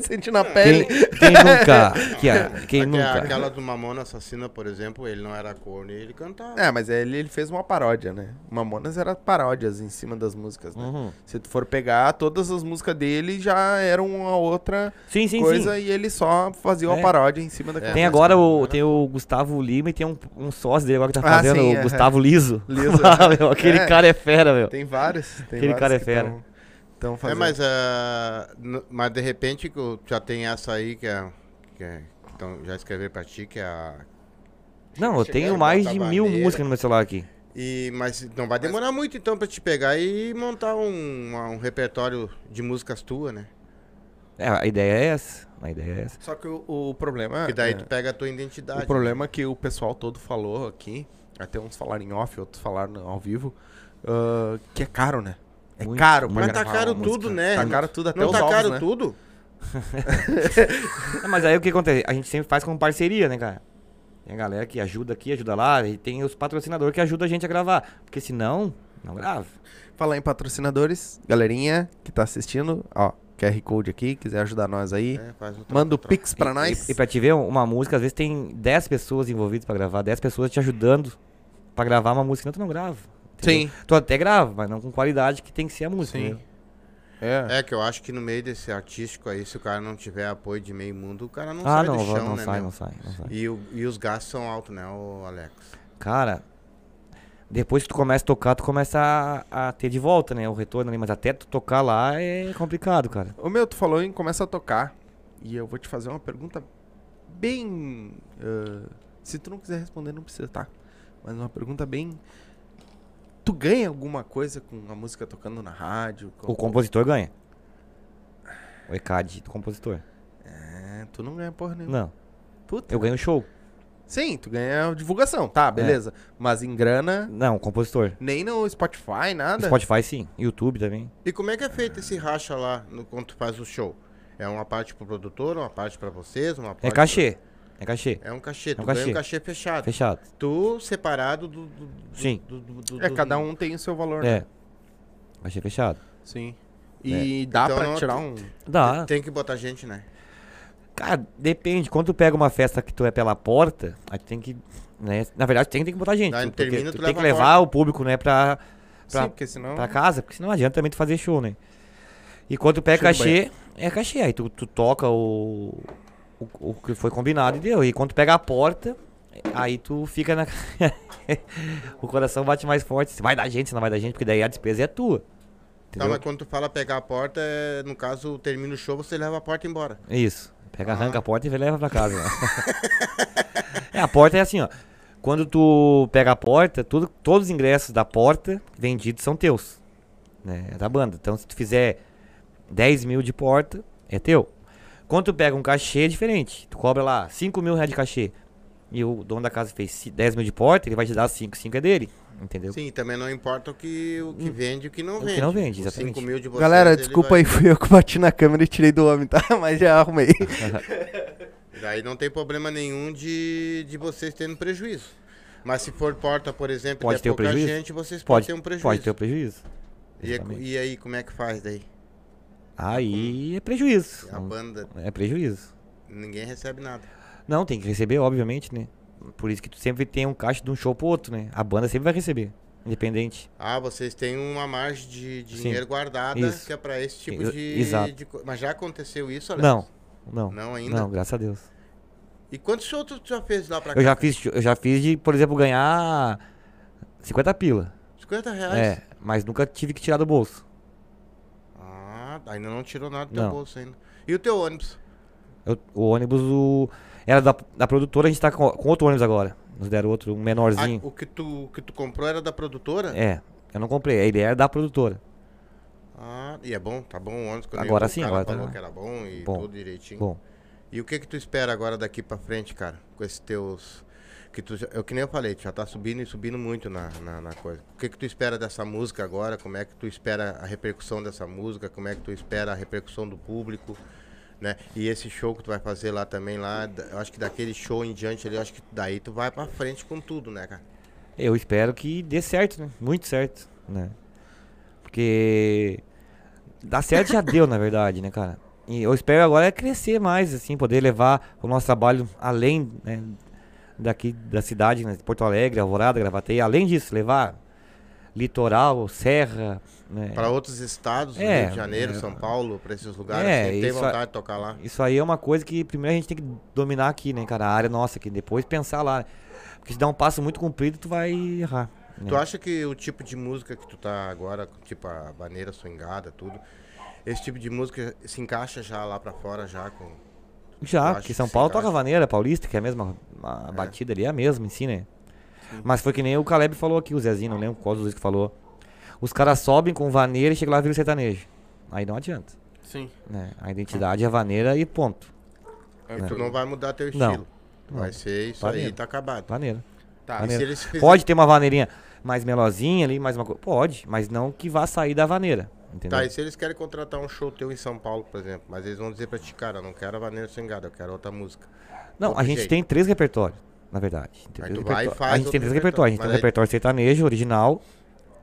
[SPEAKER 1] Sentir na
[SPEAKER 3] Quem,
[SPEAKER 1] pele.
[SPEAKER 3] quem nunca? Que é- quem
[SPEAKER 2] Aque-
[SPEAKER 3] nunca?
[SPEAKER 2] Aquela do Mamona Assassina, por exemplo, ele não era corno e ele cantava.
[SPEAKER 1] É, mas ele, ele fez uma paródia, né? Mamonas era paródias em cima das músicas, né?
[SPEAKER 3] Uhum.
[SPEAKER 1] Se tu for pegar, todas as músicas dele já eram uma outra
[SPEAKER 3] Sim, sim,
[SPEAKER 1] coisa né?
[SPEAKER 3] sim.
[SPEAKER 1] e ele só fazia uma
[SPEAKER 3] É.
[SPEAKER 1] paródia em cima daquela
[SPEAKER 3] Tem
[SPEAKER 1] música.
[SPEAKER 3] agora o, tem o Gustavo Lima e tem um, um sócio dele agora que tá
[SPEAKER 1] Ah,
[SPEAKER 3] fazendo,
[SPEAKER 1] sim,
[SPEAKER 3] o
[SPEAKER 1] é.
[SPEAKER 3] Gustavo Liso.
[SPEAKER 1] Liso.
[SPEAKER 3] Ah, meu, aquele
[SPEAKER 1] É.
[SPEAKER 3] cara é fera, meu.
[SPEAKER 1] Tem vários. Tem
[SPEAKER 3] Aquele
[SPEAKER 1] vários
[SPEAKER 3] cara é
[SPEAKER 1] que
[SPEAKER 3] fera.
[SPEAKER 1] tão- tão
[SPEAKER 2] É,
[SPEAKER 1] fazendo.
[SPEAKER 2] mas, ah, n- mas de repente que eu- já tem essa aí que é. Que é- então, já escrevi pra ti, que é a.
[SPEAKER 3] Não, eu
[SPEAKER 2] Chegaram
[SPEAKER 3] tenho
[SPEAKER 2] a
[SPEAKER 3] mais
[SPEAKER 2] botar
[SPEAKER 3] de mil
[SPEAKER 2] bandeira.
[SPEAKER 3] músicas no meu celular aqui.
[SPEAKER 2] E, mas não vai demorar muito então pra te pegar e montar um, uma- um repertório de músicas tua, né?
[SPEAKER 3] É, a ideia é essa. A ideia é essa.
[SPEAKER 1] Só que o, o problema.
[SPEAKER 2] Porque daí
[SPEAKER 1] é,
[SPEAKER 2] tu pega a tua identidade.
[SPEAKER 1] O problema é que o pessoal todo falou aqui, até uns falaram em off, outros falaram no- ao vivo, ah, que é caro, né? É
[SPEAKER 3] Muito,
[SPEAKER 1] caro, pra
[SPEAKER 2] Mas
[SPEAKER 1] gravar
[SPEAKER 2] tá
[SPEAKER 1] uma
[SPEAKER 2] caro
[SPEAKER 1] música.
[SPEAKER 2] tudo, né?
[SPEAKER 1] Tá caro tudo, até
[SPEAKER 2] não
[SPEAKER 1] os
[SPEAKER 2] tá
[SPEAKER 1] ovos,
[SPEAKER 2] caro
[SPEAKER 1] né?
[SPEAKER 2] tudo?
[SPEAKER 3] Não, mas aí o que acontece? A gente sempre faz com parceria, né, cara? Tem a galera que ajuda aqui, ajuda lá, e tem os patrocinadores que ajudam a gente a gravar. Porque senão, não grava.
[SPEAKER 1] Falar em patrocinadores, galerinha que tá assistindo, ó, QR Code aqui, quiser ajudar nós aí,
[SPEAKER 2] É, faz um troca-
[SPEAKER 1] manda o
[SPEAKER 2] troca.
[SPEAKER 1] Pix pra nós.
[SPEAKER 3] E pra te ver, uma música, às vezes tem 10 pessoas envolvidas pra gravar, 10 pessoas te ajudando pra gravar uma música, senão tu não grava. entendeu? Tu até grava, mas não com qualidade que tem que ser a música.
[SPEAKER 1] Sim.
[SPEAKER 3] né?
[SPEAKER 1] É.
[SPEAKER 2] É que eu acho que no meio desse artístico aí, se o cara não tiver apoio de meio mundo, o cara não
[SPEAKER 3] ah,
[SPEAKER 2] sai
[SPEAKER 3] não,
[SPEAKER 2] do
[SPEAKER 3] vai-
[SPEAKER 2] chão,
[SPEAKER 3] não,
[SPEAKER 2] né,
[SPEAKER 3] sai,
[SPEAKER 2] meu?
[SPEAKER 3] não sai, não sai.
[SPEAKER 2] E, o- e os gastos são altos, né, o Alex?
[SPEAKER 3] Cara, depois que tu começa a tocar, tu começa a, a ter de volta, né? O retorno ali, mas até tu tocar lá é complicado, cara.
[SPEAKER 1] Ô meu, tu falou em começa a tocar, e eu vou te fazer uma pergunta bem. ah, se tu não quiser responder, não precisa, tá? Mas uma pergunta bem. Tu ganha alguma coisa com a música tocando na rádio? Com-
[SPEAKER 3] O compositor ganha. O ECAD do compositor.
[SPEAKER 1] É, tu não ganha porra nenhuma.
[SPEAKER 3] Não,
[SPEAKER 1] Puta.
[SPEAKER 3] eu ganho o show.
[SPEAKER 1] Sim, tu ganha divulgação, tá, beleza. Mas em grana,
[SPEAKER 3] Não, o compositor.
[SPEAKER 1] nem no Spotify,
[SPEAKER 3] No
[SPEAKER 1] nada.
[SPEAKER 3] Spotify sim, YouTube também.
[SPEAKER 2] E como é que é feito esse racha lá no, quando tu faz o show? É uma parte pro produtor, uma parte pra vocês, uma parte.
[SPEAKER 3] É cachê. É cachê.
[SPEAKER 2] É um cachê, tu
[SPEAKER 3] um
[SPEAKER 2] ganha um
[SPEAKER 3] cachê.
[SPEAKER 2] cachê fechado.
[SPEAKER 3] Fechado.
[SPEAKER 2] Tu separado do. do- do-
[SPEAKER 3] Sim.
[SPEAKER 2] do- do- do-
[SPEAKER 1] É,
[SPEAKER 2] do-
[SPEAKER 1] cada um tem o seu valor, né?
[SPEAKER 3] É. Cachê fechado.
[SPEAKER 1] Sim. E dá
[SPEAKER 2] Então,
[SPEAKER 1] pra
[SPEAKER 2] não,
[SPEAKER 1] tirar
[SPEAKER 2] tu-
[SPEAKER 1] um.
[SPEAKER 3] Dá.
[SPEAKER 2] Tem que botar gente, né?
[SPEAKER 3] Cara, depende. Quando tu pega uma festa que tu é pela porta, aí tu tem que. Né? Na verdade, tem, tem que botar gente.
[SPEAKER 2] Daí
[SPEAKER 3] tu, porque
[SPEAKER 2] termina, tu
[SPEAKER 3] tu tem
[SPEAKER 2] leva
[SPEAKER 3] que
[SPEAKER 2] a
[SPEAKER 3] levar o público, né, pra, pra,
[SPEAKER 1] Sim, porque senão.
[SPEAKER 3] pra casa, porque senão não adianta também tu fazer show, né? E quando tu pega
[SPEAKER 1] Show do
[SPEAKER 3] cachê, é cachê. Aí tu, tu toca o, o, o que foi combinado e deu. E quando tu pega a porta, aí tu fica na. o coração bate mais forte. Se vai dar gente, se não vai dar gente, porque daí a despesa é tua.
[SPEAKER 2] Tá,
[SPEAKER 3] Entendeu?
[SPEAKER 2] mas quando tu fala pegar a porta, é, no caso, termina o show, você leva a porta embora.
[SPEAKER 3] Isso.
[SPEAKER 2] Ah.
[SPEAKER 3] Pega, arranca a porta e leva pra casa. é, a porta é assim, ó. Quando tu pega a porta, tudo, todos os ingressos da porta vendidos são teus. Né? É da banda. Então, se tu fizer 10 mil de porta, é teu. Quando tu pega um cachê, é diferente. Tu cobra lá 5 mil reais de cachê. E o dono da casa fez ci- 10 mil de porta, ele vai te dar 5. 5 é dele. Entendeu?
[SPEAKER 2] Sim, também não importa o que, o
[SPEAKER 1] Hum.
[SPEAKER 2] que vende e o que não
[SPEAKER 3] O que
[SPEAKER 2] vende.
[SPEAKER 3] não vende,
[SPEAKER 2] Os
[SPEAKER 3] exatamente.
[SPEAKER 2] 5 mil de vocês,
[SPEAKER 1] Galera,
[SPEAKER 2] ele
[SPEAKER 1] desculpa
[SPEAKER 2] vai-
[SPEAKER 1] aí, fui eu que bati na câmera e tirei do homem, tá? Mas já arrumei.
[SPEAKER 2] Daí não tem problema nenhum de, de vocês tendo prejuízo. Mas se for porta, por exemplo,
[SPEAKER 3] Pode
[SPEAKER 2] e é
[SPEAKER 3] ter o
[SPEAKER 2] pouca
[SPEAKER 3] prejuízo?
[SPEAKER 2] gente, vocês
[SPEAKER 3] Pode,
[SPEAKER 2] podem ter um prejuízo.
[SPEAKER 3] pode ter um prejuízo.
[SPEAKER 2] E, é-
[SPEAKER 3] Exatamente.
[SPEAKER 2] e aí, como é que faz daí?
[SPEAKER 3] Aí é prejuízo.
[SPEAKER 2] A banda,
[SPEAKER 3] É prejuízo.
[SPEAKER 2] ninguém recebe nada.
[SPEAKER 3] Não, tem que receber, obviamente, né? Por isso que tu sempre tem um caixa de um show pro outro, né? A banda sempre vai receber, independente.
[SPEAKER 2] Ah, vocês têm uma margem de de
[SPEAKER 3] Sim.
[SPEAKER 2] dinheiro guardada
[SPEAKER 3] Isso.
[SPEAKER 2] que é pra esse tipo
[SPEAKER 3] Ex-
[SPEAKER 2] de,
[SPEAKER 3] exato.
[SPEAKER 2] de co- Mas já aconteceu isso, Alex?
[SPEAKER 3] Não, não.
[SPEAKER 2] Não ainda?
[SPEAKER 3] Não, graças a Deus.
[SPEAKER 2] E quantos shows tu já fez lá pra cá?
[SPEAKER 3] Eu já fiz, cho- eu já fiz de, por exemplo, ganhar 50 pila.
[SPEAKER 2] 50 reais?
[SPEAKER 3] É, mas nunca tive que tirar do bolso.
[SPEAKER 2] Ah, ainda não tirou nada do teu
[SPEAKER 3] Não.
[SPEAKER 2] bolso ainda. E o teu ônibus?
[SPEAKER 3] Eu- o ônibus o, era da, da produtora, a gente tá com, com outro ônibus agora. Nos deram outro, um
[SPEAKER 2] Ah,
[SPEAKER 3] menorzinho.
[SPEAKER 2] o que tu, o que tu comprou era da produtora?
[SPEAKER 3] É, eu não comprei, ele era da produtora.
[SPEAKER 2] Ah, e é bom, tá bom o ônibus. quando
[SPEAKER 3] Agora
[SPEAKER 2] eu- o
[SPEAKER 3] sim,
[SPEAKER 2] cara
[SPEAKER 3] agora tá
[SPEAKER 2] falou
[SPEAKER 3] bom.
[SPEAKER 2] que era bom e
[SPEAKER 3] Bom.
[SPEAKER 2] tudo direitinho.
[SPEAKER 3] Bom,
[SPEAKER 2] E o que que tu espera agora daqui pra frente, cara? Com esses teus... Que tu, já- eu que nem eu falei, tu já tá subindo e subindo muito na, na, na coisa. O que que tu espera dessa música agora? Como é que tu espera a repercussão dessa música? Como é que tu espera a repercussão do público? Né? E esse show que tu vai fazer lá também, lá, da- eu acho que daquele show em diante ali, eu acho que daí tu vai pra frente com tudo, né, cara?
[SPEAKER 3] Eu espero que dê certo, né? Muito certo, né? Porque dar certo já deu, na verdade, né, cara? E eu espero agora é crescer mais, assim, poder levar o nosso trabalho além, né, daqui da cidade, né, de Porto Alegre, Alvorada, Gravataí, além disso, levar litoral, serra, né?
[SPEAKER 2] Pra outros estados,
[SPEAKER 3] É,
[SPEAKER 2] Rio de Janeiro,
[SPEAKER 3] é.
[SPEAKER 2] São Paulo, pra esses lugares,
[SPEAKER 3] É,
[SPEAKER 2] assim, tem
[SPEAKER 3] isso a-
[SPEAKER 2] vontade de tocar lá.
[SPEAKER 3] Isso aí é uma coisa que primeiro a gente tem que dominar aqui, né, cara? A área nossa aqui, depois pensar lá. Porque se dá um passo muito comprido, tu vai errar. né?
[SPEAKER 2] Tu acha que o tipo de música que tu tá agora, tipo a maneira swingada, tudo, esse tipo de música se encaixa já lá pra fora, já com...
[SPEAKER 3] Já,
[SPEAKER 2] Eu
[SPEAKER 3] porque
[SPEAKER 2] acho
[SPEAKER 3] São
[SPEAKER 2] que se
[SPEAKER 3] Paulo toca
[SPEAKER 2] encaixa.
[SPEAKER 3] vaneira, paulista, que é a mesma a batida ali, é a mesma em si, né? Mas foi que nem o Caleb falou aqui, o Zezinho, não lembro qual dos dois que falou. Os caras sobem com vaneira e chegam lá e viram sertanejo. Aí não adianta,
[SPEAKER 1] Sim.
[SPEAKER 3] né? A identidade é vaneira e ponto.
[SPEAKER 2] E tu não vai mudar teu
[SPEAKER 3] Não.
[SPEAKER 2] estilo. Tu Vai ser isso aí,
[SPEAKER 3] Maneiro.
[SPEAKER 2] tá acabado.
[SPEAKER 3] Vaneira.
[SPEAKER 2] Tá, e
[SPEAKER 3] vaneira.
[SPEAKER 2] se eles fizerem...
[SPEAKER 3] Pode ter uma vaneirinha mais melosinha ali, mais uma coisa. Pode, mas não que vá sair da vaneira, entendeu?
[SPEAKER 2] Tá, e se eles querem contratar um show teu em São Paulo, por exemplo, mas eles vão dizer pra ti, cara, eu não quero a Vaneira Swingada, eu quero outra música.
[SPEAKER 3] Não, a
[SPEAKER 2] Outro
[SPEAKER 3] gente
[SPEAKER 2] jeito.
[SPEAKER 3] tem três repertórios, na verdade. Tem
[SPEAKER 2] Aí
[SPEAKER 3] três
[SPEAKER 2] tu vai e
[SPEAKER 3] repertórios.
[SPEAKER 2] faz
[SPEAKER 3] a gente tem
[SPEAKER 2] outro
[SPEAKER 3] três repertórios. A gente tem um
[SPEAKER 2] repertório,
[SPEAKER 3] repertório sertanejo, original,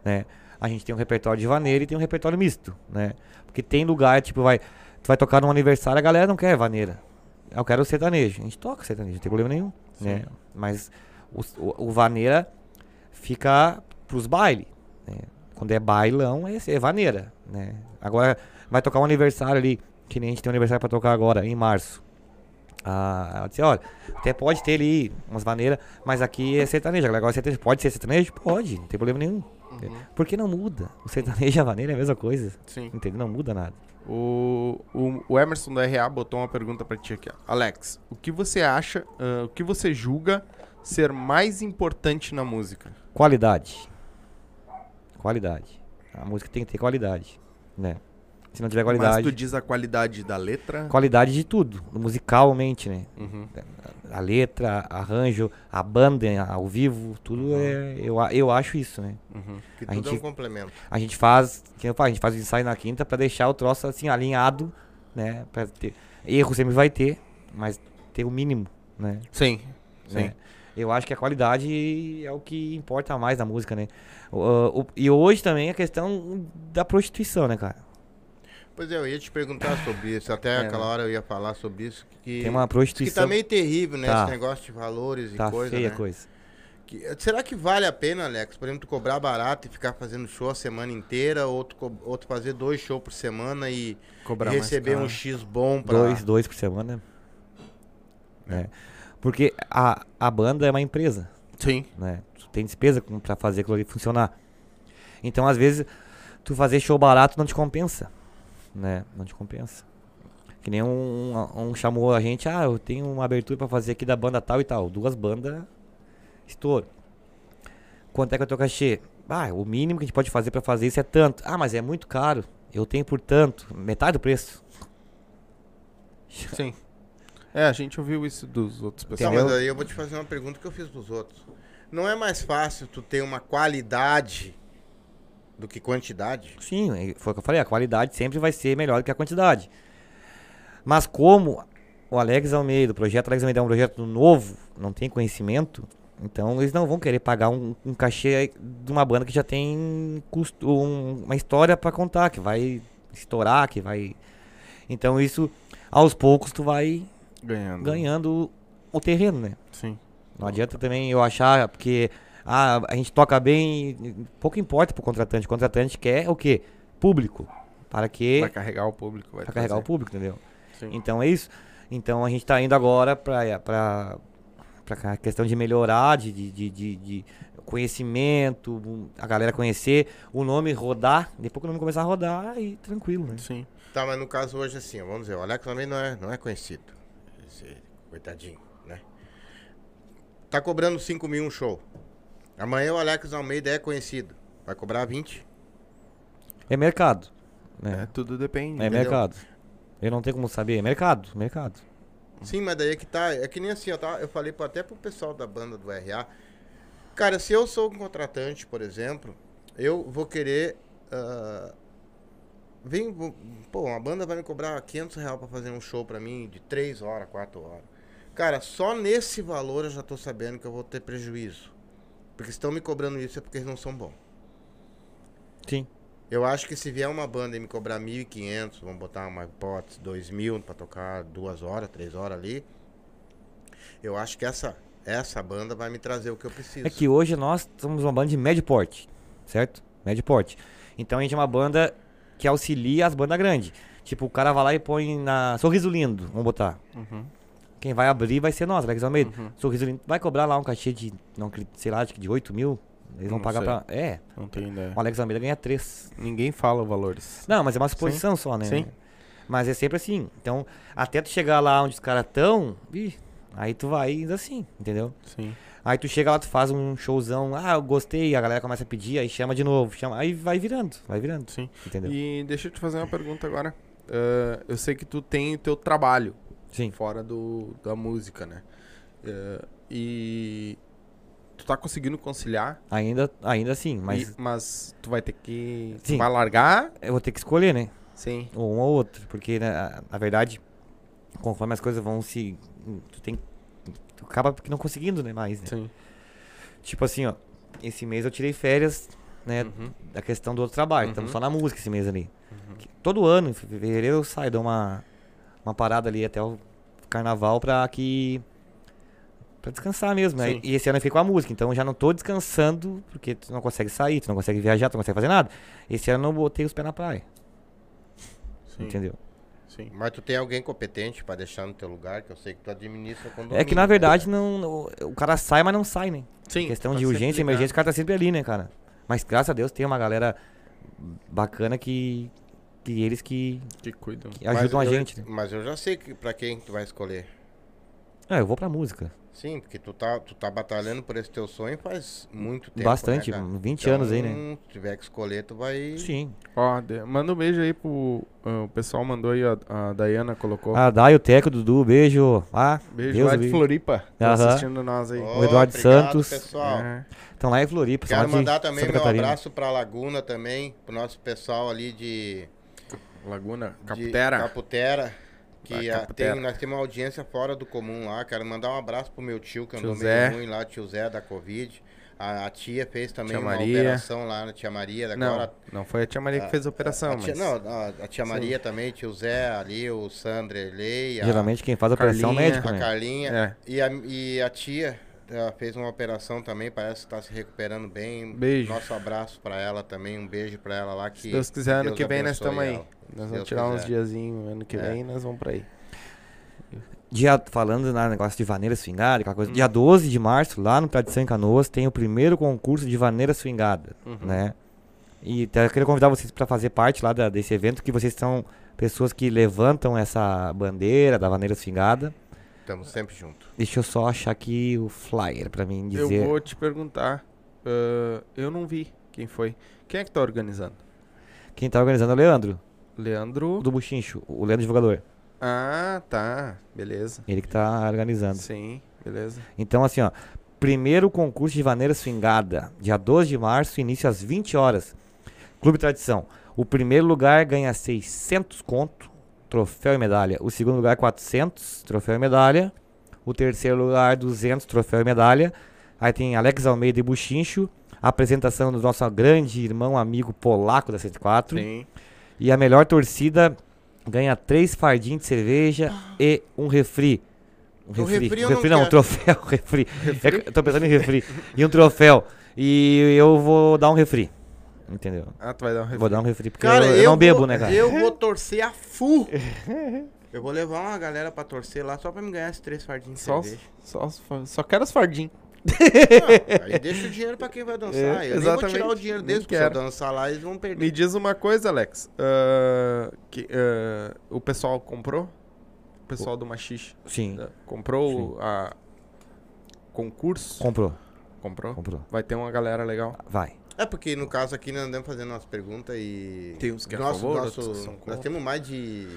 [SPEAKER 3] né? A gente tem um repertório de vaneira e tem um repertório misto, né? Porque tem lugar, tipo, vai. Tu vai tocar num aniversário, a galera não quer vaneira. Eu quero sertanejo. A gente toca sertanejo, não tem problema nenhum. Né? Mas o, o, o vaneira fica pros bailes. Né? Quando é bailão, é, é vaneira. Né? Agora vai tocar um aniversário ali, que nem a gente tem um aniversário pra tocar agora, em março. Ah, ela disse, olha, até pode ter ali umas maneiras, mas aqui é sertanejo. Agora é sertanejo. Pode ser sertanejo? Pode, não tem problema nenhum. Porque não muda. O sertanejo e a vaneira é a mesma coisa.
[SPEAKER 1] Uhum. Sim.
[SPEAKER 3] Entendeu? Não muda nada.
[SPEAKER 1] O, o, o Emerson do RA botou uma pergunta pra ti aqui. ó. Alex, o que você acha, ah, o que você julga ser mais importante na música?
[SPEAKER 3] Qualidade. Qualidade. A música tem que ter qualidade, né? Se não tiver
[SPEAKER 1] Mas tu
[SPEAKER 3] qualidade,
[SPEAKER 1] diz a qualidade da letra?
[SPEAKER 3] qualidade de tudo, musicalmente, né?
[SPEAKER 1] Uhum.
[SPEAKER 3] A letra, arranjo, a banda a- ao vivo, tudo
[SPEAKER 1] Uhum.
[SPEAKER 3] é eu, a- eu acho isso, né?
[SPEAKER 2] Que
[SPEAKER 3] A
[SPEAKER 2] tudo é um
[SPEAKER 3] gente-
[SPEAKER 2] complemento.
[SPEAKER 3] A gente faz, que eu falo, a gente faz o ensaio na quinta pra deixar o troço assim alinhado, né? Para ter erro sempre vai ter, mas ter o mínimo, né?
[SPEAKER 1] Sim. Sim.
[SPEAKER 3] né? Eu acho que a qualidade é o que importa mais na música, né? O- o- e hoje também a questão da prostituição, né, cara?
[SPEAKER 2] Pois é, eu ia te perguntar sobre isso, até aquela hora eu ia falar sobre isso, que...
[SPEAKER 3] É, né? Tem uma
[SPEAKER 2] Que
[SPEAKER 3] prostituição.
[SPEAKER 2] tá meio terrível, né?
[SPEAKER 3] Tá.
[SPEAKER 2] Esse negócio de valores e
[SPEAKER 3] tá
[SPEAKER 2] coisa,
[SPEAKER 3] feia a
[SPEAKER 2] né?
[SPEAKER 3] coisa.
[SPEAKER 2] Que- será que vale a pena, Alex, por exemplo, tu cobrar barato e ficar fazendo show a semana inteira, ou tu, co- ou tu fazer dois shows por semana e
[SPEAKER 1] Cobrar mais
[SPEAKER 2] receber
[SPEAKER 1] caro.
[SPEAKER 2] um X bom pra... É.
[SPEAKER 3] Dois, dois por semana. Né? Porque a, a banda é uma empresa.
[SPEAKER 1] Sim.
[SPEAKER 3] né? Tu tem despesa com- pra fazer aquilo ali funcionar. Então, às vezes, tu fazer show barato não te compensa, né? Não te compensa. Que nem um, um- um chamou a gente, ah, eu tenho uma abertura pra fazer aqui da banda tal e tal. Duas bandas, estouro. Quanto é que é o teu cachê? Ah, o mínimo que a gente pode fazer pra fazer isso é tanto. Ah, mas é muito caro. Eu tenho por tanto, metade do preço.
[SPEAKER 1] Sim. É, a gente ouviu isso dos outros
[SPEAKER 2] Tá,
[SPEAKER 1] pessoas.
[SPEAKER 2] mas
[SPEAKER 3] Entendeu?
[SPEAKER 2] aí eu vou te fazer uma pergunta que eu fiz pros outros. Não é mais fácil tu ter uma qualidade do que quantidade?
[SPEAKER 3] Sim, e foi o que eu falei, a qualidade sempre vai ser melhor do que a quantidade. Mas como o Alex Almeida, o projeto Alex Almeida é um projeto novo, não tem conhecimento, então eles não vão querer pagar um, um cachê de uma banda que já tem custo, um- uma história pra contar, que vai estourar, que vai... Então isso, aos poucos, tu vai
[SPEAKER 1] Ganhando.
[SPEAKER 3] ganhando o terreno, né?
[SPEAKER 1] Sim.
[SPEAKER 3] Não adianta também eu achar, porque ah, a gente toca bem, pouco importa pro contratante. O contratante quer o quê? Público. Para que
[SPEAKER 1] Vai carregar o público. Vai
[SPEAKER 3] pra carregar o
[SPEAKER 1] trazer.
[SPEAKER 3] público, entendeu?
[SPEAKER 1] é. Sim.
[SPEAKER 3] Então é isso. Então a gente tá indo agora pra, pra, pra ca- questão de melhorar, de, de, de, de- de conhecimento, um, a galera conhecer, o nome rodar, depois que o nome começar a rodar, e tranquilo, né?
[SPEAKER 1] Sim.
[SPEAKER 2] Tá, mas no caso hoje assim, ó, vamos dizer, o Alex também não é, não é conhecido. Esse, coitadinho, né? Tá cobrando 5 mil um show. Amanhã o Alex Almeida é conhecido. Vai cobrar 20?
[SPEAKER 3] É mercado.
[SPEAKER 1] É,
[SPEAKER 3] Né?
[SPEAKER 1] tudo depende. né?
[SPEAKER 3] É, mercado. Eu não tenho como saber, é mercado, mercado.
[SPEAKER 2] Sim, mas daí é que tá. É que nem assim, ó, tá? Eu falei pra- até pro pessoal da banda do RA. Cara, se eu sou um contratante, por exemplo, eu vou querer ah, Vem, vo- pô, uma banda vai me cobrar 500 reais pra fazer um show pra mim de 3 horas, 4 horas. Cara, só nesse valor eu já tô sabendo que eu vou ter prejuízo. Porque se estão me cobrando isso é porque eles não são bons.
[SPEAKER 3] Sim.
[SPEAKER 2] Eu acho que se vier uma banda e me cobrar 1.500, vamos botar uma hipótese, 2.000 pra tocar duas horas, três horas ali, eu acho que essa, essa banda vai me trazer o que eu preciso.
[SPEAKER 3] É que hoje nós somos uma banda de médio porte, certo? Médio porte. Então a gente é uma banda que auxilia as bandas grandes. Tipo, o cara vai lá e põe na. Sorriso lindo, vamos botar.
[SPEAKER 1] Uhum.
[SPEAKER 3] Quem vai abrir vai ser nós, Alex Almeida. Sorriso lindo. Vai cobrar lá um cachê de. Não, acredito, sei lá, acho que de 8 mil. Eles vão
[SPEAKER 1] Não
[SPEAKER 3] pagar
[SPEAKER 1] sei.
[SPEAKER 3] pra. É.
[SPEAKER 1] Não tem ideia.
[SPEAKER 3] O Alex Almeida ganha 3.
[SPEAKER 1] Ninguém fala valores.
[SPEAKER 3] Não, mas é uma suposição só, né?
[SPEAKER 1] Sim.
[SPEAKER 3] Mas é sempre assim. Então, até tu chegar lá onde os caras estão, aí tu vai indo assim, entendeu?
[SPEAKER 1] Sim.
[SPEAKER 3] Aí tu chega lá, tu faz um showzão, ah, eu gostei, a galera começa a pedir, aí chama de novo, chama, aí vai virando, vai virando,
[SPEAKER 1] Sim.
[SPEAKER 3] entendeu?
[SPEAKER 1] E deixa eu te fazer uma pergunta agora. Ah, eu sei que tu tem o teu trabalho
[SPEAKER 3] Sim.
[SPEAKER 1] fora do, da música, né? Ah, e tu tá conseguindo conciliar,
[SPEAKER 3] Ainda, ainda assim, mas
[SPEAKER 1] e- mas tu vai ter que. tu
[SPEAKER 3] Sim.
[SPEAKER 1] Vai largar?
[SPEAKER 3] eu vou ter que escolher, né?
[SPEAKER 1] Sim.
[SPEAKER 3] Ou um ou outro, porque na, na verdade, conforme as coisas vão se. Tu tem. Tu acaba que não conseguindo, né? Mais, né?
[SPEAKER 1] Sim.
[SPEAKER 3] Tipo assim, ó, esse mês eu tirei férias, né?
[SPEAKER 1] Uhum.
[SPEAKER 3] Da questão do outro trabalho, estamos só na música esse mês ali. Que- Todo ano, em fevereiro, eu saio, dou uma, uma parada ali até o carnaval pra que. Pra descansar mesmo, né?
[SPEAKER 1] Sim.
[SPEAKER 3] E esse ano eu fiquei com a música, então eu já não tô descansando, porque tu não consegue sair, tu não consegue viajar, tu não consegue fazer nada. Esse ano eu botei os pés na praia,
[SPEAKER 1] Sim.
[SPEAKER 3] entendeu?
[SPEAKER 1] Sim.
[SPEAKER 2] Mas tu tem alguém competente pra deixar no teu lugar, que eu sei que tu administra quando
[SPEAKER 3] É que na verdade não, não- o cara sai, mas não sai, né?
[SPEAKER 1] Sim.
[SPEAKER 3] questão
[SPEAKER 1] tá
[SPEAKER 3] de
[SPEAKER 1] sempre
[SPEAKER 3] urgência,
[SPEAKER 1] ligado.
[SPEAKER 3] emergência, o cara tá sempre ali, né, cara? Mas graças a Deus tem uma galera bacana que. que eles que,
[SPEAKER 1] Que cuidam.
[SPEAKER 3] que ajudam a gente. né?
[SPEAKER 2] Mas eu já sei que, pra quem tu vai escolher.
[SPEAKER 3] Ah, eu vou pra música.
[SPEAKER 2] Sim, porque tu tá, tu tá batalhando por esse teu sonho faz muito tempo.
[SPEAKER 3] Bastante,
[SPEAKER 2] né, cara? Então,
[SPEAKER 3] 20 anos aí, né?
[SPEAKER 2] Se tiver que escolher, tu vai.
[SPEAKER 3] Sim.
[SPEAKER 1] Ó, de- manda um beijo aí pro. ah, o pessoal mandou aí, ó, a Dayana colocou.
[SPEAKER 3] A Dai, Ah, o Teco, o Dudu, beijo. Ah,
[SPEAKER 1] beijo
[SPEAKER 3] Deus
[SPEAKER 1] lá
[SPEAKER 3] o
[SPEAKER 1] de
[SPEAKER 3] livre.
[SPEAKER 1] Floripa. Tá
[SPEAKER 3] Aham.
[SPEAKER 1] assistindo nós aí.
[SPEAKER 2] Ó,
[SPEAKER 3] O Eduardo
[SPEAKER 2] obrigado,
[SPEAKER 3] Santos.
[SPEAKER 2] Pessoal.
[SPEAKER 1] É.
[SPEAKER 3] Então lá é Floripa,
[SPEAKER 2] Quero
[SPEAKER 3] só de
[SPEAKER 2] mandar também
[SPEAKER 3] Santa
[SPEAKER 2] meu
[SPEAKER 3] Catarina.
[SPEAKER 2] abraço pra Laguna também, pro nosso pessoal ali de.
[SPEAKER 1] Laguna,
[SPEAKER 2] de
[SPEAKER 1] Caputera.
[SPEAKER 2] Caputera. Que
[SPEAKER 1] Ah,
[SPEAKER 2] a-
[SPEAKER 1] Caputera.
[SPEAKER 2] tem, nós temos uma audiência fora do comum lá. Quero mandar um abraço pro meu tio, que
[SPEAKER 1] Tio
[SPEAKER 2] andou
[SPEAKER 1] Zé.
[SPEAKER 2] meio ruim lá, tio Zé da Covid. A, a tia fez também
[SPEAKER 1] Tia
[SPEAKER 2] uma
[SPEAKER 1] Maria.
[SPEAKER 2] operação lá na tia Maria. Agora
[SPEAKER 1] Não, não foi a tia Maria que fez a operação,
[SPEAKER 2] Ah, a tia,
[SPEAKER 1] mas...
[SPEAKER 2] Não, a, a tia Maria também, tio Zé ali, o Sandre Lei, a,
[SPEAKER 3] Geralmente quem faz a operação é o
[SPEAKER 1] Carlinha,
[SPEAKER 3] médico,
[SPEAKER 2] a
[SPEAKER 3] né?
[SPEAKER 2] Carlinha.
[SPEAKER 1] É.
[SPEAKER 2] E, a, e a tia ela fez uma operação também, parece que tá se recuperando bem.
[SPEAKER 1] Beijo.
[SPEAKER 2] Nosso abraço pra ela também, um beijo pra ela lá. Que
[SPEAKER 1] Se Deus quiser, ano
[SPEAKER 2] Deus
[SPEAKER 1] que vem nós
[SPEAKER 2] abençoe
[SPEAKER 1] estamos aí.
[SPEAKER 2] ela. Se
[SPEAKER 1] Nós
[SPEAKER 2] Deus
[SPEAKER 1] vamos tirar uns
[SPEAKER 2] quiser. É.
[SPEAKER 1] diazinhos, ano que vem nós vamos pra aí.
[SPEAKER 3] Dia, falando na negócio de vaneira swingada, aquela
[SPEAKER 1] Hum.
[SPEAKER 3] coisa. Dia 12 de março, lá no Tradição em Canoas, tem o primeiro concurso de vaneira swingada,
[SPEAKER 1] Uhum.
[SPEAKER 3] né? E até queria convidar vocês para fazer parte lá da- desse evento, que vocês são pessoas que levantam essa bandeira da vaneira swingada.
[SPEAKER 2] Estamos sempre juntos.
[SPEAKER 3] Deixa eu só achar aqui o flyer para mim dizer.
[SPEAKER 1] Eu vou te perguntar, ah, eu não vi quem foi. Quem é que tá organizando?
[SPEAKER 3] Quem tá organizando é o Leandro,
[SPEAKER 1] Leandro...
[SPEAKER 3] o do Buchincho, o Leandro Divulgador.
[SPEAKER 1] Ah, tá, beleza.
[SPEAKER 3] Ele que tá organizando.
[SPEAKER 1] Sim, beleza.
[SPEAKER 3] Então, assim, ó. Primeiro concurso de vaneira swingada, dia 12 de março, início às 20 horas. Clube Tradição. O primeiro lugar ganha 600 conto, troféu e medalha. O segundo lugar, 400, troféu e medalha. O terceiro lugar, 200, troféu e medalha. Aí tem Alex Almeida e Buchincho. A apresentação do nosso grande irmão, amigo polaco da 104.
[SPEAKER 1] Sim.
[SPEAKER 3] E a melhor torcida ganha três fardinhos de cerveja e um refri. Um
[SPEAKER 2] O
[SPEAKER 3] refri,
[SPEAKER 2] refri eu
[SPEAKER 3] um refri
[SPEAKER 2] não
[SPEAKER 3] não, um
[SPEAKER 2] quero.
[SPEAKER 3] troféu, um refri. É que eu tô pensando em refri. e um troféu. E eu vou dar um refri. Entendeu?
[SPEAKER 1] Ah, tu vai dar um
[SPEAKER 3] Vou
[SPEAKER 1] review.
[SPEAKER 3] dar um refri, porque eu, eu não
[SPEAKER 2] vou-
[SPEAKER 3] bebo, né, cara?
[SPEAKER 2] Eu vou torcer a full. Eu vou levar uma galera pra torcer lá só pra me ganhar esses três fardinhos de
[SPEAKER 1] Só, os-
[SPEAKER 2] cerveja.
[SPEAKER 1] só, os fa- só quero os fardinhos.
[SPEAKER 2] Não, Ah, aí deixa o dinheiro pra quem vai dançar.
[SPEAKER 1] É,
[SPEAKER 2] eu nem vou
[SPEAKER 1] exatamente.
[SPEAKER 2] tirar o dinheiro
[SPEAKER 1] Nem
[SPEAKER 2] deles, porque se eu
[SPEAKER 1] quero.
[SPEAKER 2] dançar lá, eles vão perder.
[SPEAKER 1] Me diz uma coisa, Alex. ah, que, ah, o pessoal comprou? O pessoal do Machixe
[SPEAKER 3] Sim.
[SPEAKER 1] ah, comprou o a concurso?
[SPEAKER 3] Comprou,
[SPEAKER 1] Comprou?
[SPEAKER 3] comprou.
[SPEAKER 1] Vai ter uma galera legal.
[SPEAKER 3] Vai.
[SPEAKER 2] É porque no caso aqui nós andamos fazendo umas perguntas e.
[SPEAKER 1] Tem uns que é a
[SPEAKER 2] nosso,
[SPEAKER 1] favor,
[SPEAKER 2] nosso-
[SPEAKER 1] outros que são contra.
[SPEAKER 2] Nós temos mais de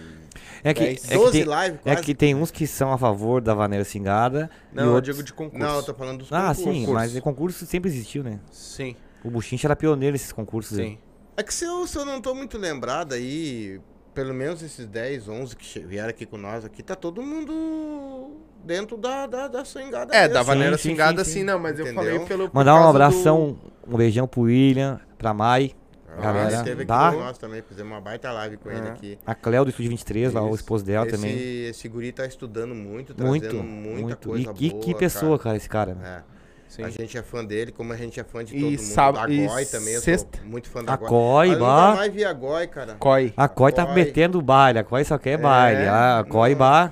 [SPEAKER 3] É que, é que
[SPEAKER 2] 12
[SPEAKER 3] tem,
[SPEAKER 2] lives
[SPEAKER 3] é
[SPEAKER 2] quase.
[SPEAKER 3] que tem uns que são a favor da vaneira cingada.
[SPEAKER 1] Não,
[SPEAKER 3] e
[SPEAKER 1] eu
[SPEAKER 3] outros...
[SPEAKER 1] digo de concurso.
[SPEAKER 2] Não, eu tô falando dos
[SPEAKER 3] Ah,
[SPEAKER 2] concursos.
[SPEAKER 3] sim, mas concurso sempre existiu, né?
[SPEAKER 1] Sim,
[SPEAKER 3] O Buchincha era pioneiro nesses concursos né? aí.
[SPEAKER 1] sim.
[SPEAKER 2] É que se eu, se eu não tô muito lembrado aí, pelo menos esses 10, 11 que che- vieram aqui com nós aqui, tá todo mundo dentro da, da, da swingada.
[SPEAKER 1] É,
[SPEAKER 2] mesmo.
[SPEAKER 1] da
[SPEAKER 3] Sim,
[SPEAKER 1] maneira
[SPEAKER 3] sim,
[SPEAKER 1] swingada
[SPEAKER 3] sim,
[SPEAKER 1] assim,
[SPEAKER 3] sim.
[SPEAKER 1] não, mas eu
[SPEAKER 2] Entendeu?
[SPEAKER 1] falei pelo. por
[SPEAKER 3] Mandar um
[SPEAKER 1] causa
[SPEAKER 3] abração, um beijão pro William, pra Mai,
[SPEAKER 2] Ah,
[SPEAKER 3] galera,
[SPEAKER 2] ele esteve aqui
[SPEAKER 3] dá.
[SPEAKER 2] com nós também, fizemos uma baita live com ele aqui.
[SPEAKER 3] a Cléo do Estúdio 23, lá, o
[SPEAKER 2] Isso.
[SPEAKER 3] esposo dela
[SPEAKER 2] esse,
[SPEAKER 3] também.
[SPEAKER 2] Esse guri tá estudando muito,
[SPEAKER 3] Muito,
[SPEAKER 2] trazendo muita
[SPEAKER 3] muito. E
[SPEAKER 2] coisa
[SPEAKER 3] que,
[SPEAKER 2] boa,
[SPEAKER 3] que pessoa, cara, esse cara. né?
[SPEAKER 2] cara. É.
[SPEAKER 1] Sim.
[SPEAKER 2] A gente é fã dele, como a gente é fã de
[SPEAKER 1] E
[SPEAKER 2] todo mundo.
[SPEAKER 1] sáb-
[SPEAKER 2] da
[SPEAKER 1] e
[SPEAKER 2] Goi também, eu
[SPEAKER 1] sexta-
[SPEAKER 2] sou muito fã da
[SPEAKER 3] A
[SPEAKER 2] Goi.
[SPEAKER 3] Goi,
[SPEAKER 2] Ah, eu
[SPEAKER 3] bah.
[SPEAKER 2] nunca mais vi a Goi, cara.
[SPEAKER 1] do COI.
[SPEAKER 3] A Coi tá
[SPEAKER 2] Coi.
[SPEAKER 3] metendo baile, a Coi só quer baile. A Coi
[SPEAKER 2] É, não.
[SPEAKER 3] bah.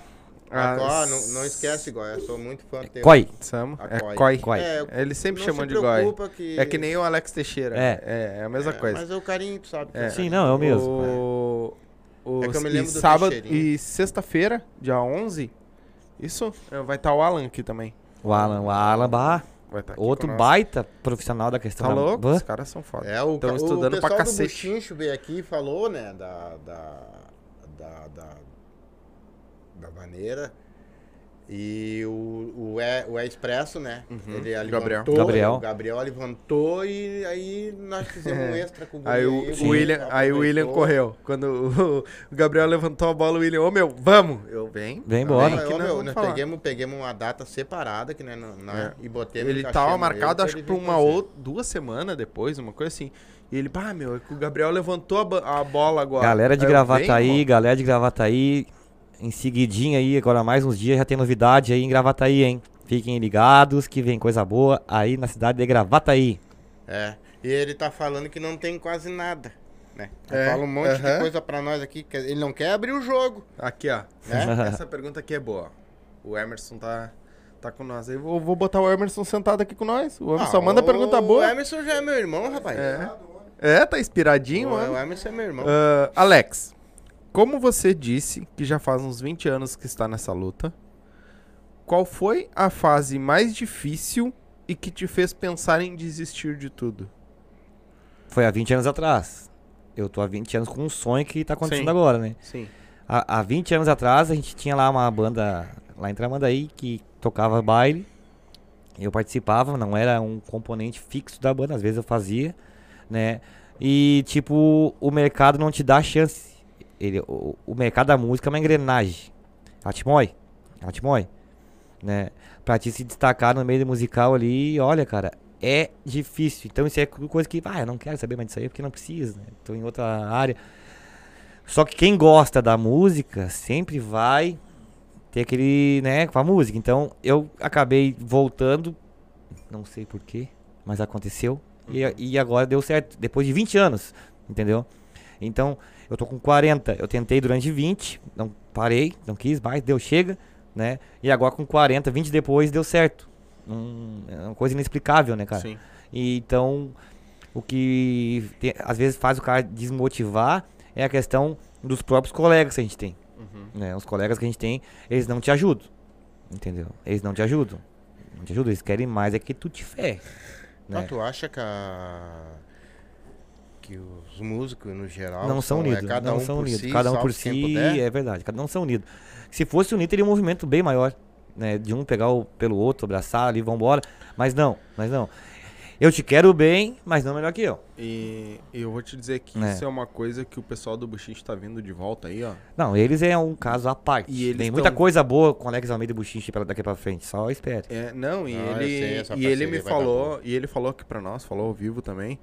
[SPEAKER 2] A
[SPEAKER 1] Ah,
[SPEAKER 2] Goi,
[SPEAKER 1] s-
[SPEAKER 2] não, não esquece, Goi, eu sou muito fã teu.
[SPEAKER 3] Coi.
[SPEAKER 1] Samo?
[SPEAKER 2] A
[SPEAKER 1] É
[SPEAKER 2] Goi.
[SPEAKER 1] COI.
[SPEAKER 3] Goi.
[SPEAKER 2] É, eu-
[SPEAKER 1] Ele sempre
[SPEAKER 2] não
[SPEAKER 1] chamou
[SPEAKER 2] se
[SPEAKER 1] de COI.
[SPEAKER 2] preocupa que-
[SPEAKER 1] É que nem o Alex Teixeira.
[SPEAKER 3] É.
[SPEAKER 1] É, é a mesma
[SPEAKER 2] É,
[SPEAKER 1] coisa.
[SPEAKER 2] Mas é o carinho, tu sabe? que
[SPEAKER 1] É.
[SPEAKER 2] o
[SPEAKER 3] Sim,
[SPEAKER 2] carinho-
[SPEAKER 3] não, é o mesmo.
[SPEAKER 1] O... o-
[SPEAKER 2] É que eu me
[SPEAKER 1] e
[SPEAKER 2] lembro do
[SPEAKER 1] sábado
[SPEAKER 2] Teixeirinha.
[SPEAKER 1] E sexta-feira, dia 11, isso, é, vai estar o Alan aqui também.
[SPEAKER 3] O Alan, o Alan, bah.
[SPEAKER 1] Vai tá aqui
[SPEAKER 3] Outro
[SPEAKER 1] com nós.
[SPEAKER 3] baita profissional da questão
[SPEAKER 1] Tá
[SPEAKER 3] da
[SPEAKER 1] louco?
[SPEAKER 3] Bah.
[SPEAKER 1] Os caras são foda.
[SPEAKER 2] É, o,
[SPEAKER 1] Tão
[SPEAKER 2] ca- o
[SPEAKER 1] estudando pra
[SPEAKER 2] pessoal do
[SPEAKER 1] cacete.
[SPEAKER 2] Buchincho veio aqui e falou, né, da... da... da... da, da maneira... E o, o, e, o E Expresso, né? Ele alimentou,
[SPEAKER 1] Uhum.
[SPEAKER 2] né,
[SPEAKER 1] Gabriel.
[SPEAKER 3] Gabriel.
[SPEAKER 2] O Gabriel levantou e aí nós fizemos um extra com o
[SPEAKER 1] É. Aí
[SPEAKER 2] guri,
[SPEAKER 1] o,
[SPEAKER 2] guri
[SPEAKER 1] o William, aí o William
[SPEAKER 2] aproveitou.
[SPEAKER 1] correu. Quando o, o Gabriel levantou a bola, o William, ô meu, vamos! Eu vem.
[SPEAKER 3] Vem
[SPEAKER 1] tá
[SPEAKER 3] embora.
[SPEAKER 1] bem,
[SPEAKER 2] Aí,
[SPEAKER 1] que
[SPEAKER 2] ô,
[SPEAKER 1] nós
[SPEAKER 2] meu,
[SPEAKER 1] vamos
[SPEAKER 2] nós
[SPEAKER 1] falar.
[SPEAKER 2] peguemos, peguemos uma data separada, que né, não- não-
[SPEAKER 1] É.
[SPEAKER 2] e botemos
[SPEAKER 1] Ele
[SPEAKER 2] encaixamos
[SPEAKER 1] tava marcado,
[SPEAKER 2] pra
[SPEAKER 1] acho que
[SPEAKER 2] ele
[SPEAKER 1] por
[SPEAKER 2] vir
[SPEAKER 1] uma
[SPEAKER 2] fazer.
[SPEAKER 1] ou duas semanas depois, uma coisa assim. E ele, pá, meu, é que o Gabriel levantou a, ba- a bola agora.
[SPEAKER 3] Galera de
[SPEAKER 1] Aí eu,
[SPEAKER 3] Gravataí,
[SPEAKER 1] "Vem,
[SPEAKER 3] galera de Gravataí, em seguidinha aí, agora mais uns dias já tem novidade aí em Gravataí, hein? Fiquem ligados que vem coisa boa aí na cidade de Gravataí.
[SPEAKER 2] É. E ele tá falando que não tem quase nada. Né?
[SPEAKER 1] É,
[SPEAKER 2] Fala um monte
[SPEAKER 1] aham.
[SPEAKER 2] de coisa pra nós aqui. que ele não quer abrir o jogo.
[SPEAKER 1] Aqui, ó.
[SPEAKER 2] Né?
[SPEAKER 1] Essa pergunta aqui é boa. O Emerson tá, tá com nós. Eu vou, vou botar o Emerson sentado aqui com nós. O Emerson só manda pergunta
[SPEAKER 2] Ah, O
[SPEAKER 1] boa.
[SPEAKER 2] Emerson já é meu irmão, rapaz.
[SPEAKER 1] É, tá inspiradinho,
[SPEAKER 2] O, o
[SPEAKER 1] mano.
[SPEAKER 2] Emerson é meu irmão.
[SPEAKER 1] Ah, Alex, como você disse que já faz uns 20 anos que está nessa luta, qual foi a fase mais difícil e que te fez pensar em desistir de tudo?
[SPEAKER 3] Foi há 20 anos atrás. Eu tô há 20 anos com um sonho que tá acontecendo
[SPEAKER 1] Sim.
[SPEAKER 3] agora, né?
[SPEAKER 1] Sim.
[SPEAKER 3] Há, há 20 anos atrás, a gente tinha lá uma banda lá em Tramandaí que tocava baile. Eu participava, não era um componente fixo da banda, às vezes eu fazia, né? E tipo, o mercado não te dá chance. Ele, o, o mercado da música é uma engrenagem. Ela te moe. Ela te moe. Né? Pra te se destacar no meio musical ali, olha, cara, é difícil. Então isso é co- coisa que, ah, eu não quero saber mais disso aí porque não precisa, né? Tô em outra área. Só que quem gosta da música sempre vai ter aquele, né, com a música. Então eu acabei voltando, não sei porquê, mas aconteceu. E, e agora deu certo, depois de 20 anos, entendeu? Então eu tô com 40, eu tentei durante 20, não parei, não quis mais, deu chega, né? E agora com 40, 20 depois deu certo. Hum, é uma coisa inexplicável, né, cara?
[SPEAKER 1] Sim.
[SPEAKER 3] E então, o que te- às vezes faz o cara desmotivar é a questão dos próprios colegas que a gente tem.
[SPEAKER 2] Uhum.
[SPEAKER 3] Né? Os colegas que a gente tem, eles não te ajudam. Entendeu? Eles não te ajudam. Não te ajudam, eles querem mais é que tu te ferre.
[SPEAKER 2] Mas
[SPEAKER 3] né?
[SPEAKER 2] tu acha que a- Que os músicos, no geral,
[SPEAKER 3] não são
[SPEAKER 2] é
[SPEAKER 3] unidos.
[SPEAKER 2] cada
[SPEAKER 3] não
[SPEAKER 2] um
[SPEAKER 3] são
[SPEAKER 2] por
[SPEAKER 3] unidos.
[SPEAKER 2] si,
[SPEAKER 3] cada um
[SPEAKER 2] salve
[SPEAKER 3] por
[SPEAKER 2] quem
[SPEAKER 3] si,
[SPEAKER 2] puder.
[SPEAKER 3] é verdade. Cada não são unidos. Se fosse unido, teria um movimento bem maior, né? De um pegar o, pelo outro, abraçar ali, vambora. Mas não, mas não. Eu te quero bem, mas não melhor que eu.
[SPEAKER 1] E e eu vou te dizer que
[SPEAKER 3] É.
[SPEAKER 1] isso é uma coisa que o pessoal do Buxinho está vindo de volta aí, ó.
[SPEAKER 3] Não, eles é um caso à parte.
[SPEAKER 1] E eles
[SPEAKER 3] Tem muita
[SPEAKER 1] tão-
[SPEAKER 3] coisa boa com o Alex Almeida e Buchiche pra- daqui pra frente. Só espere.
[SPEAKER 1] É, não, e
[SPEAKER 2] Ah, eu sei,
[SPEAKER 1] ele,
[SPEAKER 2] essa
[SPEAKER 1] e ele me
[SPEAKER 2] parceria vai dar
[SPEAKER 1] falou, e ele falou aqui pra nós, falou ao vivo também,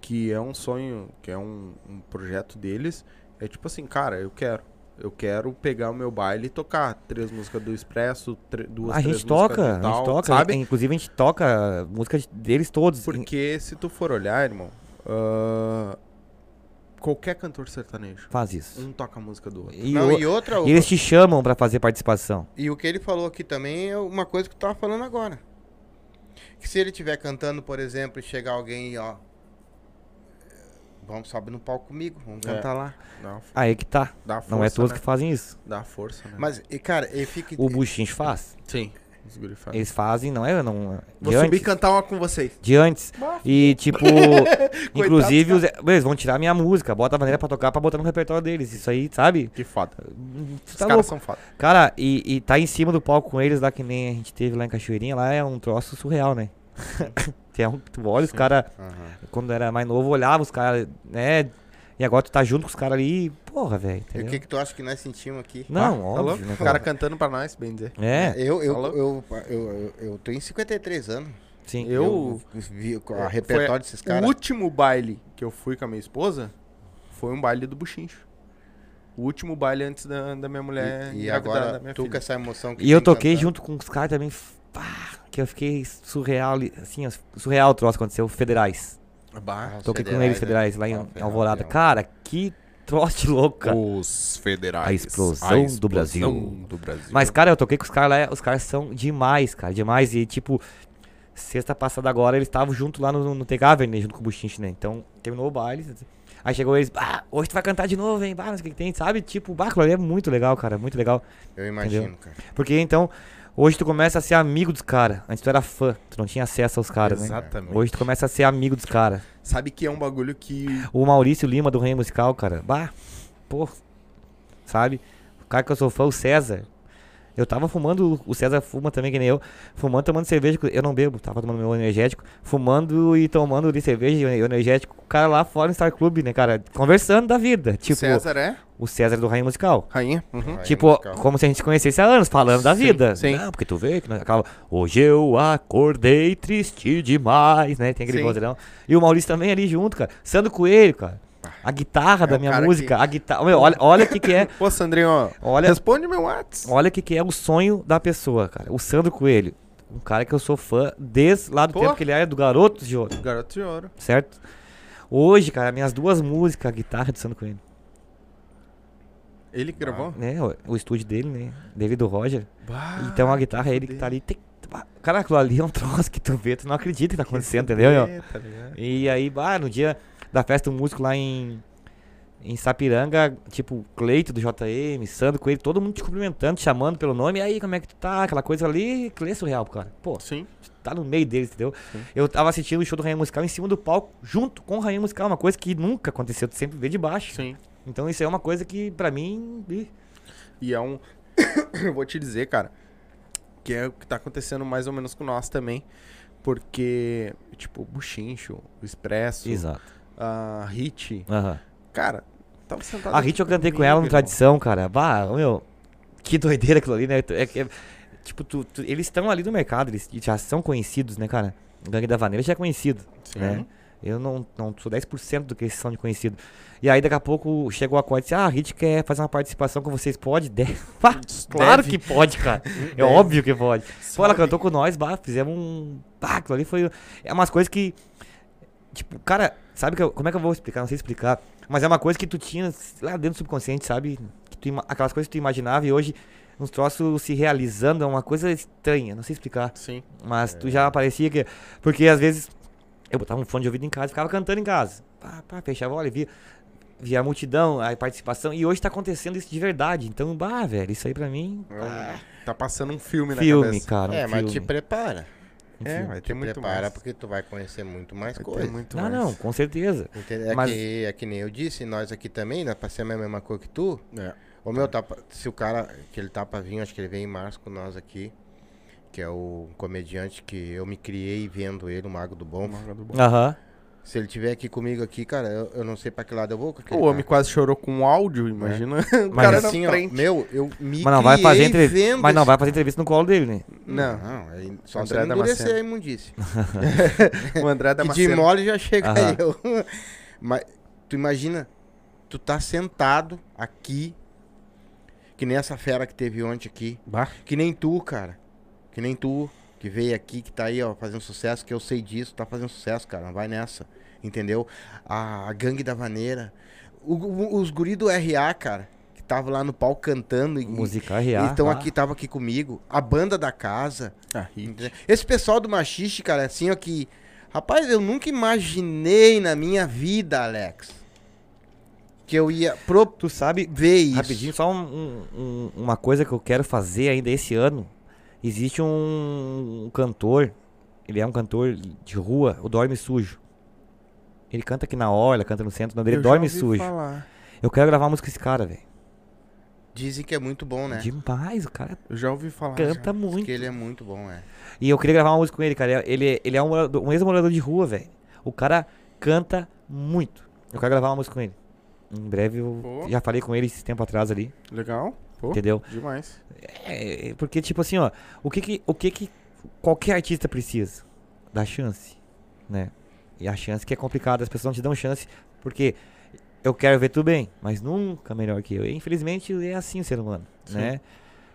[SPEAKER 1] que é um sonho, que é um, um projeto deles. É tipo assim, cara, eu quero. Eu quero pegar o meu baile e tocar três músicas do Expresso, tre- duas,
[SPEAKER 3] a
[SPEAKER 1] três
[SPEAKER 3] gente
[SPEAKER 1] músicas
[SPEAKER 3] toca,
[SPEAKER 1] do
[SPEAKER 3] a gente
[SPEAKER 1] tal,
[SPEAKER 3] toca.
[SPEAKER 1] sabe?
[SPEAKER 3] Inclusive a gente toca música de- deles todos.
[SPEAKER 1] Porque se tu for olhar, irmão, ah, qualquer cantor sertanejo,
[SPEAKER 3] Faz isso.
[SPEAKER 1] um toca a música do outro.
[SPEAKER 3] E,
[SPEAKER 2] Não,
[SPEAKER 3] o-
[SPEAKER 2] e outra,
[SPEAKER 3] e eles te chamam pra fazer participação.
[SPEAKER 2] E o que ele falou aqui também é uma coisa que eu tava falando agora. Que se ele estiver cantando, por exemplo, e chegar alguém e ó. Vamos sobe no palco comigo, vamos
[SPEAKER 1] É.
[SPEAKER 2] cantar lá.
[SPEAKER 1] Dá,
[SPEAKER 3] Aí que tá.
[SPEAKER 1] dá força,
[SPEAKER 3] Não é todos
[SPEAKER 1] né?
[SPEAKER 3] que fazem isso.
[SPEAKER 1] Dá força, né?
[SPEAKER 2] Mas, e, cara, ele fica.
[SPEAKER 3] O Buchinho faz.
[SPEAKER 1] Sim, os guri fazem.
[SPEAKER 3] Eles fazem, não é? Não,
[SPEAKER 1] Vou subir e
[SPEAKER 3] de antes.
[SPEAKER 1] cantar uma com vocês.
[SPEAKER 3] De antes. E tipo, inclusive, os, eles vão tirar minha música, bota a maneira pra tocar pra botar no repertório deles. Isso aí, sabe?
[SPEAKER 1] Que foda.
[SPEAKER 3] Tu
[SPEAKER 1] Uhum. Os
[SPEAKER 3] tá
[SPEAKER 1] caras
[SPEAKER 3] louco.
[SPEAKER 1] são foda.
[SPEAKER 3] Cara, e, e tá em cima do palco com eles lá, que nem a gente teve lá em Cachoeirinha, lá é um troço surreal, né? Tem um- tu olha os caras,
[SPEAKER 2] Aham.
[SPEAKER 3] quando era mais novo, olhava os caras, né? E agora tu tá junto com os caras ali, porra, velho.
[SPEAKER 2] E o
[SPEAKER 3] entendeu?
[SPEAKER 2] É que que tu acha que nós sentimos aqui?
[SPEAKER 3] Não,
[SPEAKER 1] Tá louco?
[SPEAKER 3] óbvio, né,
[SPEAKER 1] O cara
[SPEAKER 3] cara?
[SPEAKER 1] cantando pra nós, bem dizer.
[SPEAKER 3] É,
[SPEAKER 2] Eu, eu,
[SPEAKER 1] Alô?
[SPEAKER 2] eu, eu, eu, eu tenho 53 anos.
[SPEAKER 3] sim.
[SPEAKER 1] Eu-
[SPEAKER 2] vi com
[SPEAKER 1] É, Foi
[SPEAKER 2] a repertório desses
[SPEAKER 1] O
[SPEAKER 2] caras.
[SPEAKER 1] último baile que eu fui com a minha esposa foi um baile do Buchincho. O último baile antes da, da minha mulher
[SPEAKER 2] E, e
[SPEAKER 1] engravidar né, da
[SPEAKER 2] agora
[SPEAKER 1] minha
[SPEAKER 2] tu
[SPEAKER 1] filha.
[SPEAKER 2] com essa emoção que
[SPEAKER 3] E eu
[SPEAKER 2] tem
[SPEAKER 3] toquei
[SPEAKER 2] cantando.
[SPEAKER 3] junto com os caras também, pá, que eu fiquei surreal, ali, assim, ó, surreal o troço que aconteceu, Federais.
[SPEAKER 2] Bah,
[SPEAKER 3] Toquei com
[SPEAKER 2] federais,
[SPEAKER 3] eles, Federais,
[SPEAKER 2] né?
[SPEAKER 3] lá em
[SPEAKER 2] Ah, federal,
[SPEAKER 3] Alvorada.
[SPEAKER 2] federal.
[SPEAKER 3] Cara, que troço de louco, cara.
[SPEAKER 5] Os federais.
[SPEAKER 3] A explosão
[SPEAKER 5] A
[SPEAKER 3] do
[SPEAKER 5] explosão
[SPEAKER 3] Brasil.
[SPEAKER 5] do Brasil.
[SPEAKER 3] Mas, cara, eu toquei com os caras lá, os caras são demais, cara, demais. E, tipo, sexta passada agora, eles estavam junto lá no, no TK Avenue, junto com o Buchinche, né? Então, terminou o baile. Aí chegou eles, bah, hoje tu vai cantar de novo, hein? Bah, não sei o que, que tem, sabe? Tipo, bah, aquilo ali é muito legal, cara, muito legal.
[SPEAKER 2] Eu imagino, cara.
[SPEAKER 3] Porque, então, hoje tu começa a ser amigo dos caras. Antes tu era fã, tu não tinha acesso aos caras, né?
[SPEAKER 1] Exatamente.
[SPEAKER 3] Hoje tu começa a ser amigo dos caras.
[SPEAKER 1] Sabe que é um bagulho que.
[SPEAKER 3] O Maurício Lima do Reino Musical, cara. Bah, pô. Sabe? O cara que eu sou fã, o César. Eu tava fumando, o César fuma também, que nem eu. Fumando, tomando cerveja. Eu não bebo, tava tomando meu energético. Fumando e tomando de cerveja e energético. O cara lá fora no Star Club, né, cara? Conversando da vida. Tipo,
[SPEAKER 1] César é?
[SPEAKER 3] o César do Rainha Musical.
[SPEAKER 1] Rainha? Uhum.
[SPEAKER 2] Vai, um
[SPEAKER 3] tipo,
[SPEAKER 2] musical.
[SPEAKER 3] como se a gente se conhecesse há anos, falando da
[SPEAKER 1] Sim,
[SPEAKER 3] vida.
[SPEAKER 1] sim.
[SPEAKER 3] Não, porque tu vê que nós- aquela, hoje eu acordei triste demais, né? Tem aquele
[SPEAKER 1] Sim.
[SPEAKER 3] vozeirão. E o Maurício também ali junto, cara. Sandro Coelho, cara. A guitarra
[SPEAKER 1] Ah,
[SPEAKER 3] da
[SPEAKER 1] é o
[SPEAKER 3] minha
[SPEAKER 1] cara
[SPEAKER 3] música, a guitarra. Meu, olha, olha o que, que é.
[SPEAKER 1] Pô, Sandrinho, ó,
[SPEAKER 3] Olha-
[SPEAKER 1] responde meu Whats.
[SPEAKER 3] Olha o que, que é o sonho da pessoa, cara. O Sandro Coelho. Um cara que eu sou fã desde lá do
[SPEAKER 1] Pô.
[SPEAKER 3] tempo que ele era do Garoto de Ouro,
[SPEAKER 1] Garoto de ouro.
[SPEAKER 3] certo? Hoje, cara, minhas duas músicas, a guitarra do Sandro Coelho.
[SPEAKER 1] Ele que gravou?
[SPEAKER 3] Né? O, o estúdio dele, né? Dele e do Roger.
[SPEAKER 1] Bah,
[SPEAKER 3] Então a guitarra é ele que tá ali. Tem... Cara, aquilo ali é um troço que tu vê, tu não acredita que tá acontecendo, entendeu? meu?
[SPEAKER 1] é, tá ligado?
[SPEAKER 3] E aí, bah, no dia da festa do músico lá em, em Sapiranga, tipo, Cleito do JM, Sandro Coelho, todo mundo te cumprimentando, te chamando pelo nome, e aí, como é que tu tá? Aquela coisa ali, aquilo é surreal, cara. Pô,
[SPEAKER 1] Sim.
[SPEAKER 3] tu tá no meio deles, entendeu? Eu tava assistindo o show do Rainha Musical em cima do palco, junto com o Rainha Musical, uma coisa que nunca aconteceu, tu sempre vê de baixo.
[SPEAKER 1] Sim.
[SPEAKER 3] Então isso aí é uma coisa que, pra mim, ih,
[SPEAKER 1] E é um. eu vou te dizer, cara. Que é o que tá acontecendo mais ou menos com nós também. Porque, tipo, o Buchincho, o Expresso,
[SPEAKER 3] exato.
[SPEAKER 1] a Hit.
[SPEAKER 3] Aham.
[SPEAKER 1] Cara, tava sentado.
[SPEAKER 3] A
[SPEAKER 1] aqui
[SPEAKER 3] Hit eu cantei com ela no
[SPEAKER 1] comigo,
[SPEAKER 3] Tradição, cara. Bah, meu, que doideira aquilo ali, né? É que- é- tipo, tu- tu- eles estão ali no mercado, eles já são conhecidos, né, cara? Gangue da Vaneira já é conhecido,
[SPEAKER 1] Sim.
[SPEAKER 3] né? Eu não, não sou 10% do que eles são de conhecido. E aí, daqui a pouco, chegou a corte e disse, ah, a Hit quer fazer uma participação com vocês, pode? Deve. Pá, claro que pode, cara. É óbvio que pode. Pô, ela cantou com nós, bah, fizemos um... Bah, aquilo ali foi... É umas coisas que... Tipo, cara, sabe que eu- como é que eu vou explicar? Não sei explicar. Mas é uma coisa que tu tinha lá dentro do subconsciente, sabe? Que tu ima- aquelas coisas que tu imaginava e hoje uns troços se realizando é uma coisa estranha. Não sei explicar.
[SPEAKER 1] Sim.
[SPEAKER 3] Mas tu já parecia que. Porque às vezes eu botava um fone de ouvido em casa e ficava cantando em casa. Pá, pá, fechava, olha, via, via a multidão, a participação. E hoje tá acontecendo isso de verdade. Então, bah, velho, isso aí pra mim.
[SPEAKER 1] Tá passando um filme, na
[SPEAKER 3] filme,
[SPEAKER 1] cabeça.
[SPEAKER 3] cara. Um
[SPEAKER 2] É, mas te
[SPEAKER 3] filme.
[SPEAKER 2] prepara.
[SPEAKER 1] É, vai ter
[SPEAKER 2] Te
[SPEAKER 1] muito
[SPEAKER 2] prepara
[SPEAKER 1] mais.
[SPEAKER 2] porque tu vai conhecer muito mais
[SPEAKER 1] Vai ter
[SPEAKER 2] coisa.
[SPEAKER 1] muito
[SPEAKER 3] Ah, Não,
[SPEAKER 1] mais.
[SPEAKER 3] não, com certeza.
[SPEAKER 2] Entendeu? É,
[SPEAKER 3] Mas-
[SPEAKER 2] que, é que nem eu disse, nós aqui também, nós passamos a mesma coisa que tu.
[SPEAKER 1] É.
[SPEAKER 2] O meu tá, pra- se o cara que ele tá pra vir, acho que ele vem em março com nós aqui, que é o comediante que eu me criei vendo ele, o Mago do Bom.
[SPEAKER 3] Aham.
[SPEAKER 2] Se ele tiver aqui comigo aqui, cara, eu, eu não sei pra que lado eu vou. com aquele
[SPEAKER 1] O homem
[SPEAKER 2] cara.
[SPEAKER 1] quase chorou com áudio, imagina. o
[SPEAKER 3] É. Mas
[SPEAKER 1] cara
[SPEAKER 2] assim,
[SPEAKER 1] na
[SPEAKER 2] ó,
[SPEAKER 1] frente.
[SPEAKER 2] meu, eu me
[SPEAKER 3] Mas não vai fazer
[SPEAKER 2] criei
[SPEAKER 3] entrevista.
[SPEAKER 2] vendo
[SPEAKER 3] Mas não
[SPEAKER 2] esse-
[SPEAKER 3] vai fazer entrevista no colo dele, né?
[SPEAKER 1] Não.
[SPEAKER 2] Não, aí só
[SPEAKER 1] André
[SPEAKER 2] André se endurecer
[SPEAKER 1] Damasceno.
[SPEAKER 2] a imundície.
[SPEAKER 3] né?
[SPEAKER 1] O André da
[SPEAKER 2] Que de mole já chega
[SPEAKER 3] Aham.
[SPEAKER 2] eu. Mas tu imagina, tu tá sentado aqui, que nem essa fera que teve ontem aqui. Que nem tu, cara. Que nem tu, que veio aqui, que tá aí, ó, fazendo sucesso, que eu sei disso, tá fazendo sucesso, cara. Não vai nessa. Entendeu? A, a gangue da vaneira. O- o- os guri do RA, cara, que tava lá no pau cantando. e-
[SPEAKER 3] Musical
[SPEAKER 2] e
[SPEAKER 3] real.
[SPEAKER 2] Então aqui tava aqui comigo. A banda da casa.
[SPEAKER 1] Ah, Hit.
[SPEAKER 2] Entendeu? Esse pessoal do machiste, cara, assim, ó, que. Rapaz, eu nunca imaginei na minha vida, Alex, que eu ia pro
[SPEAKER 3] Tu sabe,
[SPEAKER 2] ver isso.
[SPEAKER 3] Rapidinho, só um- um- um- uma coisa que eu quero fazer ainda esse ano. Existe um, um cantor, ele é um cantor de rua, o Dorme Sujo. Ele canta aqui na orla, canta no centro, o nome dele é
[SPEAKER 1] Eu já
[SPEAKER 3] Dorme
[SPEAKER 1] ouvi
[SPEAKER 3] Sujo.
[SPEAKER 1] falar.
[SPEAKER 3] Eu quero gravar uma música com esse cara, velho.
[SPEAKER 2] Dizem que é muito bom, né?
[SPEAKER 3] Demais, o cara
[SPEAKER 1] Eu já ouvi falar.
[SPEAKER 3] canta
[SPEAKER 2] Diz
[SPEAKER 3] muito.
[SPEAKER 2] que ele é muito bom, é.
[SPEAKER 3] E eu queria gravar uma música com ele, cara. Ele, ele é um, morador- um ex-morador de rua, velho. O cara canta muito. Eu quero gravar uma música com ele. Em breve eu
[SPEAKER 1] Pô.
[SPEAKER 3] já falei com ele esse tempo atrás ali,
[SPEAKER 1] já. Legal. Pô,
[SPEAKER 3] entendeu?
[SPEAKER 1] demais.
[SPEAKER 3] É, porque, tipo assim, ó, o que que, o que que qualquer artista precisa? Da chance, né? E a chance que é complicada, as pessoas não te dão chance, porque eu quero ver tu bem, mas nunca melhor que eu. E, infelizmente é assim o ser humano, né?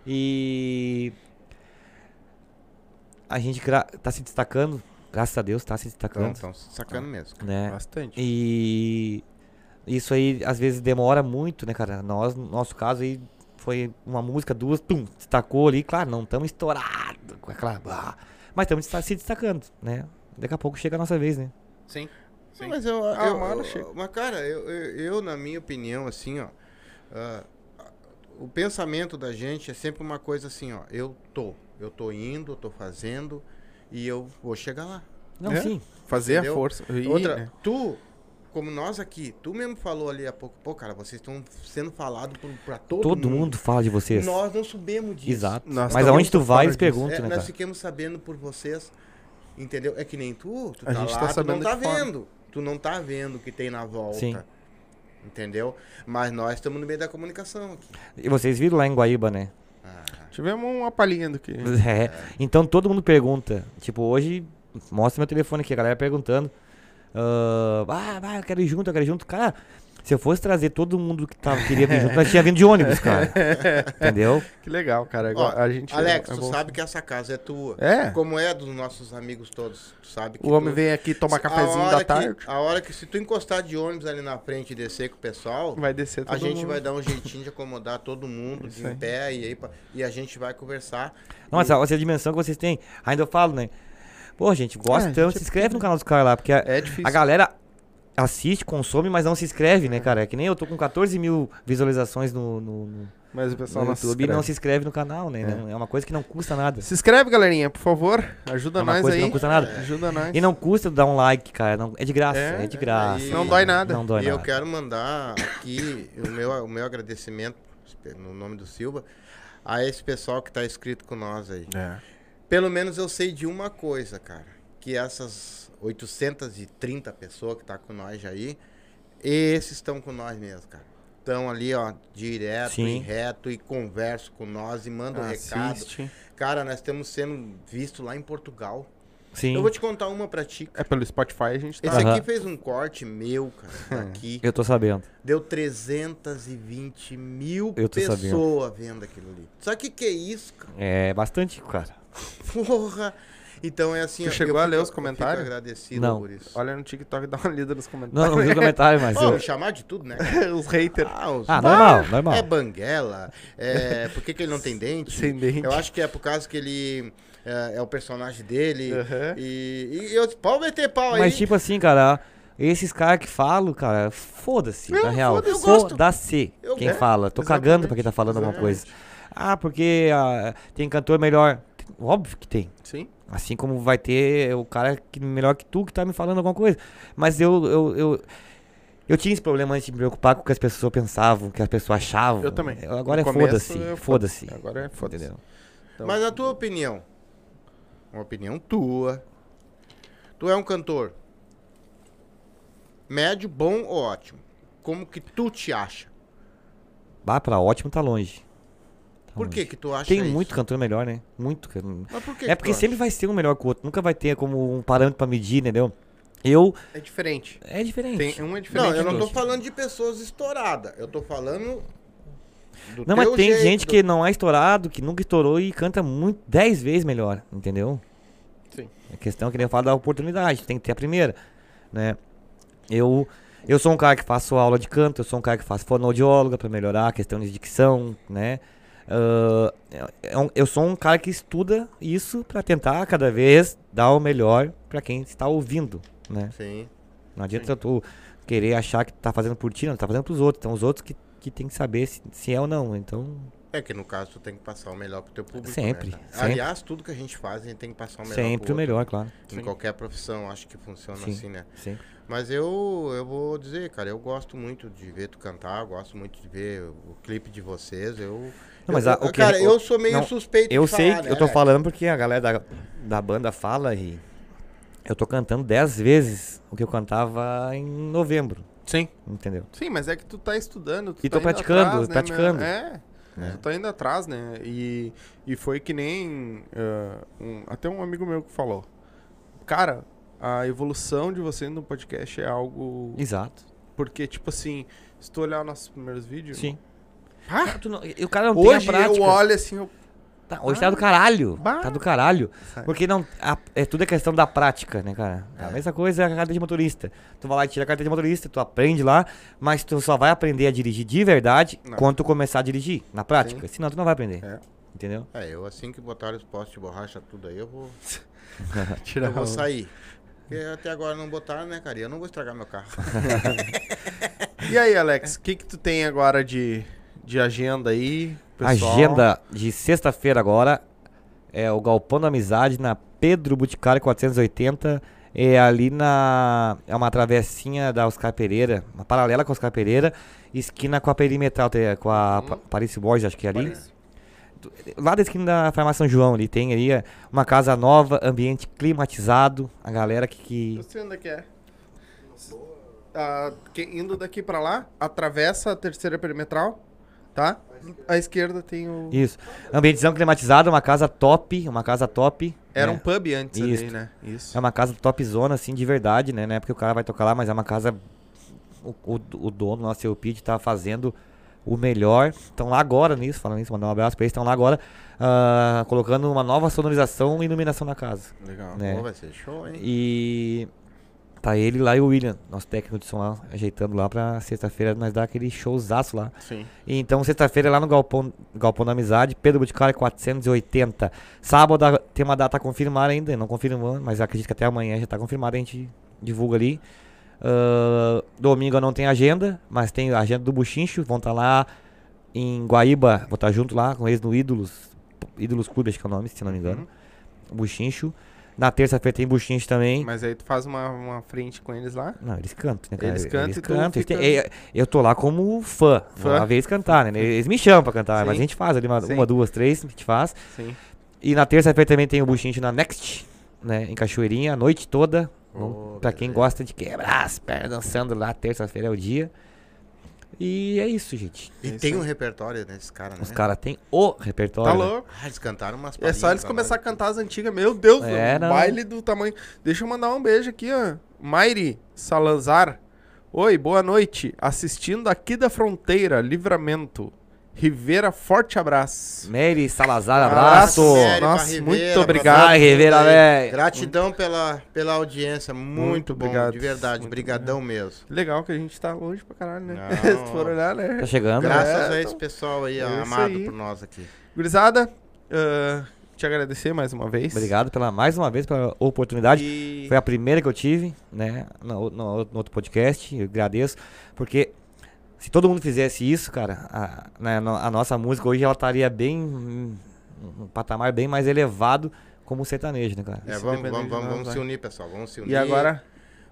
[SPEAKER 3] E a gente gra- tá se destacando, graças a Deus, tá se
[SPEAKER 2] Então,
[SPEAKER 3] destacando,
[SPEAKER 2] então sacando mesmo.
[SPEAKER 3] né?
[SPEAKER 1] Bastante.
[SPEAKER 3] E isso aí às vezes demora muito, né, cara? Nós, no nosso caso aí foi uma música, duas, tum, destacou ali, claro, não estamos estourados, com aquela, blá, mas estamos se destacando, né? Daqui a pouco chega a nossa vez, né?
[SPEAKER 2] Sim. Sim.
[SPEAKER 1] Não, mas eu,
[SPEAKER 2] Ah,
[SPEAKER 1] eu,
[SPEAKER 2] mano,
[SPEAKER 1] eu-
[SPEAKER 2] mas cara, eu, eu, eu, na minha opinião, assim, ó, ah, o pensamento da gente é sempre uma coisa assim, ó, eu tô, eu tô indo, eu tô fazendo e eu vou chegar lá.
[SPEAKER 3] Não,
[SPEAKER 1] É?
[SPEAKER 3] sim.
[SPEAKER 1] fazer
[SPEAKER 2] Entendeu?
[SPEAKER 1] a força. E,
[SPEAKER 2] Outra,
[SPEAKER 1] né?
[SPEAKER 2] tu, como nós aqui, tu mesmo falou ali há pouco, pô, cara, vocês estão sendo falado por, pra todo,
[SPEAKER 3] Todo, mundo. fala de vocês.
[SPEAKER 2] Nós não subimos disso.
[SPEAKER 3] Exato.
[SPEAKER 1] Nós
[SPEAKER 3] mas
[SPEAKER 1] estamos
[SPEAKER 3] aonde tu vai,
[SPEAKER 1] fora
[SPEAKER 3] eles
[SPEAKER 1] disso.
[SPEAKER 3] perguntam,
[SPEAKER 2] É,
[SPEAKER 3] né,
[SPEAKER 2] nós
[SPEAKER 3] cara?
[SPEAKER 2] fiquemos sabendo por vocês, entendeu? É que nem tu, tu
[SPEAKER 1] A
[SPEAKER 2] tá
[SPEAKER 1] gente tá
[SPEAKER 2] lá, tu não
[SPEAKER 1] sabendo
[SPEAKER 2] tá
[SPEAKER 1] de fora.
[SPEAKER 2] vendo. Tu não tá vendo o que tem na volta.
[SPEAKER 3] Sim.
[SPEAKER 2] Entendeu? Mas nós estamos no meio da comunicação aqui.
[SPEAKER 3] E vocês viram lá em Guaíba, né?
[SPEAKER 2] Ah,
[SPEAKER 1] Tivemos uma palhinha do que.
[SPEAKER 3] É. Então todo mundo pergunta. Tipo, hoje, mostra meu telefone aqui, a galera perguntando. ah, ah, ah, eu quero ir junto, eu quero ir junto. Cara, se eu fosse trazer todo mundo que tava, queria vir junto, nós tinha vindo de ônibus, cara. Entendeu?
[SPEAKER 1] Que legal, cara.
[SPEAKER 2] ó,
[SPEAKER 1] Agora, a gente,
[SPEAKER 2] Alex,
[SPEAKER 1] é
[SPEAKER 2] tu
[SPEAKER 1] bom.
[SPEAKER 2] sabe que essa casa é tua.
[SPEAKER 1] É.
[SPEAKER 2] Como é dos nossos amigos todos. Tu sabe que
[SPEAKER 1] O homem
[SPEAKER 2] tu...
[SPEAKER 1] vem aqui tomar
[SPEAKER 2] A
[SPEAKER 1] cafezinho
[SPEAKER 2] hora
[SPEAKER 1] da
[SPEAKER 2] que-
[SPEAKER 1] tarde.
[SPEAKER 2] a hora que se tu encostar de ônibus ali na frente e descer com o pessoal,
[SPEAKER 1] Vai descer todo
[SPEAKER 2] a gente
[SPEAKER 1] mundo.
[SPEAKER 2] vai dar um jeitinho de acomodar todo mundo
[SPEAKER 1] Isso
[SPEAKER 2] de em
[SPEAKER 1] aí.
[SPEAKER 2] pé e aí pra- e a gente vai conversar.
[SPEAKER 3] Não, essa, essa dimensão que vocês têm. Ainda eu falo, né? Pô, gente, gosta
[SPEAKER 1] É, a
[SPEAKER 3] tanto,
[SPEAKER 1] gente
[SPEAKER 3] se inscreve no canal dos caras lá, porque a,
[SPEAKER 1] É difícil.
[SPEAKER 3] a galera assiste, consome, mas não se inscreve, né, cara? É que nem eu tô com 14 mil visualizações no, no, no-
[SPEAKER 1] Mas o pessoal
[SPEAKER 3] no
[SPEAKER 1] não se
[SPEAKER 3] YouTube e não
[SPEAKER 1] inscreve.
[SPEAKER 3] se inscreve no canal, né? Não- É. uma coisa que não custa nada.
[SPEAKER 1] Se inscreve, galerinha, por favor. Ajuda
[SPEAKER 3] É uma
[SPEAKER 1] nós
[SPEAKER 3] coisa
[SPEAKER 1] aí.
[SPEAKER 3] que não custa nada.
[SPEAKER 1] Ajuda nós.
[SPEAKER 3] E não custa dar um like, cara. não- é de graça,
[SPEAKER 1] É,
[SPEAKER 3] é, de graça.
[SPEAKER 2] e-
[SPEAKER 1] Não dói nada.
[SPEAKER 3] Não dói
[SPEAKER 2] e
[SPEAKER 3] nada.
[SPEAKER 2] eu quero mandar aqui o meu, o meu agradecimento, no nome do Silva, a esse pessoal que tá escrito com nós aí.
[SPEAKER 1] É.
[SPEAKER 2] Pelo menos eu sei de uma coisa, cara. Que essas 830 pessoas que tá com nós aí, esses estão com nós mesmo, cara. Estão ali, ó, direto
[SPEAKER 3] Sim.
[SPEAKER 2] e
[SPEAKER 3] Ah,
[SPEAKER 2] reto e conversam com nós e mandam recado.
[SPEAKER 1] Ah, Assiste.
[SPEAKER 2] Cara, nós estamos sendo visto lá em Portugal.
[SPEAKER 3] Sim.
[SPEAKER 2] Eu vou te contar uma pra ti.
[SPEAKER 1] É pelo Spotify a gente tá.
[SPEAKER 2] Esse aqui
[SPEAKER 3] Aham.
[SPEAKER 2] fez um corte meu, cara, daqui.
[SPEAKER 3] Eu tô sabendo.
[SPEAKER 2] Deu 320 mil
[SPEAKER 3] Eu tô
[SPEAKER 2] pessoas vendo aquilo ali. Sabe o que, que é isso, cara?
[SPEAKER 3] É bastante, cara.
[SPEAKER 2] Porra! Então é assim,
[SPEAKER 1] Tu
[SPEAKER 2] ó,
[SPEAKER 1] chegou
[SPEAKER 2] eu
[SPEAKER 1] a ler
[SPEAKER 2] fico-
[SPEAKER 1] os
[SPEAKER 2] eu
[SPEAKER 1] comentários?
[SPEAKER 2] Fico agradecido
[SPEAKER 3] Não.
[SPEAKER 2] por isso.
[SPEAKER 1] Olha no TikTok, dá uma lida nos comentários.
[SPEAKER 3] é- Não, não vi o comentário, mas.
[SPEAKER 2] Pô, me
[SPEAKER 3] eu...
[SPEAKER 2] chamar de tudo, né?
[SPEAKER 1] Os haters.
[SPEAKER 2] Ah, os-
[SPEAKER 3] Ah, normal, normal.
[SPEAKER 2] É banguela. É... Por que, que ele não tem dente?
[SPEAKER 1] Sem dente.
[SPEAKER 2] Eu acho que é por causa que ele é, é o personagem dele.
[SPEAKER 1] Aham.
[SPEAKER 2] E, e eu pau meter pau aí.
[SPEAKER 3] Mas tipo assim, cara, esses caras que falam, cara, foda-se, na real.
[SPEAKER 2] foda, eu gosto.
[SPEAKER 3] Foda-se
[SPEAKER 2] Eu
[SPEAKER 3] quem
[SPEAKER 2] gosto,
[SPEAKER 3] fala. Tô cagando pra quem tá falando alguma coisa. Ah, porque ah, tem cantor melhor. Óbvio que tem.
[SPEAKER 1] Sim.
[SPEAKER 3] Assim como vai ter o cara que, melhor que tu que tá me falando alguma coisa. Mas eu, eu, eu, eu tinha esse problema antes de me preocupar com o que as pessoas pensavam, o que as pessoas achavam.
[SPEAKER 1] Eu também.
[SPEAKER 3] agora
[SPEAKER 1] No
[SPEAKER 3] é
[SPEAKER 1] começo,
[SPEAKER 3] foda-se.
[SPEAKER 1] eu-
[SPEAKER 3] Foda-se.
[SPEAKER 1] Agora é foda-se.
[SPEAKER 3] Entendeu?
[SPEAKER 1] Então,
[SPEAKER 2] Mas a tua opinião? Uma opinião tua. Tu é um cantor. Médio, bom ou ótimo? Como que tu te acha?
[SPEAKER 3] Bah, pra ótimo tá longe. Tá
[SPEAKER 2] Por que
[SPEAKER 3] longe.
[SPEAKER 2] que tu acha
[SPEAKER 3] Tem
[SPEAKER 2] isso?
[SPEAKER 3] muito cantor melhor, né? Muito. can-
[SPEAKER 2] Mas por que
[SPEAKER 3] É
[SPEAKER 2] que
[SPEAKER 3] porque
[SPEAKER 2] tu
[SPEAKER 3] sempre vai ser um melhor que o outro. Nunca vai ter como um parâmetro pra medir, entendeu? Eu.
[SPEAKER 1] É diferente.
[SPEAKER 3] É diferente.
[SPEAKER 1] Tem, um é
[SPEAKER 2] acha? Não,
[SPEAKER 1] diferente.
[SPEAKER 2] eu não
[SPEAKER 1] do
[SPEAKER 2] tô
[SPEAKER 1] outro.
[SPEAKER 2] falando de pessoas estouradas. Eu tô falando do
[SPEAKER 3] Não, mas
[SPEAKER 2] teu
[SPEAKER 3] tem
[SPEAKER 2] jeito,
[SPEAKER 3] gente
[SPEAKER 2] do-
[SPEAKER 3] que não é estourado, que nunca estourou e canta muito, 10 vezes melhor, entendeu?
[SPEAKER 1] Sim.
[SPEAKER 3] A questão é que nem eu falo da oportunidade, tem que ter a primeira, né? Eu, eu sou um cara que faço aula de canto, eu sou um cara que faço fonoaudióloga pra melhorar a questão de dicção, né? Ah, é um- eu sou um cara que estuda isso pra tentar cada vez dar o melhor pra quem está ouvindo, né?
[SPEAKER 2] Sim.
[SPEAKER 3] Não adianta tu querer achar que tá fazendo por ti, não, tá fazendo pros outros. Então os outros que, que tem que saber se, se é ou não. Então,
[SPEAKER 2] É que no caso tu tem que passar o melhor pro teu público.
[SPEAKER 3] Sempre,
[SPEAKER 2] né, cara?
[SPEAKER 3] sempre.
[SPEAKER 2] Aliás, tudo que a gente faz, a gente tem que passar o melhor. pro
[SPEAKER 3] Sempre é o
[SPEAKER 2] outro.
[SPEAKER 3] melhor, claro.
[SPEAKER 2] Em qualquer profissão, acho que funciona
[SPEAKER 3] Sim.
[SPEAKER 2] assim, né?
[SPEAKER 3] Sempre.
[SPEAKER 2] Mas eu, eu vou dizer, cara, eu gosto muito de ver tu cantar, gosto muito de ver o clipe de vocês. Eu,
[SPEAKER 3] Não, mas
[SPEAKER 2] eu-
[SPEAKER 3] a- o que-
[SPEAKER 2] cara,
[SPEAKER 3] o-
[SPEAKER 2] eu sou meio
[SPEAKER 3] não,
[SPEAKER 2] suspeito
[SPEAKER 3] Eu
[SPEAKER 2] de
[SPEAKER 3] sei,
[SPEAKER 2] falar,
[SPEAKER 3] que
[SPEAKER 2] né,
[SPEAKER 3] eu tô
[SPEAKER 2] velho?
[SPEAKER 3] falando porque a galera da, da banda fala e eu tô cantando 10 vezes o que eu cantava em novembro,
[SPEAKER 1] Sim.
[SPEAKER 3] entendeu?
[SPEAKER 1] Sim, mas é que tu tá estudando. Tu
[SPEAKER 3] E
[SPEAKER 1] tá
[SPEAKER 3] tô
[SPEAKER 1] indo
[SPEAKER 3] praticando,
[SPEAKER 1] atrás, né,
[SPEAKER 3] praticando.
[SPEAKER 1] meu? É. Tu tá indo atrás, né? E, e foi que nem. ah, um- até um amigo meu que falou. Cara, a evolução de você no podcast é algo.
[SPEAKER 3] Exato.
[SPEAKER 1] Porque, tipo assim, se tu olhar nossos primeiros vídeos.
[SPEAKER 3] Sim.
[SPEAKER 1] Ah,
[SPEAKER 3] Tu não- e o cara não
[SPEAKER 1] hoje
[SPEAKER 3] tem a prática.
[SPEAKER 1] eu olho assim. eu-
[SPEAKER 3] Tá, hoje tá do caralho.
[SPEAKER 1] Bah.
[SPEAKER 3] Tá do caralho. Porque não, a- é tudo é questão da prática, né, cara? A mesma coisa é a carteira de motorista. Tu vai lá e tira a carteira de motorista, tu aprende lá, mas tu só vai aprender a dirigir de verdade
[SPEAKER 1] Não.
[SPEAKER 3] quando tu começar a dirigir, na prática. Senão tu não vai aprender.
[SPEAKER 1] É.
[SPEAKER 3] Entendeu?
[SPEAKER 2] É, eu assim que botaram os postes de borracha tudo aí, eu vou,
[SPEAKER 1] Tirar
[SPEAKER 2] eu vou
[SPEAKER 1] o-
[SPEAKER 2] sair. Porque até agora não botaram, né, cara? E eu não vou estragar meu carro.
[SPEAKER 1] E aí, Alex, o que, que tu tem agora de, de agenda aí? pessoal?
[SPEAKER 3] Agenda de sexta-feira agora é o Galpão da Amizade na Pedro Boticário 480. É ali na. É uma travessinha da Oscar Pereira, uma paralela com a Oscar Pereira, esquina com a Perimetral, tem- com a
[SPEAKER 1] Uhum.
[SPEAKER 3] Pa- Paris Borges, acho que é ali. Do- Lá da esquina da Farmácia São João, ali tem ali é, uma casa nova, ambiente climatizado. A galera que. que-
[SPEAKER 1] Eu sei onde é que é. Ah, que- indo daqui pra lá, atravessa a terceira perimetral, tá? À esquerda tem o.
[SPEAKER 3] Isso. Ambientezão climatizado, uma casa top, uma casa top.
[SPEAKER 1] Era
[SPEAKER 3] né?
[SPEAKER 1] um pub antes ali,
[SPEAKER 3] Isso.
[SPEAKER 1] né? Isso.
[SPEAKER 3] É uma casa top zona, assim, de verdade, né? Não é porque o cara vai tocar lá, mas é uma casa. O, o, o dono lá, seu Pete, tá fazendo o melhor. Estão lá agora nisso, falando isso, mandar um abraço pra eles. Estão lá agora ah, colocando uma nova sonorização e iluminação na casa.
[SPEAKER 2] Legal.
[SPEAKER 3] Né?
[SPEAKER 2] Pô, vai ser show, hein?
[SPEAKER 3] E tá ele lá e o William, nosso técnico de som lá, ajeitando lá pra sexta-feira nós dar aquele showzaço lá.
[SPEAKER 2] Sim.
[SPEAKER 3] E Então, sexta-feira lá no Galpão, Galpão da Amizade, Pedro Boticário 480. Sábado a- tem uma data confirmada ainda, não confirmou, mas acredito que até amanhã já está confirmada, a gente divulga ali. Ahn, Ah, domingo eu não tem agenda, mas tem a agenda do Buchincho, vão estar lá em Guaíba, vou estar junto lá com eles no Ídolos, Ídolos Clube, acho que é o nome, se não me engano. Buchincho. Na terça-feira tem Buchincho também.
[SPEAKER 1] Uhum. Mas aí tu faz uma, uma frente com eles lá.
[SPEAKER 3] Não, eles cantam, né, cara?
[SPEAKER 1] Eles cantam e tu
[SPEAKER 3] eles têm-
[SPEAKER 1] fica-
[SPEAKER 3] é, Eu tô lá como fã.
[SPEAKER 1] Fã.
[SPEAKER 3] Uma vez cantar, né? Eles me chamam pra cantar, mas
[SPEAKER 1] Sim.
[SPEAKER 3] a gente faz ali uma,
[SPEAKER 1] Sim.
[SPEAKER 3] uma, duas, três, a gente faz.
[SPEAKER 1] Sim.
[SPEAKER 3] E na terça-feira também tem o Buchincho na Next, né? Em Cachoeirinha, a noite toda.
[SPEAKER 2] Oh,
[SPEAKER 3] pra quem gosta de quebrar as pernas dançando lá, terça-feira é o dia. E é isso, gente.
[SPEAKER 2] E
[SPEAKER 1] É
[SPEAKER 2] tem
[SPEAKER 1] isso
[SPEAKER 2] um
[SPEAKER 1] aí.
[SPEAKER 2] repertório desses caras, né?
[SPEAKER 3] Os caras têm o
[SPEAKER 1] Tá
[SPEAKER 3] repertório. né?
[SPEAKER 1] louco?
[SPEAKER 2] Ah, eles cantaram umas
[SPEAKER 1] É só eles
[SPEAKER 2] palhinhas, né?
[SPEAKER 1] começar a
[SPEAKER 2] caralho.
[SPEAKER 1] cantar as antigas. Meu Deus,
[SPEAKER 3] É,
[SPEAKER 1] o
[SPEAKER 3] não.
[SPEAKER 1] baile do tamanho. Deixa eu mandar um beijo aqui, ó. Maire Salazar. Oi, boa noite. Assistindo aqui da fronteira, Livramento. Rivera, forte abraço.
[SPEAKER 3] Mary Salazar,
[SPEAKER 1] Abraço,
[SPEAKER 3] abraço.
[SPEAKER 1] Mary.
[SPEAKER 2] Sério, pra
[SPEAKER 1] Nossa,
[SPEAKER 2] Rivera,
[SPEAKER 1] muito
[SPEAKER 2] pra
[SPEAKER 1] obrigado.
[SPEAKER 2] todo mundo
[SPEAKER 3] Ai, Rivera,
[SPEAKER 2] aí.
[SPEAKER 3] velho.
[SPEAKER 2] Gratidão pela, pela audiência, muito,
[SPEAKER 1] Muito
[SPEAKER 2] bom,
[SPEAKER 1] obrigado.
[SPEAKER 2] de verdade,
[SPEAKER 1] Muito
[SPEAKER 2] brigadão mesmo.
[SPEAKER 1] Legal que a gente tá longe pra caralho, né?
[SPEAKER 2] Não.
[SPEAKER 1] Se for olhar, né?
[SPEAKER 3] Tá chegando. né?
[SPEAKER 2] Graças
[SPEAKER 1] É,
[SPEAKER 2] a esse pessoal aí,
[SPEAKER 1] é isso
[SPEAKER 2] amado
[SPEAKER 1] aí.
[SPEAKER 2] por nós aqui.
[SPEAKER 1] Gurizada, ah, te agradecer mais uma vez.
[SPEAKER 3] Obrigado pela, mais uma vez pela oportunidade.
[SPEAKER 1] E...
[SPEAKER 3] Foi a primeira que eu tive, né? No, no- no outro podcast, eu agradeço, porque se todo mundo fizesse isso, cara, a, né, no- a nossa música hoje ela estaria bem. hum, um patamar bem mais elevado como o sertanejo, né, cara?
[SPEAKER 2] É,
[SPEAKER 1] Isso
[SPEAKER 2] vamos
[SPEAKER 1] depende
[SPEAKER 2] vamos,
[SPEAKER 1] de
[SPEAKER 2] vamos,
[SPEAKER 1] nós,
[SPEAKER 2] vamos
[SPEAKER 1] vai.
[SPEAKER 2] se unir, pessoal. Vamos se unir.
[SPEAKER 1] e agora,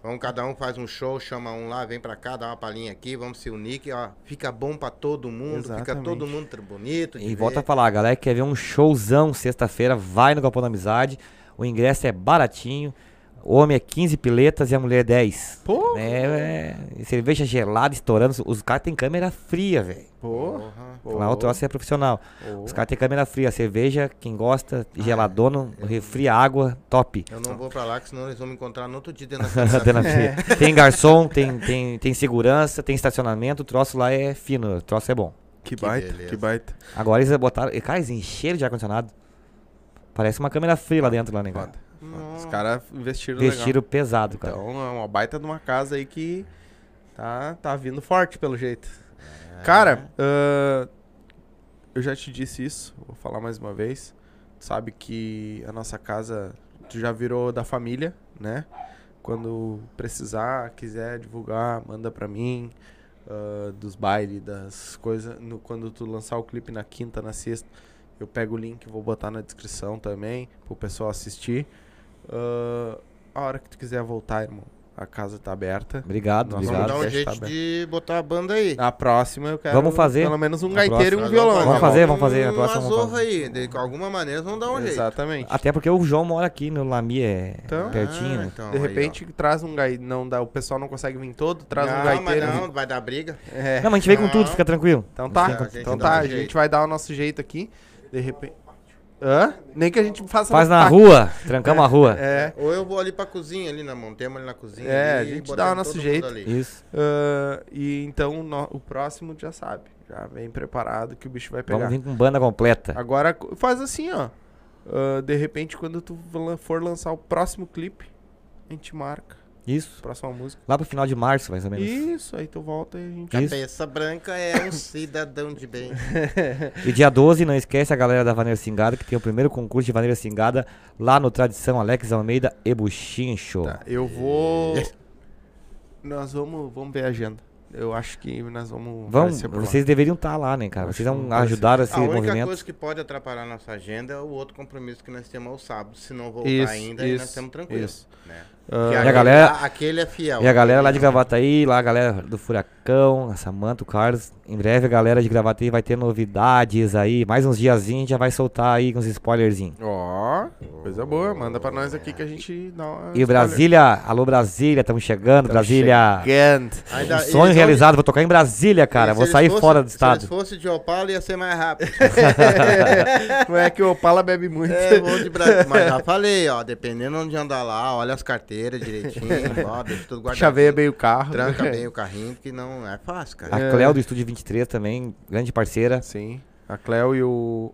[SPEAKER 2] Vamos, cada um faz um show, chama um lá, vem pra cá, dá uma palhinha aqui, vamos se unir, que ó, fica bom pra todo mundo, fica
[SPEAKER 1] Exatamente.
[SPEAKER 2] todo mundo tr- bonito. de
[SPEAKER 3] E volta a
[SPEAKER 2] ver.
[SPEAKER 3] falar, a galera que quer ver um showzão sexta-feira, vai no Galpão da Amizade. O ingresso é baratinho. O homem é 15 piletas e a mulher é 10.
[SPEAKER 1] Pô!
[SPEAKER 3] É, é, cerveja gelada estourando. Os caras têm câmera fria, velho.
[SPEAKER 1] Porra.
[SPEAKER 2] Porra.
[SPEAKER 1] Pô.
[SPEAKER 3] Lá o troço é profissional. Os caras têm câmera fria, cerveja, quem gosta, geladono, refri, água, top.
[SPEAKER 1] É.
[SPEAKER 2] Eu não vou pra lá, que senão eles vão me encontrar no outro dia dentro da casa.
[SPEAKER 3] Câmera fria. Tem garçom, tem, tem, tem segurança, tem estacionamento, o troço lá é fino, o troço é bom.
[SPEAKER 1] Que
[SPEAKER 2] Que
[SPEAKER 1] baita,
[SPEAKER 2] beleza.
[SPEAKER 1] que baita.
[SPEAKER 3] Agora eles botaram. e, Cara, eles encheram de ar-condicionado. Parece uma câmera fria lá dentro, lá, né, cara?
[SPEAKER 1] Foda. Os caras investiram legal.
[SPEAKER 3] Vestiram pesado, cara.
[SPEAKER 1] Então é uma baita de uma casa aí que tá, tá vindo forte, pelo jeito.
[SPEAKER 3] É.
[SPEAKER 1] Cara, ahn, eu já te disse isso, vou falar mais uma vez. Tu sabe que a nossa casa tu já virou da família, né? Quando precisar, quiser divulgar, manda pra mim. ah, dos bailes, das coisas. no- Quando tu lançar o clipe na quinta, na sexta, eu pego o link e vou botar na descrição também, pro pessoal assistir. Ah, a hora que tu quiser voltar, irmão, a casa tá aberta.
[SPEAKER 3] Obrigado,
[SPEAKER 1] Nós
[SPEAKER 2] Vamos
[SPEAKER 3] obrigado.
[SPEAKER 2] dar um
[SPEAKER 1] Tá
[SPEAKER 2] jeito
[SPEAKER 1] aberto.
[SPEAKER 2] de botar a banda aí.
[SPEAKER 1] Na próxima eu quero
[SPEAKER 3] Vamos fazer.
[SPEAKER 1] pelo menos um
[SPEAKER 3] Na
[SPEAKER 1] gaiteiro e
[SPEAKER 2] Nós
[SPEAKER 1] um violão.
[SPEAKER 2] botar
[SPEAKER 1] né,
[SPEAKER 3] Vamos fazer,
[SPEAKER 2] um-
[SPEAKER 3] vamos fazer, a próxima
[SPEAKER 2] Uma
[SPEAKER 3] vamos
[SPEAKER 2] zorra aí. De de alguma maneira, vamos dar um
[SPEAKER 1] irmão?
[SPEAKER 2] jeito.
[SPEAKER 1] Exatamente.
[SPEAKER 3] Até porque o João mora aqui no Lami, é
[SPEAKER 1] Então,
[SPEAKER 3] pertinho.
[SPEAKER 2] Ah,
[SPEAKER 3] né?
[SPEAKER 2] então,
[SPEAKER 1] De
[SPEAKER 2] aí, ó.
[SPEAKER 1] repente traz um gaiteiro. Não dá, o pessoal não consegue vir todo, traz
[SPEAKER 2] não,
[SPEAKER 1] um
[SPEAKER 2] mas
[SPEAKER 1] gaiteiro.
[SPEAKER 2] não, vai dar briga.
[SPEAKER 1] É.
[SPEAKER 3] Não, mas a gente veio com tudo,
[SPEAKER 2] Não.
[SPEAKER 3] fica tranquilo.
[SPEAKER 1] Então
[SPEAKER 2] Não sei,
[SPEAKER 1] tá,
[SPEAKER 2] a gente
[SPEAKER 1] então
[SPEAKER 2] dá um
[SPEAKER 1] tá, a
[SPEAKER 2] jeito.
[SPEAKER 1] gente vai dar o nosso jeito aqui. De repente. Hã? Nem que a gente faça
[SPEAKER 3] Faz
[SPEAKER 1] no
[SPEAKER 3] na
[SPEAKER 1] pátio.
[SPEAKER 3] rua, trancamos a rua.
[SPEAKER 1] É.
[SPEAKER 2] Ou eu vou ali pra cozinha, ali na mão. Temos ali na cozinha.
[SPEAKER 1] É,
[SPEAKER 2] ali,
[SPEAKER 1] a gente dá
[SPEAKER 2] botamos
[SPEAKER 1] o nosso
[SPEAKER 2] todo mundo
[SPEAKER 1] jeito.
[SPEAKER 2] ali.
[SPEAKER 3] Isso.
[SPEAKER 1] ah, e então no- o próximo já sabe. Já vem preparado que o bicho vai pegar.
[SPEAKER 3] Vamos vir com banda completa.
[SPEAKER 1] Agora co- faz assim, ó. Ah, de repente, quando tu lan- for lançar o próximo clipe, a gente marca.
[SPEAKER 3] Isso.
[SPEAKER 1] a Próxima música.
[SPEAKER 3] Lá pro final de março, mais ou menos.
[SPEAKER 1] Isso, aí tu volta e a gente.
[SPEAKER 3] Isso.
[SPEAKER 2] Cabeça branca é um cidadão de bem.
[SPEAKER 3] E dia 12, não esquece a galera da Vaneira Singada, que tem o primeiro concurso de Vaneira Singada lá no Tradição Alex Almeida e Buchincho.
[SPEAKER 1] Tá, eu vou. Nós vamos, vamos ver a agenda. Eu acho que nós vamos.
[SPEAKER 3] Vamos,
[SPEAKER 1] aparecer por lá.
[SPEAKER 3] vocês deveriam estar lá, né, cara?
[SPEAKER 1] Acho
[SPEAKER 3] Vocês
[SPEAKER 1] que vamos
[SPEAKER 3] não ajudaram esse
[SPEAKER 2] A única
[SPEAKER 3] movimento.
[SPEAKER 2] coisa que pode atrapalhar nossa agenda é o outro compromisso que nós temos ao sábado. Se não voltar
[SPEAKER 1] Isso,
[SPEAKER 2] ainda, aí nós
[SPEAKER 1] isso,
[SPEAKER 2] estamos tranquilos.
[SPEAKER 1] isso.
[SPEAKER 2] Né?
[SPEAKER 3] Ah, e a
[SPEAKER 2] aquele
[SPEAKER 3] galera-
[SPEAKER 2] lá- aquele é fiel.
[SPEAKER 3] E a galera lá de
[SPEAKER 2] aquele não.
[SPEAKER 3] Gravataí, lá a galera do Furacão, a Samanta, o Carlos. Em breve a galera de Gravataí vai ter novidades aí. Mais uns diazinhos a gente já vai soltar aí com uns spoilerzinhos.
[SPEAKER 1] Ó, coisa boa. Manda pra nós aqui que a gente dá uma.
[SPEAKER 3] E Brasília, alô Brasília, estamos chegando, Brasília.
[SPEAKER 1] Grande.
[SPEAKER 2] Ainda-
[SPEAKER 3] Um sonho
[SPEAKER 2] eles-
[SPEAKER 3] realizado, vou tocar em Brasília, cara.
[SPEAKER 2] se
[SPEAKER 3] Vou
[SPEAKER 2] eles
[SPEAKER 3] sair
[SPEAKER 2] fossem-
[SPEAKER 3] fora do
[SPEAKER 2] Se
[SPEAKER 3] estado.
[SPEAKER 2] eles fossem de Opala, ia ser mais rápido.
[SPEAKER 1] Não é que o Opala bebe muito.
[SPEAKER 2] É, vou de Brasil. Mas já falei, ó, dependendo onde andar lá, olha as carteiras direitinho, ó, deixa tudo guardado.
[SPEAKER 1] Chaveia bem o carro. né?
[SPEAKER 2] Tranca bem o carrinho, que não é fácil, cara.
[SPEAKER 3] A Cléo do Estúdio 23 também, grande parceira.
[SPEAKER 1] Sim. A Cleo e o.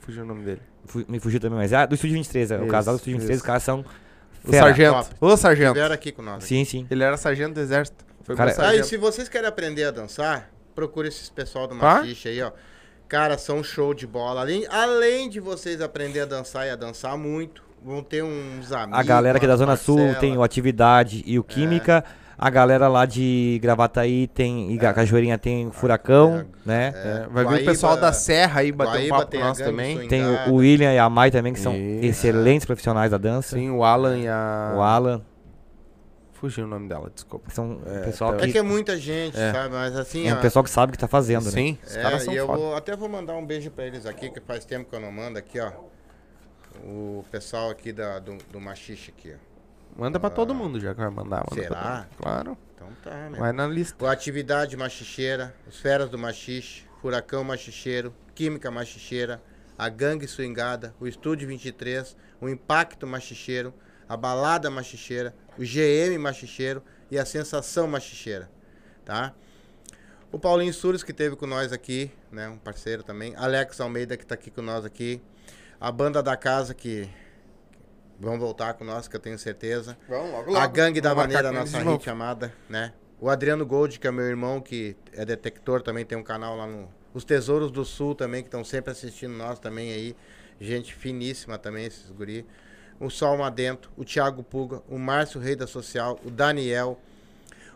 [SPEAKER 1] Fugiu o nome dele.
[SPEAKER 3] Fu- me fugiu também, mas. Ah, do Estúdio 23, é. o
[SPEAKER 1] Isso,
[SPEAKER 3] casal do Estúdio 23,
[SPEAKER 1] isso.
[SPEAKER 3] os caras são.
[SPEAKER 1] O
[SPEAKER 3] fera.
[SPEAKER 1] sargento. Ô, sargento.
[SPEAKER 2] Estiveram aqui com nós.
[SPEAKER 3] Sim, sim.
[SPEAKER 1] Ele era sargento do exército. Foi
[SPEAKER 3] Cara,
[SPEAKER 1] meu
[SPEAKER 2] Ah, e
[SPEAKER 1] sargento.
[SPEAKER 2] se vocês querem aprender a dançar, procura esses pessoal do
[SPEAKER 1] Tá?
[SPEAKER 2] Machixe aí, ó. Cara, são show de bola. Além, além de vocês aprender a dançar e a dançar muito, vão ter uns amigos.
[SPEAKER 3] A galera aqui da
[SPEAKER 2] umas
[SPEAKER 3] Zona Sul
[SPEAKER 2] parcela.
[SPEAKER 3] tem o Atividade
[SPEAKER 1] É.
[SPEAKER 3] e o Química. A galera lá de Gravataí tem. E Ga- Cajueirinha tem o Furacão, né?
[SPEAKER 1] É, vai vir o
[SPEAKER 2] Guaíba-
[SPEAKER 1] pessoal da Serra aí bater um
[SPEAKER 2] Guaíba
[SPEAKER 1] papo
[SPEAKER 2] tem
[SPEAKER 1] com
[SPEAKER 2] a
[SPEAKER 1] nós
[SPEAKER 2] gangue
[SPEAKER 1] também.
[SPEAKER 2] swing.
[SPEAKER 3] Tem o-
[SPEAKER 2] Engada.
[SPEAKER 3] o William e a Mai também, que são
[SPEAKER 1] Isso. é.
[SPEAKER 3] excelentes profissionais da dança.
[SPEAKER 1] Sim, o Alan e a.
[SPEAKER 3] O Alan.
[SPEAKER 1] Fugiu o nome dela, desculpa.
[SPEAKER 3] que São o pessoal
[SPEAKER 1] tá.
[SPEAKER 2] É
[SPEAKER 3] que,
[SPEAKER 2] que é muita gente, sabe? Mas assim,
[SPEAKER 3] é
[SPEAKER 2] ó,
[SPEAKER 3] um pessoal que sabe o que tá fazendo, né?
[SPEAKER 1] Sim, os
[SPEAKER 2] É,
[SPEAKER 1] caras são
[SPEAKER 2] e eu
[SPEAKER 1] foda.
[SPEAKER 2] vou, até vou mandar um beijo pra eles aqui, que faz tempo que eu não mando aqui, ó. O pessoal aqui da, do, do Machixe aqui, ó.
[SPEAKER 1] Manda pra todo mundo já que vai mandar. manda pra
[SPEAKER 2] Será?
[SPEAKER 1] todo mundo. Claro.
[SPEAKER 2] Então tá, né?
[SPEAKER 1] Vai na lista.
[SPEAKER 2] O Atividade Machixeira, os Feras do Machixe, Furacão Machixeiro, Química Machixeira, a Gangue Swingada, o Estúdio 23, o Impacto Machixeiro, a Balada Machixeira, o GM Machixeiro e a Sensação Machixeira, tá? O Paulinho Sures, que teve com nós aqui, né? Um parceiro também. Alex Almeida, que tá aqui com nós aqui. A Banda da Casa, que vão voltar com nós, que eu tenho certeza.
[SPEAKER 1] Vamos logo,
[SPEAKER 2] A gangue da
[SPEAKER 1] Vou marcar
[SPEAKER 2] maneira,
[SPEAKER 1] com eles
[SPEAKER 2] nossa
[SPEAKER 1] de novo.
[SPEAKER 2] hit amada, né? O Adriano Gold, que é meu irmão, que é detector, também tem um canal lá no. Os Tesouros do Sul também, que estão sempre assistindo nós também aí. Gente finíssima também, esses guri. O Salma Dentro, o Thiago Puga, o Márcio Rei da Social, o Daniel,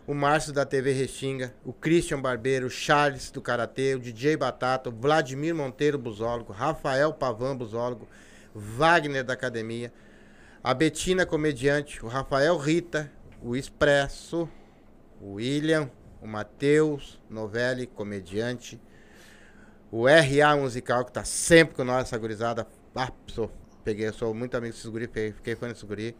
[SPEAKER 2] o Márcio da TV Restinga, o Christian Barbeiro, o Charles do Karatê, o DJ Batata, o Vladimir Monteiro Buzólogo, Rafael Pavan Buzólogo, Wagner da Academia, a Betina é Comediante, o Rafael Rita, o Expresso, o William, o Matheus Novelli Comediante, o RA Musical, que tá sempre com nós, essa gurizada. Ah, sou, peguei, sou muito amigo desses guri, fiquei, fiquei fã desses guri.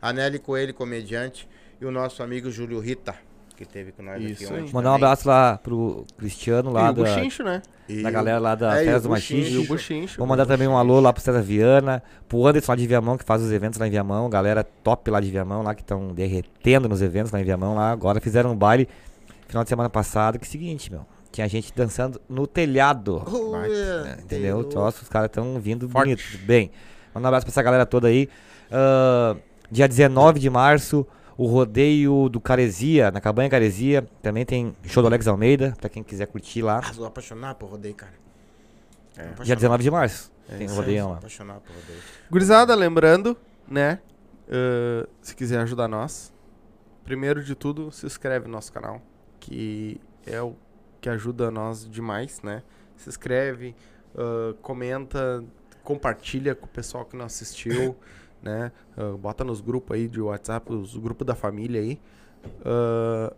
[SPEAKER 2] A Nelly Coelho Comediante e o nosso amigo Júlio Rita, que teve com nós
[SPEAKER 1] Isso
[SPEAKER 2] aqui
[SPEAKER 1] aí.
[SPEAKER 2] ontem.
[SPEAKER 3] Mandar um
[SPEAKER 2] também.
[SPEAKER 3] abraço lá pro Cristiano, lá
[SPEAKER 1] E o
[SPEAKER 3] da,
[SPEAKER 1] Buchincho, né?
[SPEAKER 2] E
[SPEAKER 3] da
[SPEAKER 2] o-
[SPEAKER 3] galera lá da
[SPEAKER 2] É, e o
[SPEAKER 3] Terra do
[SPEAKER 2] Buchinho.
[SPEAKER 1] E o
[SPEAKER 3] Machinho.
[SPEAKER 1] Buchincho.
[SPEAKER 3] Vou mandar também um alô lá pro César Viana, pro Anderson lá de Viamão, que faz os eventos lá em Viamão, galera top lá de Viamão, lá que estão derretendo nos eventos lá em Viamão, lá agora fizeram um baile final de semana passado, que é o seguinte, meu, tinha gente dançando no telhado,
[SPEAKER 2] Ué,
[SPEAKER 3] entendeu? O
[SPEAKER 2] Deus.
[SPEAKER 3] troço, os caras estão vindo
[SPEAKER 1] Forte.
[SPEAKER 3] bonitos, bem. Manda um abraço pra essa galera toda aí. Ahn, dia 19 de março, o rodeio do Caresia, na Cabanha Caresia, também tem show do Alex Almeida, pra quem quiser curtir lá,
[SPEAKER 2] Ah, sou apaixonado por rodeio, cara. Apaixonado.
[SPEAKER 3] dia 19 de março, tem um
[SPEAKER 2] Sou
[SPEAKER 3] rodeio né? lá.
[SPEAKER 2] Apaixonado por rodeio.
[SPEAKER 1] Gurizada, lembrando, né? ah, se quiser ajudar nós, primeiro de tudo, se inscreve no nosso canal. Que é o que ajuda nós demais, né? Se inscreve, ah, comenta, compartilha com o pessoal que não assistiu, né? Ah, bota nos grupos aí de WhatsApp, os grupos da família aí. Ah,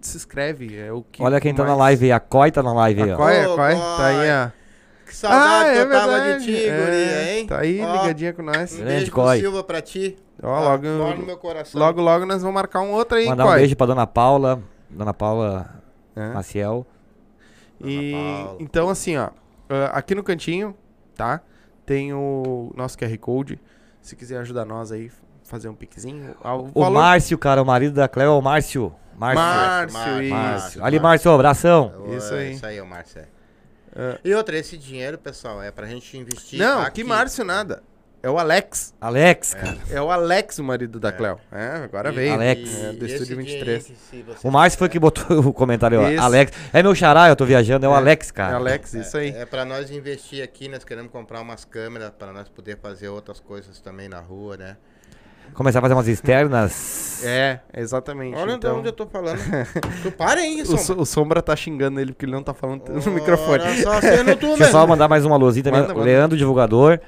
[SPEAKER 1] se inscreve, é o que.
[SPEAKER 3] Olha quem tá na
[SPEAKER 1] mais-
[SPEAKER 3] live aí, a Coy tá na live aí, ó.
[SPEAKER 1] Qual é,
[SPEAKER 2] Ô,
[SPEAKER 1] qual é? Tá aí, ó.
[SPEAKER 2] Que saudade que
[SPEAKER 1] é
[SPEAKER 2] eu tava
[SPEAKER 1] verdade,
[SPEAKER 2] de ti,
[SPEAKER 1] é.
[SPEAKER 2] guria, hein?
[SPEAKER 1] Tá aí,
[SPEAKER 2] Ó,
[SPEAKER 1] ligadinha com nós.
[SPEAKER 2] Um
[SPEAKER 3] Grande
[SPEAKER 2] beijo pro
[SPEAKER 3] Coy.
[SPEAKER 2] Silva pra ti.
[SPEAKER 1] Ó,
[SPEAKER 2] Tá,
[SPEAKER 1] logo, um-
[SPEAKER 2] mora no meu coração.
[SPEAKER 1] logo, logo nós vamos marcar um outro aí,
[SPEAKER 3] Mandar um
[SPEAKER 1] Coy.
[SPEAKER 3] beijo pra dona Paula, dona Paula
[SPEAKER 1] É.
[SPEAKER 3] Maciel.
[SPEAKER 1] E
[SPEAKER 2] Ana Paula.
[SPEAKER 1] então assim, ó, ah, aqui no cantinho, tá? Tem o nosso QR Code, se quiser ajudar nós aí fazer um piquezinho, ao
[SPEAKER 3] O Márcio, cara, o marido da Cléo, o Márcio. Márcio.
[SPEAKER 1] um Márcio, É. isso.
[SPEAKER 3] Márcio. Ali, Márcio, um abração.
[SPEAKER 2] Ô,
[SPEAKER 1] Isso aí.
[SPEAKER 2] Isso aí, o Márcio. é.
[SPEAKER 1] É.
[SPEAKER 2] E outra, esse dinheiro, pessoal, é pra gente investir.
[SPEAKER 1] Não,
[SPEAKER 2] aqui.
[SPEAKER 1] que Márcio nada. É o Alex.
[SPEAKER 3] Alex, cara.
[SPEAKER 1] É o Alex, o marido da Cleo. É, agora veio.
[SPEAKER 3] Alex.
[SPEAKER 1] É, do
[SPEAKER 2] esse
[SPEAKER 1] Estúdio
[SPEAKER 2] dinheirinho
[SPEAKER 1] 23.
[SPEAKER 2] que se você
[SPEAKER 3] O Márcio foi que botou o comentário, ó.
[SPEAKER 1] Isso.
[SPEAKER 3] Alex. É meu xará, eu tô viajando, é o
[SPEAKER 1] É,
[SPEAKER 3] Alex,
[SPEAKER 1] É
[SPEAKER 3] cara.
[SPEAKER 1] o Alex, isso aí.
[SPEAKER 2] É pra nós investir aqui, nós queremos comprar umas câmeras pra nós poder fazer outras coisas também na rua, né?
[SPEAKER 3] Começar a fazer umas externas.
[SPEAKER 1] É, exatamente.
[SPEAKER 2] Olha
[SPEAKER 1] então,
[SPEAKER 2] onde eu tô falando. tu para aí, um
[SPEAKER 1] o,
[SPEAKER 2] Sombra.
[SPEAKER 1] so- o Sombra tá xingando ele porque ele não tá falando no
[SPEAKER 2] Ora,
[SPEAKER 1] microfone.
[SPEAKER 2] Só sendo tu,
[SPEAKER 3] Deixa eu só
[SPEAKER 2] velho.
[SPEAKER 3] mandar mais uma luzinha também.
[SPEAKER 1] Manda,
[SPEAKER 3] o
[SPEAKER 1] manda.
[SPEAKER 3] Leandro Divulgador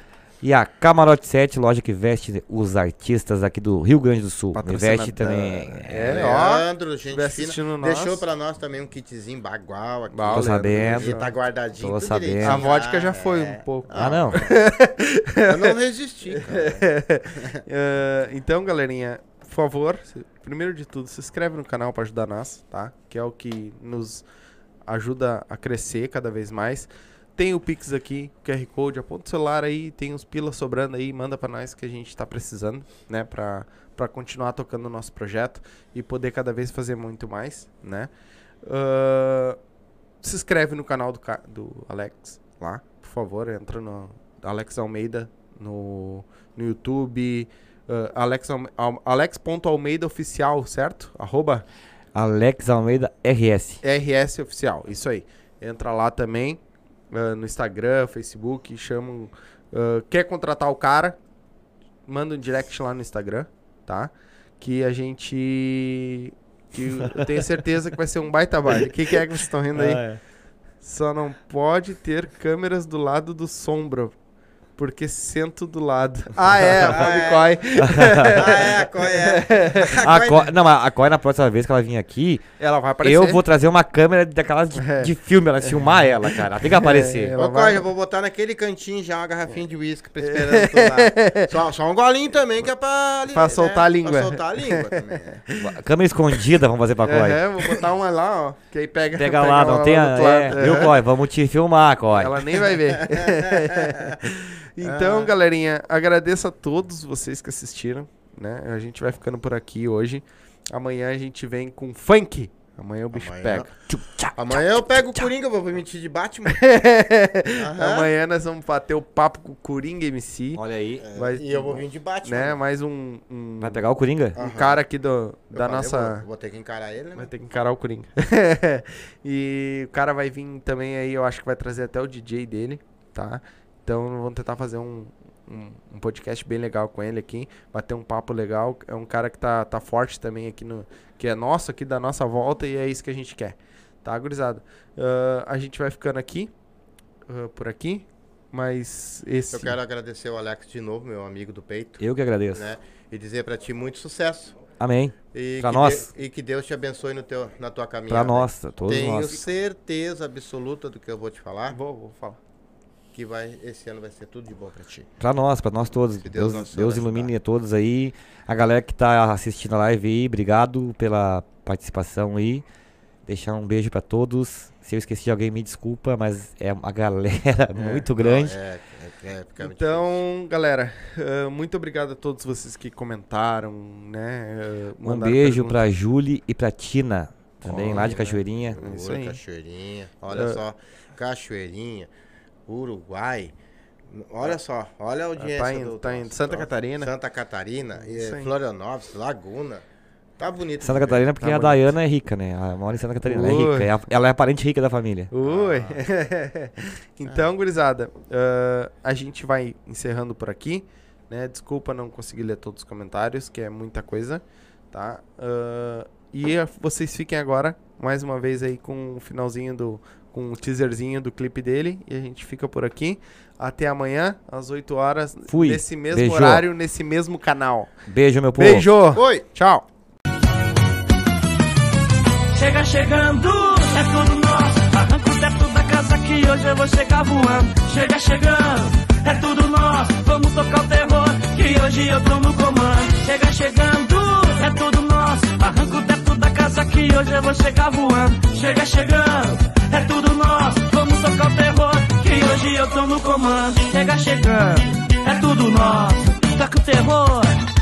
[SPEAKER 3] e a Camarote 7, loja que veste os artistas aqui do Rio Grande do Sul. Me veste também.
[SPEAKER 1] É, ó.
[SPEAKER 2] Leandro,
[SPEAKER 1] estiver
[SPEAKER 2] gente
[SPEAKER 1] assistindo
[SPEAKER 2] fina.
[SPEAKER 1] nós.
[SPEAKER 2] Deixou pra nós também um kitzinho bagual aqui.
[SPEAKER 1] Bah,
[SPEAKER 3] Tô
[SPEAKER 1] Leandro,
[SPEAKER 3] sabendo.
[SPEAKER 2] E tá guardadinho.
[SPEAKER 3] Tô
[SPEAKER 2] tudo
[SPEAKER 3] sabendo.
[SPEAKER 2] direitinho
[SPEAKER 1] A
[SPEAKER 2] lá,
[SPEAKER 1] vodka já foi
[SPEAKER 2] é.
[SPEAKER 1] um pouco.
[SPEAKER 3] Ah, não.
[SPEAKER 2] Eu não resisti,
[SPEAKER 1] É.
[SPEAKER 2] cara.
[SPEAKER 1] Eh, então, galerinha, por favor, se- primeiro de tudo, se inscreve no canal pra ajudar nós, tá? Que é o que nos ajuda a crescer cada vez mais. Tem o Pix aqui, QR Code, aponta o celular aí, tem uns pilas sobrando aí, manda pra nós que a gente tá precisando, né? Pra, pra continuar tocando o nosso projeto e poder cada vez fazer muito mais, né? Ah, se inscreve no canal do, ca- do Alex lá, por favor, entra no Alex Almeida no, no YouTube, ah, Alex Alme- Al- Alex.almeida oficial, certo? Arroba
[SPEAKER 3] Alex Almeida RS.
[SPEAKER 1] RS oficial, isso aí. Entra lá também ah, no Instagram, Facebook, chamam. ah, quer contratar o cara? Manda um direct lá no Instagram, tá? Que a gente. Que eu tenho certeza que vai ser um baita baile. O que, que é que vocês estão rindo
[SPEAKER 3] Ah,
[SPEAKER 1] aí? Só não pode ter câmeras do lado do sombra. Porque sento do lado. Ah, é, a Fabicói.
[SPEAKER 2] ah, é, a Coy é.
[SPEAKER 3] A
[SPEAKER 2] Coy-
[SPEAKER 3] Coi- não, mas a Coy, na próxima vez que ela vir aqui,
[SPEAKER 1] Ela vai né? aparecer.
[SPEAKER 3] eu vou trazer uma câmera daquelas de,
[SPEAKER 1] É.
[SPEAKER 3] de filme, ela filmar ela, cara. Ela tem que aparecer.
[SPEAKER 1] É, ela-
[SPEAKER 2] Ô,
[SPEAKER 1] vai-
[SPEAKER 2] Coy, eu vou botar naquele cantinho já uma garrafinha de uísque pra esperando tu lá. Só, só um golinho também que é pra... ali- né?
[SPEAKER 1] Pra soltar a língua.
[SPEAKER 2] Pra soltar a língua também. é.
[SPEAKER 3] Câmera escondida, vamos fazer pra Coy.
[SPEAKER 1] É, vou botar uma lá, ó. Que aí pega.
[SPEAKER 3] Pega lá, não
[SPEAKER 1] uma
[SPEAKER 3] tem.
[SPEAKER 1] do
[SPEAKER 3] a-
[SPEAKER 1] outro
[SPEAKER 3] É,
[SPEAKER 1] lado.
[SPEAKER 3] Viu, Coy? Vamos te filmar, Coy.
[SPEAKER 1] Ela nem vai ver.
[SPEAKER 2] Ah.
[SPEAKER 1] então, galerinha, agradeço a todos vocês que assistiram, né? A gente vai ficando por aqui hoje. Amanhã a gente vem com funk. Amanhã o bicho
[SPEAKER 2] Amanhã.
[SPEAKER 1] pega.
[SPEAKER 2] Amanhã eu pego o Coringa, vou mentir de Batman. Aham.
[SPEAKER 1] Amanhã nós vamos bater o papo com o Coringa MC,
[SPEAKER 3] Olha aí.
[SPEAKER 1] vai-
[SPEAKER 2] E eu vou vir de Batman.
[SPEAKER 1] né? Mais um, um,
[SPEAKER 3] Vai pegar o Coringa?
[SPEAKER 1] um
[SPEAKER 2] Aham.
[SPEAKER 1] cara aqui do,
[SPEAKER 2] Eu
[SPEAKER 1] da
[SPEAKER 2] falei,
[SPEAKER 1] nossa...
[SPEAKER 2] Vou, vou ter que encarar ele,
[SPEAKER 1] Vai
[SPEAKER 2] né?
[SPEAKER 1] ter que encarar o Coringa. e o cara vai vir também aí, eu acho que vai trazer até o DJ dele, tá? Então vamos tentar fazer um, um, um podcast bem legal com ele aqui, bater um papo legal. É um cara que tá, tá forte também aqui no. Que é nosso, aqui da nossa volta, e é isso que a gente quer. Tá, gurizada? Ah, a gente vai ficando aqui, ah, por aqui, mas esse.
[SPEAKER 2] Eu quero agradecer o Alex de novo, meu amigo do peito,
[SPEAKER 3] Eu que agradeço.
[SPEAKER 2] né? E dizer pra ti muito sucesso.
[SPEAKER 3] Amém.
[SPEAKER 2] E
[SPEAKER 3] Pra
[SPEAKER 2] que
[SPEAKER 3] nós.
[SPEAKER 2] Deu- e que Deus te abençoe no teu, na tua caminhada.
[SPEAKER 3] Pra nós, todos
[SPEAKER 2] Tenho
[SPEAKER 3] nós.
[SPEAKER 2] certeza absoluta do que eu vou te falar,
[SPEAKER 1] Ah, Vou, vou falar.
[SPEAKER 2] que vai, esse ano vai ser tudo de bom pra ti.
[SPEAKER 3] Pra nós, pra nós todos.
[SPEAKER 2] Que Deus
[SPEAKER 3] Deus,
[SPEAKER 2] nos
[SPEAKER 3] Deus
[SPEAKER 2] ajude.
[SPEAKER 3] ilumine a todos aí. A galera que tá assistindo a live aí, obrigado pela participação aí. Deixar um beijo pra todos. Se eu esqueci de alguém, me desculpa, mas é uma galera muito grande.
[SPEAKER 2] Não, é, é, é, fica muito
[SPEAKER 1] Então, galera, ah, muito obrigado a todos vocês que comentaram, né? ah,
[SPEAKER 3] um
[SPEAKER 1] mandaram
[SPEAKER 3] beijo
[SPEAKER 1] perguntas.
[SPEAKER 3] pra Julie e pra Tina, também lá
[SPEAKER 2] Olha.
[SPEAKER 3] de Cachoeirinha.
[SPEAKER 2] difícil.
[SPEAKER 1] é isso
[SPEAKER 2] Oi,
[SPEAKER 1] aí. É.
[SPEAKER 2] Cachoeirinha. Olha só, Cachoeirinha, Uruguai. Olha só, olha a audiência
[SPEAKER 1] tá indo,
[SPEAKER 2] do
[SPEAKER 1] tá indo. Santa Catarina.
[SPEAKER 2] Santa Catarina, eh,
[SPEAKER 1] Isso aí.
[SPEAKER 2] Florianópolis, Laguna. Tá bonito. de
[SPEAKER 3] Santa
[SPEAKER 2] ver.
[SPEAKER 3] Catarina, porque
[SPEAKER 1] Tá
[SPEAKER 3] a
[SPEAKER 1] bonito.
[SPEAKER 3] Dayana é rica, né? Ela mora em Santa Catarina, é
[SPEAKER 1] Ui.
[SPEAKER 3] rica. É a- Ela é a parente rica da família.
[SPEAKER 1] Ui! então, gurizada, ah, a gente vai encerrando por aqui, né? Desculpa não conseguir ler todos os comentários, que é muita coisa, tá? Ah, E eh, vocês fiquem agora, mais uma vez aí, com o finalzinho do. com o teaserzinho do clipe dele. E a gente fica por aqui. Até amanhã, às 8 horas.
[SPEAKER 3] Fui.
[SPEAKER 1] Nesse mesmo
[SPEAKER 3] Beijô.
[SPEAKER 1] horário, nesse mesmo canal.
[SPEAKER 3] Beijo, meu povo.
[SPEAKER 1] Beijo!
[SPEAKER 2] Oi!
[SPEAKER 1] Tchau!
[SPEAKER 4] Chega chegando, é tudo nosso. Arranca o teto da casa que hoje eu vou chegar voando. Chega chegando, é tudo nosso. Vamos tocar o terror que hoje eu tô no comando. Chega chegando, é tudo nosso. Arranca o teto da casa que hoje eu vou chegar voando. Chega chegando, é tudo nosso. Vamos tocar o terror que hoje eu tô no comando. Chega chegando, é tudo nosso. Toca o terror.